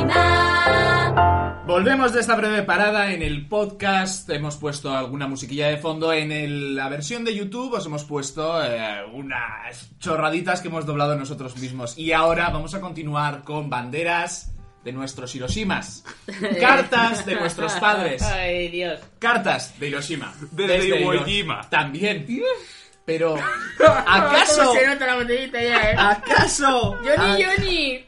[SPEAKER 7] ま」
[SPEAKER 2] Volvemos de esta breve parada en el podcast. Hemos puesto alguna musiquilla de fondo en el- la versión de YouTube. Os hemos puesto eh, unas chorraditas que hemos doblado nosotros mismos. Y ahora vamos a continuar con banderas de nuestros Hiroshimas. Cartas de nuestros padres.
[SPEAKER 4] Ay, Dios.
[SPEAKER 2] Cartas de Hiroshima.
[SPEAKER 6] Desde Iwo
[SPEAKER 2] Hiro-
[SPEAKER 6] Jima.
[SPEAKER 2] También. Pero,
[SPEAKER 4] ¿Cómo
[SPEAKER 2] ¿acaso?
[SPEAKER 4] se nota la botellita ya, eh?
[SPEAKER 2] ¿Acaso?
[SPEAKER 4] Johnny,
[SPEAKER 2] a-
[SPEAKER 4] Johnny.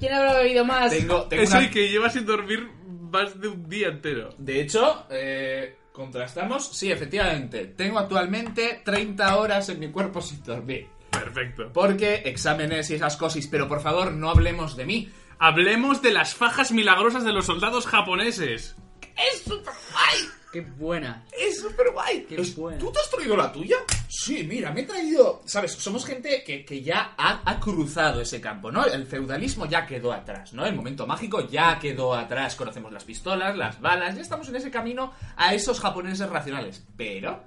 [SPEAKER 4] ¿Quién habrá bebido más?
[SPEAKER 2] Tengo, tengo
[SPEAKER 6] Eso
[SPEAKER 2] una-
[SPEAKER 6] y que lleva sin dormir más de un día entero.
[SPEAKER 2] De hecho, eh, contrastamos. Sí, efectivamente. Tengo actualmente 30 horas en mi cuerpo sin dormir.
[SPEAKER 6] Perfecto.
[SPEAKER 2] Porque exámenes y esas cosas. Pero por favor, no hablemos de mí.
[SPEAKER 6] Hablemos de las fajas milagrosas de los soldados japoneses.
[SPEAKER 2] ¡Es súper guay!
[SPEAKER 4] Qué buena.
[SPEAKER 2] ¡Es súper guay!
[SPEAKER 4] Qué bueno.
[SPEAKER 2] ¿Tú te has traído la tuya? Sí, mira, me he traído. ¿Sabes? Somos gente que, que ya ha, ha cruzado ese campo, ¿no? El feudalismo ya quedó atrás, ¿no? El momento mágico ya quedó atrás. Conocemos las pistolas, las balas, ya estamos en ese camino a esos japoneses racionales. Pero.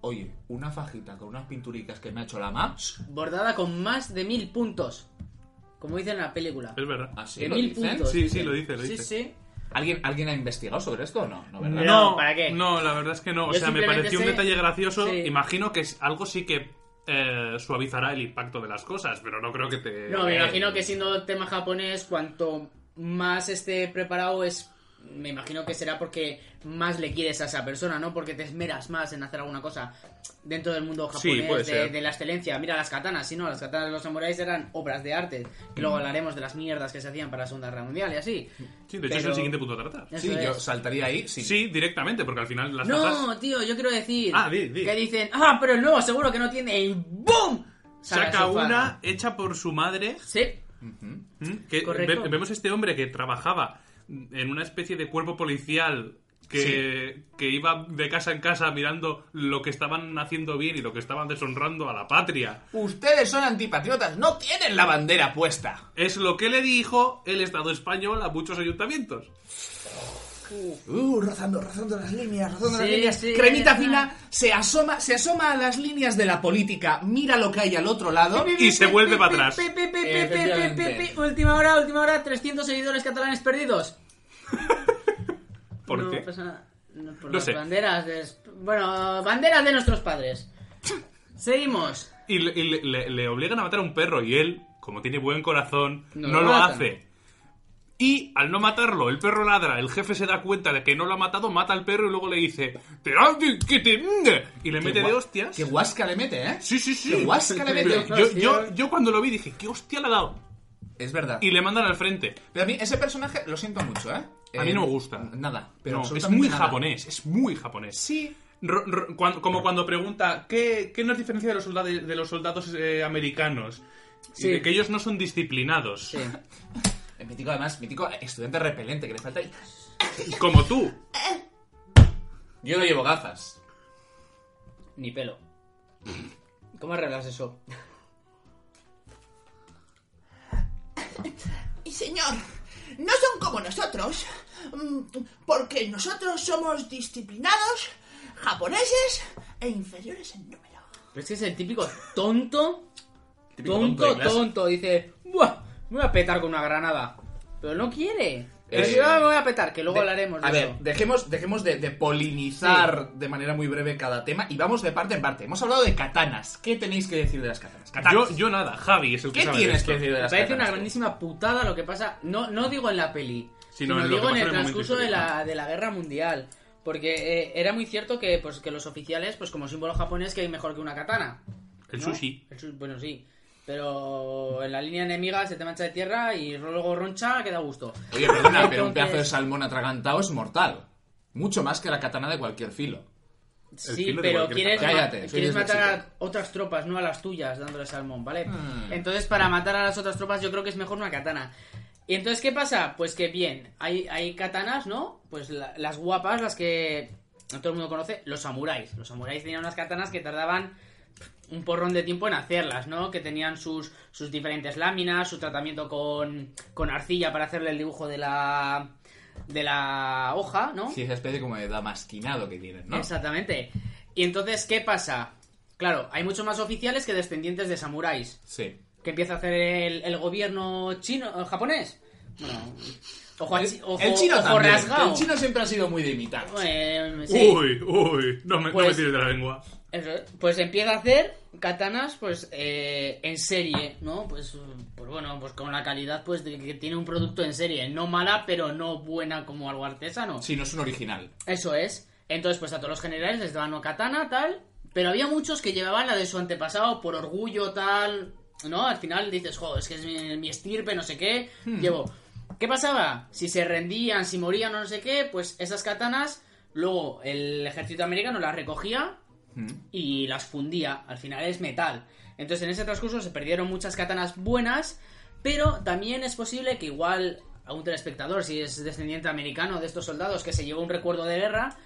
[SPEAKER 2] Oye, una fajita con unas pinturicas que me ha hecho la MAPS.
[SPEAKER 4] Bordada con más de mil puntos. Como dice en la película.
[SPEAKER 1] Es verdad.
[SPEAKER 2] ¿Así
[SPEAKER 4] De
[SPEAKER 2] lo
[SPEAKER 4] mil
[SPEAKER 2] dicen?
[SPEAKER 4] puntos.
[SPEAKER 1] Sí, sí, lo dice, lo
[SPEAKER 4] sí,
[SPEAKER 1] dice.
[SPEAKER 4] sí.
[SPEAKER 2] ¿Alguien, ¿Alguien ha investigado sobre esto o no? No, ¿verdad?
[SPEAKER 4] No, ¿para qué?
[SPEAKER 1] No, la verdad es que no. O
[SPEAKER 4] Yo
[SPEAKER 1] sea, me
[SPEAKER 4] simplemente
[SPEAKER 1] pareció un
[SPEAKER 4] sé-
[SPEAKER 1] detalle gracioso.
[SPEAKER 4] Sí.
[SPEAKER 1] Imagino que es- algo sí que eh, suavizará el impacto de las cosas, pero no creo que te.
[SPEAKER 4] No, me imagino que siendo tema japonés, cuanto más esté preparado es... Me imagino que será porque más le quieres a esa persona, ¿no? Porque te esmeras más en hacer alguna cosa dentro del mundo
[SPEAKER 1] Sí,
[SPEAKER 4] japonés
[SPEAKER 1] puede
[SPEAKER 4] de,
[SPEAKER 1] ser.
[SPEAKER 4] de la excelencia. Mira las katanas, si no, las katanas de los samuráis eran obras de arte. Y
[SPEAKER 1] Mm.
[SPEAKER 4] luego hablaremos de las mierdas que se hacían para la Segunda Guerra Mundial y así.
[SPEAKER 1] Sí, de hecho es
[SPEAKER 4] Pero-
[SPEAKER 1] el siguiente punto a tratar.
[SPEAKER 4] Eso
[SPEAKER 2] Sí, yo
[SPEAKER 4] es.
[SPEAKER 2] saltaría ahí. Sí.
[SPEAKER 1] Sí, directamente, porque al final las
[SPEAKER 4] No,
[SPEAKER 1] tazas-
[SPEAKER 4] tío, yo quiero decir
[SPEAKER 1] Ah, di, di.
[SPEAKER 4] que dicen, ah, pero el nuevo seguro que no tiene y ¡boom! Sale
[SPEAKER 1] saca
[SPEAKER 4] su fan.
[SPEAKER 1] una hecha por su madre.
[SPEAKER 4] Sí,
[SPEAKER 2] Ujú.
[SPEAKER 1] ¿Mm? Que
[SPEAKER 4] Correcto.
[SPEAKER 1] ve- vemos este hombre que trabajaba en una especie de cuerpo policial que, que iba de casa en casa mirando lo que estaban haciendo bien y lo que estaban deshonrando a la patria.
[SPEAKER 2] Ustedes son antipatriotas, no tienen la bandera puesta.
[SPEAKER 1] Es lo que le dijo el Estado español a muchos ayuntamientos.
[SPEAKER 2] Uh, rozando, rozando las líneas, rozando
[SPEAKER 4] Sí,
[SPEAKER 2] las líneas.
[SPEAKER 4] sí,
[SPEAKER 2] Cremita
[SPEAKER 4] es
[SPEAKER 2] fina se asoma, se asoma a las líneas de la política, mira lo que hay al otro lado.
[SPEAKER 1] Y se vuelve para atrás.
[SPEAKER 4] Pi, pi, pi, pi, pi, pi, pi, pi,
[SPEAKER 2] Efectivamente.
[SPEAKER 4] Última hora, última hora, 300 seguidores catalanes perdidos.
[SPEAKER 1] ¿Por
[SPEAKER 4] no
[SPEAKER 1] qué?
[SPEAKER 4] pasa nada. No, por
[SPEAKER 1] No
[SPEAKER 4] las
[SPEAKER 1] sé.
[SPEAKER 4] banderas de... Bueno, banderas de nuestros padres. Seguimos.
[SPEAKER 1] Y, le, y le- le- le obligan a matar a un perro y él, como tiene buen corazón,
[SPEAKER 4] No
[SPEAKER 1] no,
[SPEAKER 4] lo
[SPEAKER 1] lo,
[SPEAKER 4] matan.
[SPEAKER 1] hace. Y al no matarlo, el perro ladra, el jefe se da cuenta de que no lo ha matado, mata al perro y luego le dice "Te la- te- que te- mm". Y le mete de hostias.
[SPEAKER 2] Que guasca le mete, ¿eh?
[SPEAKER 1] Sí, sí, sí.
[SPEAKER 2] Qué guasca le mete.
[SPEAKER 1] Pero yo, yo, yo cuando lo vi dije, ¿qué hostia le ha dado?
[SPEAKER 2] Es verdad.
[SPEAKER 1] Y le mandan al frente.
[SPEAKER 2] Pero a mí ese personaje lo siento mucho, ¿eh?
[SPEAKER 1] A mí no me gusta.
[SPEAKER 2] Nada. Pero
[SPEAKER 1] No, es
[SPEAKER 2] absolutamente
[SPEAKER 1] muy
[SPEAKER 2] nada.
[SPEAKER 1] japonés, es muy japonés.
[SPEAKER 2] Sí.
[SPEAKER 1] Ro- ro- cuan- como cuando pregunta, ¿qué, qué nos diferencia de los, soldados de los soldados eh, americanos? Y
[SPEAKER 4] Sí.
[SPEAKER 1] de que ellos no son disciplinados.
[SPEAKER 4] Sí.
[SPEAKER 2] El Eh, mítico, además, mítico estudiante repelente que le falta. ahí.
[SPEAKER 1] Como tú.
[SPEAKER 2] Yo no llevo gafas.
[SPEAKER 4] Ni pelo. ¿Cómo arreglas eso?
[SPEAKER 8] Y señor, no son como nosotros, mm, porque nosotros somos disciplinados, japoneses e inferiores en número.
[SPEAKER 4] Pero es que es el típico tonto,
[SPEAKER 2] Típico
[SPEAKER 4] tonto,
[SPEAKER 2] de
[SPEAKER 4] tonto,
[SPEAKER 2] clase.
[SPEAKER 4] Dice, Buah, me voy a petar con una granada. Pero no quiere. Pero
[SPEAKER 2] Eh,
[SPEAKER 4] yo me voy a petar, que luego
[SPEAKER 2] De-
[SPEAKER 4] hablaremos de
[SPEAKER 2] A ver,
[SPEAKER 4] eso.
[SPEAKER 2] dejemos, dejemos de, de polinizar de manera muy breve cada tema y vamos de parte en parte. Hemos hablado de katanas. ¿Qué tenéis que decir de las katanas? Katanas.
[SPEAKER 1] Yo, yo nada, Javi es el que
[SPEAKER 2] ¿Qué
[SPEAKER 1] sabe de
[SPEAKER 2] tienes
[SPEAKER 1] esto.
[SPEAKER 2] que decir de
[SPEAKER 4] Me
[SPEAKER 2] las
[SPEAKER 4] parece una
[SPEAKER 2] katanas?
[SPEAKER 4] grandísima putada lo que pasa, no, no digo en la peli,
[SPEAKER 1] Sino
[SPEAKER 4] sino
[SPEAKER 1] en lo
[SPEAKER 4] digo
[SPEAKER 1] que pasó
[SPEAKER 4] en
[SPEAKER 1] en
[SPEAKER 4] el
[SPEAKER 1] el momento
[SPEAKER 4] transcurso de la,
[SPEAKER 1] histórico.
[SPEAKER 4] de la guerra mundial. Porque eh, era muy cierto que, pues, que los oficiales, pues como símbolo japonés, que hay mejor que una katana.
[SPEAKER 1] El
[SPEAKER 4] ¿no?
[SPEAKER 1] sushi.
[SPEAKER 4] El su- bueno, sí. Pero en la línea enemiga se te mancha de tierra y luego roncha, queda gusto.
[SPEAKER 2] Oye, perdona, pero un
[SPEAKER 4] Entonces-
[SPEAKER 2] pedazo de salmón atragantado es mortal. Mucho más que la katana de cualquier filo.
[SPEAKER 4] Sí,
[SPEAKER 1] filo de
[SPEAKER 4] pero
[SPEAKER 1] cualquier
[SPEAKER 4] quieres,
[SPEAKER 2] katana.
[SPEAKER 4] ma-
[SPEAKER 2] Cállate, soy
[SPEAKER 4] quieres matar a
[SPEAKER 2] disléxico.
[SPEAKER 4] otras tropas, no a las tuyas, dándole salmón, ¿vale?
[SPEAKER 2] Hmm.
[SPEAKER 4] Entonces, para matar a las otras tropas, yo creo que es mejor una katana. ¿Y entonces qué pasa? Pues que bien, hay, hay katanas, ¿no? Pues la- las guapas, las que no todo el mundo conoce, los samuráis. Los samuráis tenían unas katanas que tardaban un porrón de tiempo en hacerlas, ¿no? Que tenían sus, sus diferentes láminas, su tratamiento con, con arcilla para hacerle el dibujo de la, de la hoja, ¿no?
[SPEAKER 2] Sí, esa especie como de damasquinado que tienen, ¿no?
[SPEAKER 4] Exactamente. Y entonces, ¿qué pasa? Claro, hay muchos más oficiales que descendientes de samuráis.
[SPEAKER 2] Sí.
[SPEAKER 4] ¿Qué empieza a hacer el, el gobierno chino, eh, japonés? Bueno, ojo, a chi- Pues ojo-
[SPEAKER 2] el chino
[SPEAKER 4] ojo
[SPEAKER 2] también.
[SPEAKER 4] rasgado.
[SPEAKER 2] El chino siempre ha sido muy de imitar.
[SPEAKER 4] Eh, sí.
[SPEAKER 1] Uy, uy, no me, no me
[SPEAKER 4] Pues-
[SPEAKER 1] tires de la lengua.
[SPEAKER 4] Eso es. Pues empieza a hacer katanas, pues, eh, en serie, ¿no? Pues, mm, pues bueno, pues con la calidad, pues, de que tiene un producto en serie. No mala, pero no buena como algo artesano.
[SPEAKER 2] Sí, no es un original.
[SPEAKER 4] Eso es. Entonces, pues a todos los generales les daban una katana, tal. Pero había muchos que llevaban la de su antepasado por orgullo, tal. ¿No? Al final dices, joder, es que es mi, mi estirpe, no sé qué. Llevo. ¿Qué pasaba? Si se rendían, si morían o no sé qué, pues esas katanas, luego el ejército americano las recogía y las fundía. Al final es metal. Entonces en ese transcurso se perdieron muchas katanas buenas, pero también es posible que igual a un telespectador, si es descendiente americano de estos soldados que se llevó un recuerdo de guerra,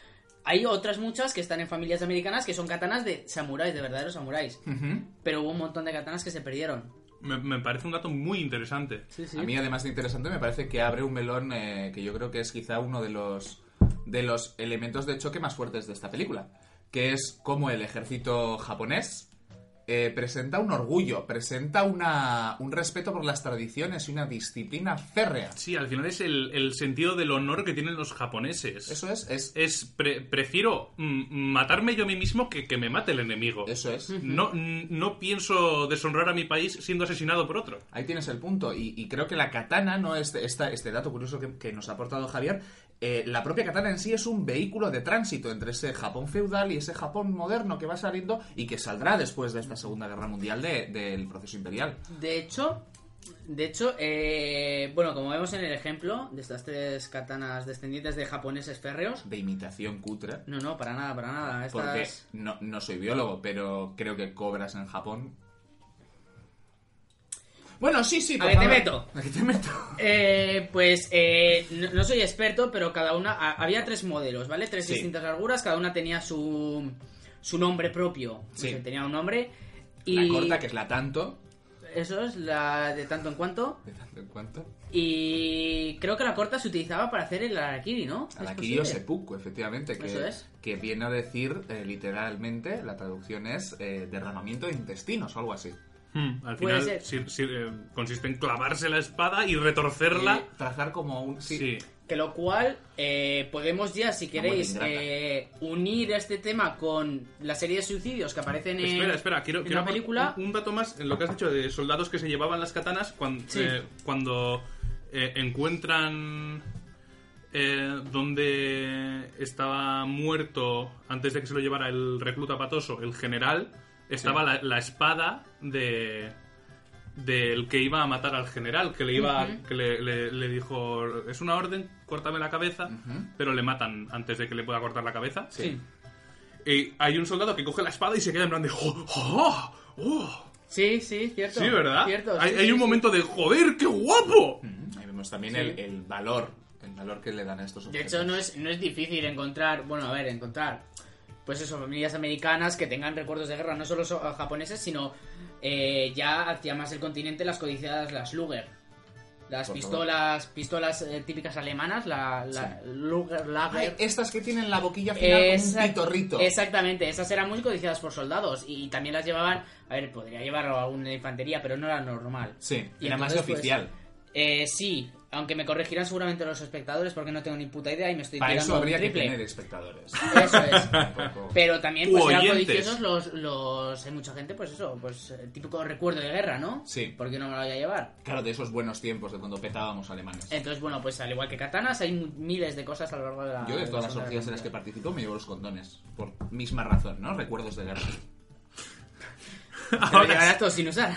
[SPEAKER 4] hay otras muchas que están en familias americanas que son katanas de samuráis, de verdaderos samuráis.
[SPEAKER 2] Ujú.
[SPEAKER 4] Pero hubo un montón de katanas que se perdieron.
[SPEAKER 1] Me, me parece un dato muy interesante.
[SPEAKER 4] Sí, sí.
[SPEAKER 2] A mí, además de interesante, me parece que abre un melón eh, que yo creo que es quizá uno de los, de los elementos de choque más fuertes de esta película, que es cómo el ejército japonés eh, eh, presenta un orgullo, presenta una, un respeto por las tradiciones y una disciplina férrea.
[SPEAKER 6] Sí, al final es el, el sentido del honor que tienen los japoneses.
[SPEAKER 2] Eso es, es,
[SPEAKER 6] Es, pre- prefiero mm, matarme yo a mí mismo que que me mate el enemigo.
[SPEAKER 2] eso es.
[SPEAKER 6] No, n- no pienso deshonrar a mi país siendo asesinado por otro.
[SPEAKER 2] Ahí tienes el punto. Y, y creo que la katana, ¿no? Este, esta- este dato curioso que, que nos ha aportado Javier, eh, la propia katana en sí es un vehículo de tránsito entre ese Japón feudal y ese Japón moderno que va saliendo y que saldrá después de esta Segunda Guerra Mundial de- del proceso imperial.
[SPEAKER 4] De hecho, de hecho, eh, bueno, como vemos en el ejemplo de estas tres katanas descendientes de japoneses férreos,
[SPEAKER 2] De imitación cutre.
[SPEAKER 4] no, no, para nada, para nada.
[SPEAKER 2] Porque
[SPEAKER 4] Estas...
[SPEAKER 2] no, no soy biólogo, pero creo que cobras en Japón. Bueno, sí, sí.
[SPEAKER 4] A
[SPEAKER 2] por
[SPEAKER 4] que te
[SPEAKER 2] favor.
[SPEAKER 4] meto.
[SPEAKER 2] A que te meto.
[SPEAKER 4] Eh, pues eh, no, no soy experto, pero cada una. a- había tres modelos, ¿vale? Tres
[SPEAKER 2] Sí.
[SPEAKER 4] distintas larguras, cada una tenía su, su nombre propio.
[SPEAKER 2] Sí.
[SPEAKER 4] O sea, tenía un nombre. Y
[SPEAKER 2] La corta, que es la tanto.
[SPEAKER 4] Eso es la de tanto en cuanto.
[SPEAKER 2] De tanto en cuanto.
[SPEAKER 4] Y creo que la corta se utilizaba para hacer el harakiri, ¿no? ¿Es
[SPEAKER 2] Harakiri
[SPEAKER 4] posible?
[SPEAKER 2] Sepuku, efectivamente, que,
[SPEAKER 4] Eso es.
[SPEAKER 2] que viene a decir eh, literalmente, la traducción es eh, derramamiento de intestinos o algo así.
[SPEAKER 6] al
[SPEAKER 4] Puede
[SPEAKER 6] final
[SPEAKER 4] ser.
[SPEAKER 6] sir- sir- eh, consiste en clavarse la espada y retorcerla.
[SPEAKER 2] Eh, trazar como un... Sí,
[SPEAKER 6] Sí.
[SPEAKER 4] Que lo cual eh, podemos ya, si queréis,
[SPEAKER 2] buena ingrata.
[SPEAKER 4] eh, unir este tema con la serie de suicidios que aparecen en,
[SPEAKER 6] Espera, espera, quiero,
[SPEAKER 4] en
[SPEAKER 6] quiero
[SPEAKER 4] la película.
[SPEAKER 6] un, un dato más en lo que has dicho de soldados que se llevaban las katanas cuan-
[SPEAKER 4] Sí.
[SPEAKER 6] eh, cuando eh, encuentran eh, donde estaba muerto antes de que se lo llevara el recluta patoso, el general, estaba
[SPEAKER 2] Sí.
[SPEAKER 6] la, la espada de del que iba a matar al general, que le iba,
[SPEAKER 4] Ujú.
[SPEAKER 6] que le, le- le dijo es una orden, córtame la cabeza,
[SPEAKER 2] Ujú.
[SPEAKER 6] pero le matan antes de que le pueda cortar la cabeza.
[SPEAKER 4] Sí.
[SPEAKER 6] Y hay un soldado que coge la espada y se queda en plan de ¡Oh! ¡Oh! oh".
[SPEAKER 4] Sí, sí, cierto.
[SPEAKER 6] Sí, ¿verdad?
[SPEAKER 4] Cierto,
[SPEAKER 6] hay
[SPEAKER 4] sí,
[SPEAKER 6] hay
[SPEAKER 4] sí,
[SPEAKER 6] un
[SPEAKER 4] sí.
[SPEAKER 6] momento de ¡Joder, qué guapo!
[SPEAKER 2] Mm, Ahí vemos también el, el valor, el valor que le dan a estos
[SPEAKER 4] De
[SPEAKER 2] objetos.
[SPEAKER 4] hecho, no es, no es difícil encontrar, bueno, a ver, encontrar, pues eso, familias americanas que tengan recuerdos de guerra, no solo so- japoneses, sino eh, ya hacia más el continente las codiciadas, las Luger. Las
[SPEAKER 2] Por favor.
[SPEAKER 4] pistolas, pistolas eh, típicas alemanas, la, la Luger,
[SPEAKER 2] Ay,
[SPEAKER 4] Lager.
[SPEAKER 2] estas que tienen la boquilla final
[SPEAKER 4] Exact-
[SPEAKER 2] como un pitorrito.
[SPEAKER 4] Exactamente, esas eran muy codiciadas por soldados y, también las llevaban, a ver, podría llevarlo a una infantería, pero no era normal.
[SPEAKER 2] Sí,
[SPEAKER 4] Y
[SPEAKER 2] era más de
[SPEAKER 4] entonces, pues,
[SPEAKER 2] oficial.
[SPEAKER 4] Eh, sí, aunque me corregirán seguramente los espectadores porque no tengo ni puta idea y me estoy
[SPEAKER 2] Para
[SPEAKER 4] tirando
[SPEAKER 2] eso
[SPEAKER 4] un
[SPEAKER 2] habría que
[SPEAKER 4] triple.
[SPEAKER 2] tener espectadores.
[SPEAKER 4] Eso es.
[SPEAKER 2] Tampoco-
[SPEAKER 4] Pero también
[SPEAKER 6] U
[SPEAKER 4] pues eran
[SPEAKER 6] oyentes.
[SPEAKER 4] codiciosos los, los... Hay mucha gente, pues eso, pues el típico recuerdo de guerra, ¿no?
[SPEAKER 2] Sí.
[SPEAKER 4] ¿Por qué no me lo voy a llevar?
[SPEAKER 2] Claro, de esos buenos tiempos de cuando petábamos alemanes.
[SPEAKER 4] Entonces, bueno, pues al igual que katanas, hay mu- miles de cosas a lo largo de la...
[SPEAKER 2] Yo de todas las
[SPEAKER 4] Segunda
[SPEAKER 2] orgías en
[SPEAKER 4] Guerra
[SPEAKER 2] las que participo me llevo los condones. Por misma razón, ¿no? Recuerdos de guerra.
[SPEAKER 4] Mundial. Te lo llevarás todo sin usar.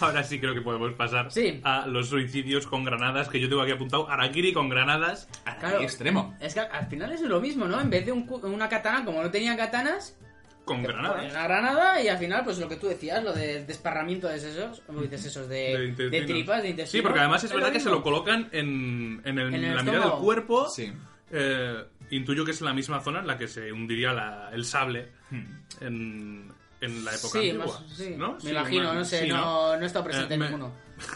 [SPEAKER 6] Ahora sí creo que podemos pasar
[SPEAKER 4] Sí.
[SPEAKER 6] a los suicidios con granadas, que yo tengo aquí apuntado. Arakiri con granadas.
[SPEAKER 4] Claro.
[SPEAKER 2] Claro. extremo.
[SPEAKER 4] Es que al final es lo mismo, ¿no? En vez de un cu- una katana, como no tenían katanas,
[SPEAKER 6] Con
[SPEAKER 4] te pones
[SPEAKER 6] granadas.
[SPEAKER 4] una granada y al final, pues lo que tú decías, lo de desparramiento de sesos, dices esos Eh,
[SPEAKER 6] de
[SPEAKER 4] de, de,
[SPEAKER 6] intestinos.
[SPEAKER 4] tripas, de intestinos.
[SPEAKER 6] Sí, porque además es
[SPEAKER 4] lo
[SPEAKER 6] verdad que se
[SPEAKER 4] mismo.
[SPEAKER 6] lo colocan en, en, el-
[SPEAKER 4] En el
[SPEAKER 6] la mitad del
[SPEAKER 4] estómago.
[SPEAKER 6] cuerpo.
[SPEAKER 2] Sí.
[SPEAKER 6] Eh, intuyo que es la misma zona en la que se hundiría la- el sable
[SPEAKER 2] Mm.
[SPEAKER 6] en, en la época
[SPEAKER 4] Sí,
[SPEAKER 6] antigua.
[SPEAKER 4] más- sí.
[SPEAKER 6] ¿no?
[SPEAKER 4] Me
[SPEAKER 6] Sí,
[SPEAKER 4] imagino,
[SPEAKER 6] una-
[SPEAKER 4] no sé,
[SPEAKER 6] sí,
[SPEAKER 4] no, no he estado presente
[SPEAKER 6] Eh,
[SPEAKER 4] en
[SPEAKER 6] me-
[SPEAKER 4] ninguno.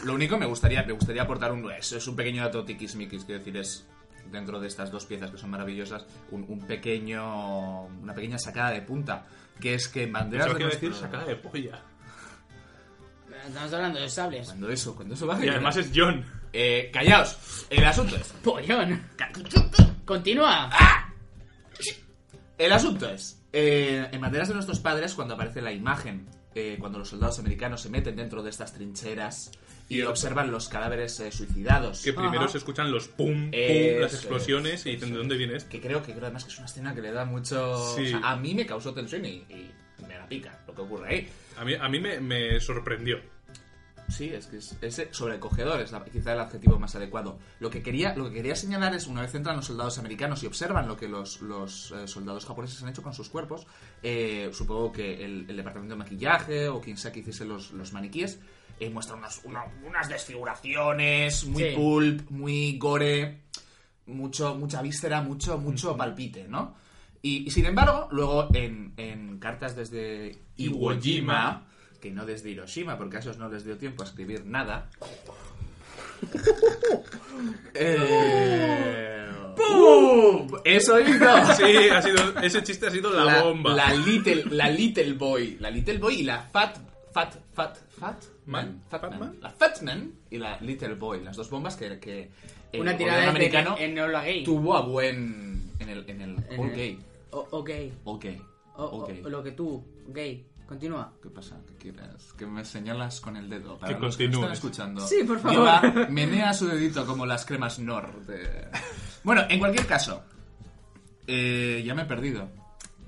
[SPEAKER 2] Lo único me gustaría, me gustaría aportar un es, es un pequeño dato tiquismiquis, quiero decir, es dentro de estas dos piezas que son maravillosas, un, un pequeño una pequeña sacada de punta, que es que en banderas
[SPEAKER 6] Eso
[SPEAKER 2] de
[SPEAKER 6] quiere
[SPEAKER 2] nuestro-
[SPEAKER 6] decir sacada de polla.
[SPEAKER 4] Estamos hablando de sables.
[SPEAKER 2] Cuando eso, cuando eso baja.
[SPEAKER 6] Y además es John.
[SPEAKER 2] Eh, callaos. El asunto es
[SPEAKER 4] Pollón. Continúa.
[SPEAKER 2] El asunto es, eh, en banderas de nuestros padres, cuando aparece la imagen, eh, cuando los soldados americanos se meten dentro de estas trincheras y
[SPEAKER 6] Cierto.
[SPEAKER 2] observan los cadáveres eh, suicidados,
[SPEAKER 6] Que primero
[SPEAKER 4] Ajá.
[SPEAKER 6] se escuchan los pum, pum,
[SPEAKER 2] Eso
[SPEAKER 6] las
[SPEAKER 2] es,
[SPEAKER 6] explosiones y dicen,
[SPEAKER 2] eso
[SPEAKER 6] ¿de dónde viene esto?
[SPEAKER 2] que creo que creo además que es una escena que le da mucho...
[SPEAKER 6] Sí.
[SPEAKER 2] o sea, a mí me causó tensión y, y me la pica lo que ocurre ahí.
[SPEAKER 6] A mí, a mí me, me sorprendió.
[SPEAKER 2] Sí, es que es, es sobrecogedor, es la- quizá el adjetivo más adecuado. Lo que, quería, lo que quería señalar es, una vez entran los soldados americanos y observan lo que los, los, eh, soldados japoneses han hecho con sus cuerpos, eh, supongo que el, el departamento de maquillaje o quien sea que hiciese los, los maniquíes, eh, muestra unas, una- unas desfiguraciones, muy
[SPEAKER 4] Sí.
[SPEAKER 2] pulp, muy gore, mucho, mucha víscera, mucho, mucho palpite, ¿no? Y, y sin embargo, luego en, en cartas desde Iwo
[SPEAKER 6] Iwo
[SPEAKER 2] Jima,
[SPEAKER 6] Jima,
[SPEAKER 2] que no desde Hiroshima, porque a esos no les dio tiempo a escribir nada. eh, ¡Uh! Eso he dicho.
[SPEAKER 1] Sí, ha sido, ese chiste ha sido la, bomba.
[SPEAKER 2] La little, la little boy. La little boy y la fat, fat, fat, fat man.
[SPEAKER 1] Man,
[SPEAKER 2] Fat
[SPEAKER 1] fat
[SPEAKER 2] man.
[SPEAKER 1] man.
[SPEAKER 2] La fat man y la little boy. Las dos bombas que, que el
[SPEAKER 4] Una tirada
[SPEAKER 2] gobierno
[SPEAKER 4] de
[SPEAKER 2] americano
[SPEAKER 4] en Neola Gay.
[SPEAKER 2] tuvo a buen en el, en el all
[SPEAKER 4] el-
[SPEAKER 2] gay.
[SPEAKER 4] O- ok.
[SPEAKER 2] All gay.
[SPEAKER 4] O- o-
[SPEAKER 2] All gay.
[SPEAKER 4] lo que tú, gay. Continúa.
[SPEAKER 2] ¿Qué pasa? ¿Qué quieres? Que me señalas con el dedo. Para
[SPEAKER 1] Que
[SPEAKER 2] los que no están
[SPEAKER 1] continúes.
[SPEAKER 2] escuchando.
[SPEAKER 4] Sí, por favor.
[SPEAKER 2] Yoga menea su dedito como las cremas Nor. de- Bueno, en cualquier caso. eh, ya me he perdido.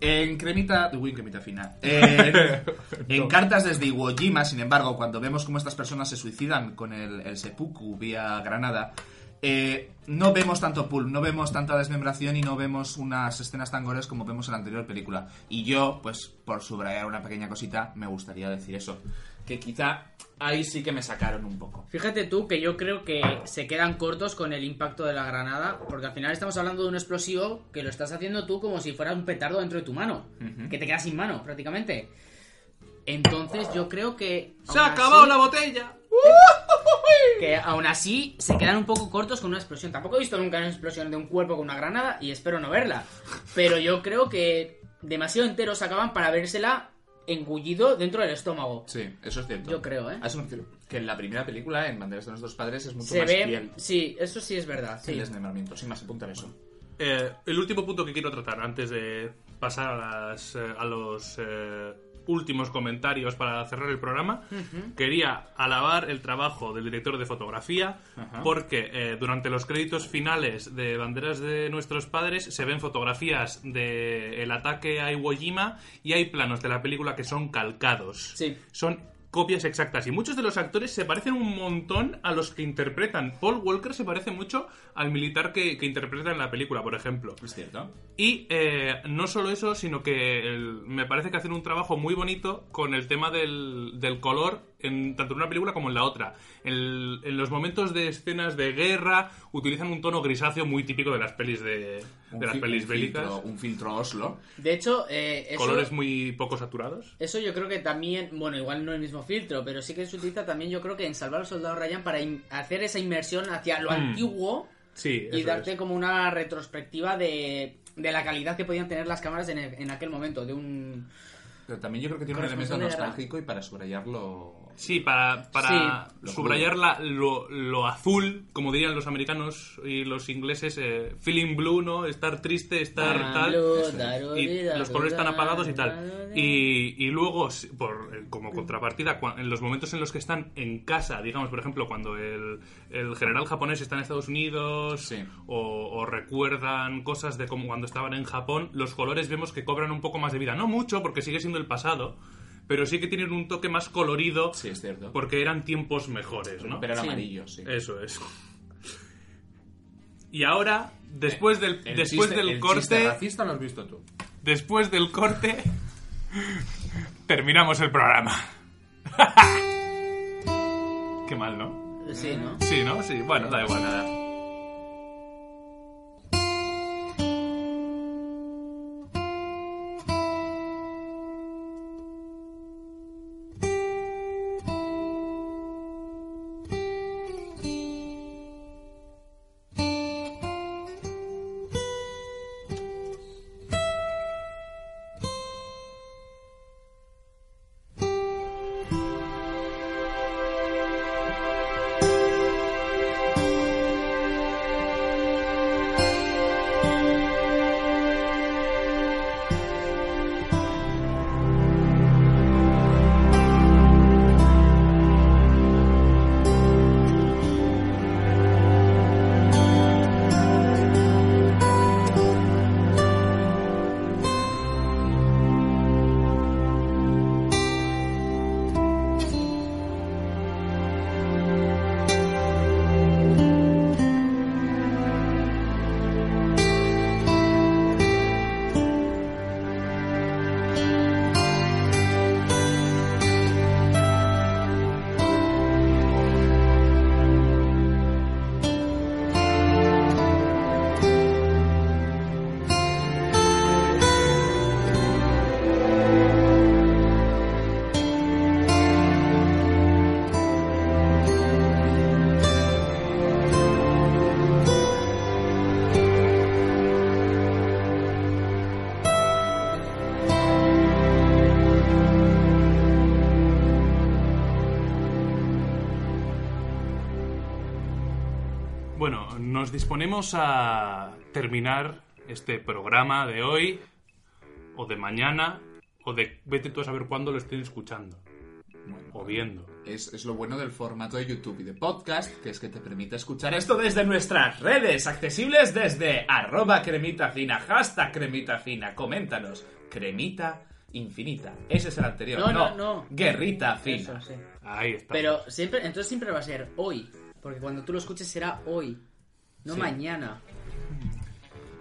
[SPEAKER 2] En cremita. Uy, en cremita fina. Eh, En cartas desde Iwo Jima, sin embargo, cuando vemos cómo estas personas se suicidan con el, el seppuku vía Granada, eh, no vemos tanto pulp, no vemos tanta desmembración y no vemos unas escenas tan gores como vemos en la anterior película. Y yo, pues, por subrayar una pequeña cosita, me gustaría decir eso. Que quizá ahí sí que me sacaron un poco.
[SPEAKER 4] Fíjate tú que yo creo que se quedan cortos con el impacto de la granada, porque al final estamos hablando de un explosivo que lo estás haciendo tú como si fuera un petardo dentro de tu mano,
[SPEAKER 2] Ujú.
[SPEAKER 4] que te quedas sin mano prácticamente. Entonces yo creo que...
[SPEAKER 1] ¡Se
[SPEAKER 4] aún
[SPEAKER 1] ha acabado
[SPEAKER 4] así-
[SPEAKER 1] la botella!
[SPEAKER 4] Que aún así se quedan un poco cortos con una explosión. Tampoco he visto nunca una explosión de un cuerpo con una granada y espero no verla. Pero yo creo que demasiado enteros acaban para vérsela engullido dentro del estómago.
[SPEAKER 2] Sí, eso es cierto.
[SPEAKER 4] Yo creo, ¿eh?
[SPEAKER 2] A eso me refiero. Que en la primera película, en Banderas de nuestros padres, es mucho
[SPEAKER 4] Se
[SPEAKER 2] más
[SPEAKER 4] ve...
[SPEAKER 2] fiel
[SPEAKER 4] Sí, eso sí es verdad.
[SPEAKER 2] el
[SPEAKER 4] Sí.
[SPEAKER 2] desmembramiento. Sin más, apuntar eso.
[SPEAKER 1] Eh, el último punto que quiero tratar antes de pasar a, las, eh, a los eh, últimos comentarios para cerrar el programa, quería alabar el trabajo del director de fotografía
[SPEAKER 2] Ajá.
[SPEAKER 1] porque eh, durante los créditos finales de Banderas de nuestros padres se ven fotografías del el ataque a Iwo Jima y hay planos de la película que son calcados.
[SPEAKER 4] Sí.
[SPEAKER 1] Son copias exactas y muchos de los actores se parecen un montón a los que interpretan. Paul Walker se parece mucho al militar que, que interpreta en la película, por ejemplo.
[SPEAKER 2] Es cierto.
[SPEAKER 1] Y eh, no solo eso, sino que el- me parece que hacen un trabajo muy bonito con el tema del, del color, en, tanto en una película como en la otra. En- en los momentos de escenas de guerra utilizan un tono grisáceo muy típico de las pelis de,
[SPEAKER 2] Un
[SPEAKER 1] de las
[SPEAKER 2] fi-
[SPEAKER 1] pelis
[SPEAKER 2] un
[SPEAKER 1] bélicas.
[SPEAKER 2] filtro- un filtro Oslo.
[SPEAKER 4] De hecho, eh, eso,
[SPEAKER 1] Colores muy poco saturados.
[SPEAKER 4] eso yo creo que también, bueno, igual no el mismo filtro, pero sí que se utiliza también yo creo que en Salvar al Soldado Ryan para in- hacer esa inmersión hacia lo
[SPEAKER 1] Mm.
[SPEAKER 4] antiguo
[SPEAKER 1] Sí,
[SPEAKER 4] y
[SPEAKER 1] eso
[SPEAKER 4] darte
[SPEAKER 1] es.
[SPEAKER 4] como una retrospectiva de, de la calidad que podían tener las cámaras en, el- en aquel momento, de un...
[SPEAKER 2] Pero también yo creo que tiene un elemento
[SPEAKER 4] Corresponsal de guerra.
[SPEAKER 2] nostálgico y para subrayarlo.
[SPEAKER 1] Sí, para, para
[SPEAKER 2] Sí.
[SPEAKER 1] subrayar la- lo, lo azul, como dirían los americanos y los ingleses, eh, feeling blue, ¿no? Estar triste, estar
[SPEAKER 4] Ah,
[SPEAKER 2] Ah,
[SPEAKER 1] tal. y los colores están apagados y tal. Y, y luego, si- por, eh, como contrapartida, cua- en los momentos en los que están en casa, digamos, por ejemplo, cuando el, el general japonés está en Estados Unidos
[SPEAKER 2] Sí.
[SPEAKER 1] o, o recuerdan cosas de como cuando estaban en Japón, los colores vemos que cobran un poco más de vida. No mucho, porque sigue siendo el pasado, pero sí que tienen un toque más colorido
[SPEAKER 2] Sí, es cierto.
[SPEAKER 1] porque eran tiempos mejores, ¿no? Eh,
[SPEAKER 2] Pero el
[SPEAKER 4] Sí.
[SPEAKER 2] amarillo, sí.
[SPEAKER 1] Eso es. Y ahora, después del,
[SPEAKER 2] El
[SPEAKER 1] después
[SPEAKER 2] chiste-
[SPEAKER 1] del
[SPEAKER 2] el
[SPEAKER 1] corte...
[SPEAKER 2] chiste racista lo has visto tú.
[SPEAKER 1] Después del corte, terminamos el programa. Qué mal, ¿no?
[SPEAKER 4] Sí, ¿no?
[SPEAKER 1] Sí, ¿no? Sí, bueno, da igual nada.
[SPEAKER 7] 「
[SPEAKER 1] Bueno, nos disponemos a terminar este programa de hoy, o de mañana, o de vete tú a saber cuándo lo estén escuchando, o viendo.
[SPEAKER 2] Es, es lo bueno del formato de YouTube y de podcast, que es que te permite escuchar esto desde nuestras redes, accesibles desde arroba cremita fina, hashtag cremita fina, coméntanos, cremita infinita. Ese es el anterior.
[SPEAKER 4] No,
[SPEAKER 2] No,
[SPEAKER 4] no, no.
[SPEAKER 2] Guerrita fina.
[SPEAKER 4] Eso, sí.
[SPEAKER 1] Ahí está.
[SPEAKER 4] Pero siempre, entonces siempre va a ser hoy. Porque cuando tú lo escuches será hoy, no
[SPEAKER 2] Sí.
[SPEAKER 4] mañana.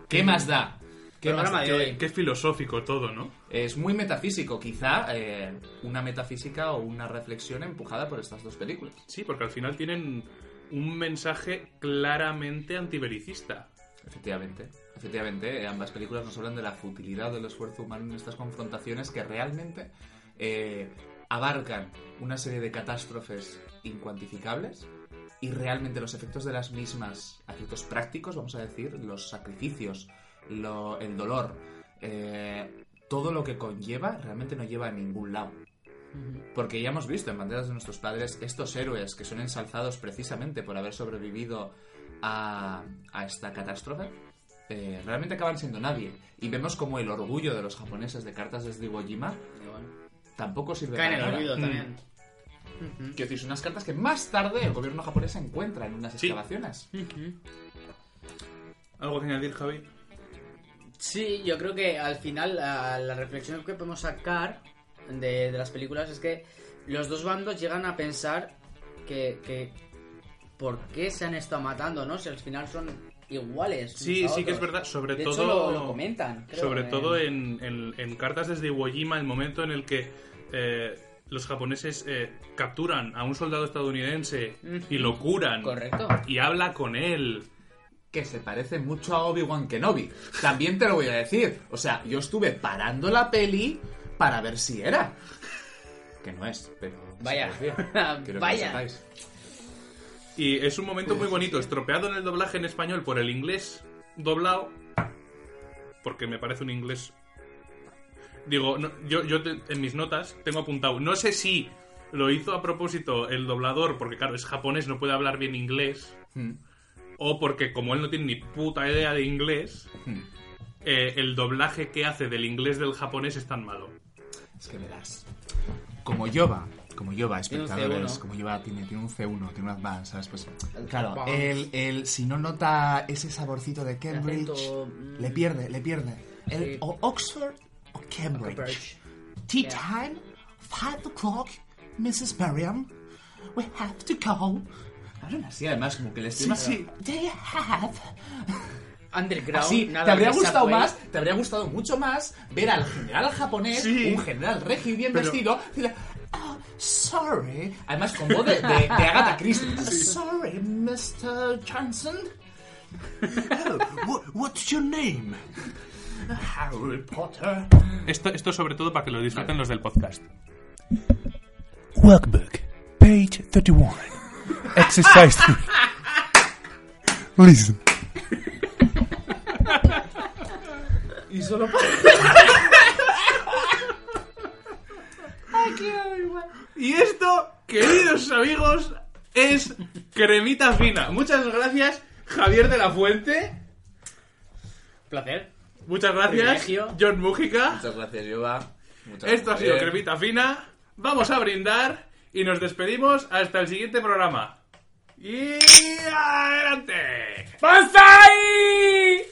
[SPEAKER 2] ¿Qué más da? ¿Qué
[SPEAKER 4] Programa
[SPEAKER 2] más
[SPEAKER 4] de
[SPEAKER 2] da?
[SPEAKER 4] hoy.
[SPEAKER 1] Qué filosófico todo, ¿no?
[SPEAKER 2] Es muy metafísico, quizá eh, una metafísica o una reflexión empujada por estas dos películas.
[SPEAKER 1] Sí, porque al final tienen un mensaje claramente antibelicista.
[SPEAKER 2] Efectivamente, efectivamente, eh, ambas películas nos hablan de la futilidad del esfuerzo humano en estas confrontaciones que realmente eh, abarcan una serie de catástrofes incuantificables y realmente los efectos de las mismas, efectos prácticos, vamos a decir, los sacrificios, lo- el dolor, eh, todo lo que conlleva realmente no lleva a ningún lado. Porque ya hemos visto en Banderas de nuestros padres estos héroes que son ensalzados precisamente por haber sobrevivido a, a esta catástrofe, eh, realmente acaban siendo nadie. Y vemos como el orgullo de los japoneses de cartas desde Iwo Jima
[SPEAKER 4] Pero bueno,
[SPEAKER 2] tampoco sirve
[SPEAKER 4] Cae en el
[SPEAKER 2] para
[SPEAKER 4] olvido
[SPEAKER 1] Mm.
[SPEAKER 2] nada. Mm.
[SPEAKER 4] también.
[SPEAKER 2] Quiero decir, son unas cartas que más tarde el gobierno japonés encuentra en unas
[SPEAKER 1] Sí.
[SPEAKER 2] excavaciones.
[SPEAKER 1] ¿Algo que añadir, Javi?
[SPEAKER 4] Sí, yo creo que al final la, la reflexión que podemos sacar de, de las películas es que los dos bandos llegan a pensar que, que por qué se han estado matando, ¿no? Si al final son iguales. unos
[SPEAKER 1] Sí,
[SPEAKER 4] a
[SPEAKER 1] sí que es
[SPEAKER 4] otros.
[SPEAKER 1] verdad. Sobre
[SPEAKER 4] de
[SPEAKER 1] todo.
[SPEAKER 4] hecho, lo, lo comentan. creo,
[SPEAKER 1] sobre
[SPEAKER 4] en-
[SPEAKER 1] todo en, en- en cartas desde Iwo Jima, el momento en el que eh, los japoneses eh, capturan a un soldado estadounidense y lo curan.
[SPEAKER 4] Correcto.
[SPEAKER 1] Y habla con él.
[SPEAKER 2] que se parece mucho a Obi-Wan Kenobi. También te lo voy a decir. O sea, yo estuve parando la peli para ver si era. Que no es, pero... se
[SPEAKER 4] Vaya.
[SPEAKER 2] parecía. Quiero que lo
[SPEAKER 4] Vaya.
[SPEAKER 2] sepáis.
[SPEAKER 1] Y es un momento muy bonito, estropeado en el doblaje en español por el inglés doblado, porque me parece un inglés... Digo, no- yo, yo te- en mis notas tengo apuntado, no sé si lo hizo a propósito el doblador, porque claro, es japonés, no puede hablar bien inglés,
[SPEAKER 2] Mm,
[SPEAKER 1] o porque como él no tiene ni puta idea de inglés,
[SPEAKER 2] mm.
[SPEAKER 1] eh, el doblaje que hace del inglés del japonés es tan malo.
[SPEAKER 2] Es que verás. Como Yoba, como Yoba,
[SPEAKER 4] Tiene un
[SPEAKER 2] espectadores,
[SPEAKER 4] C1.
[SPEAKER 2] como Yoba tiene, tiene un C1, tiene un Advance, ¿sabes? Pues, claro,
[SPEAKER 4] Advance.
[SPEAKER 2] el, el- si no nota ese saborcito de Cambridge,
[SPEAKER 4] acento, mm.
[SPEAKER 2] le pierde, le pierde. El-
[SPEAKER 4] Sí.
[SPEAKER 2] O Oxford o Cambridge.
[SPEAKER 4] Cambridge.
[SPEAKER 2] Tea
[SPEAKER 4] Yeah.
[SPEAKER 2] time, five o'clock, Mrs. Merriam, we have to go. Hablan así, además, como que les sí, sí. They have
[SPEAKER 1] Ah,
[SPEAKER 4] Underground.
[SPEAKER 2] Así,
[SPEAKER 4] nada
[SPEAKER 2] te habría
[SPEAKER 4] de
[SPEAKER 2] gustado
[SPEAKER 4] Subway.
[SPEAKER 2] más, te habría gustado mucho más ver al general japonés,
[SPEAKER 1] Sí.
[SPEAKER 2] un general regi bien
[SPEAKER 1] Pero-
[SPEAKER 2] vestido, y la- "Oh, sorry. Además, con voz de, de- de Agatha Christie. Sorry, Mr. Johnson. "Oh, wha- what's your name? Harry Potter.
[SPEAKER 1] Esto, esto sobre todo para que lo disfruten los del podcast.
[SPEAKER 9] Workbook, page 31. Exercise 3. Listen.
[SPEAKER 2] Y solo
[SPEAKER 1] Y esto, queridos amigos, es cremita fina. Muchas gracias, Javier de la Fuente.
[SPEAKER 4] Placer.
[SPEAKER 1] Muchas gracias,
[SPEAKER 4] Privilegio.
[SPEAKER 1] John Mújica.
[SPEAKER 2] Muchas gracias, Yoba.
[SPEAKER 1] Esto ha sido cremita fina. Vamos a brindar y nos despedimos hasta el siguiente programa. Y adelante. ¡Basta!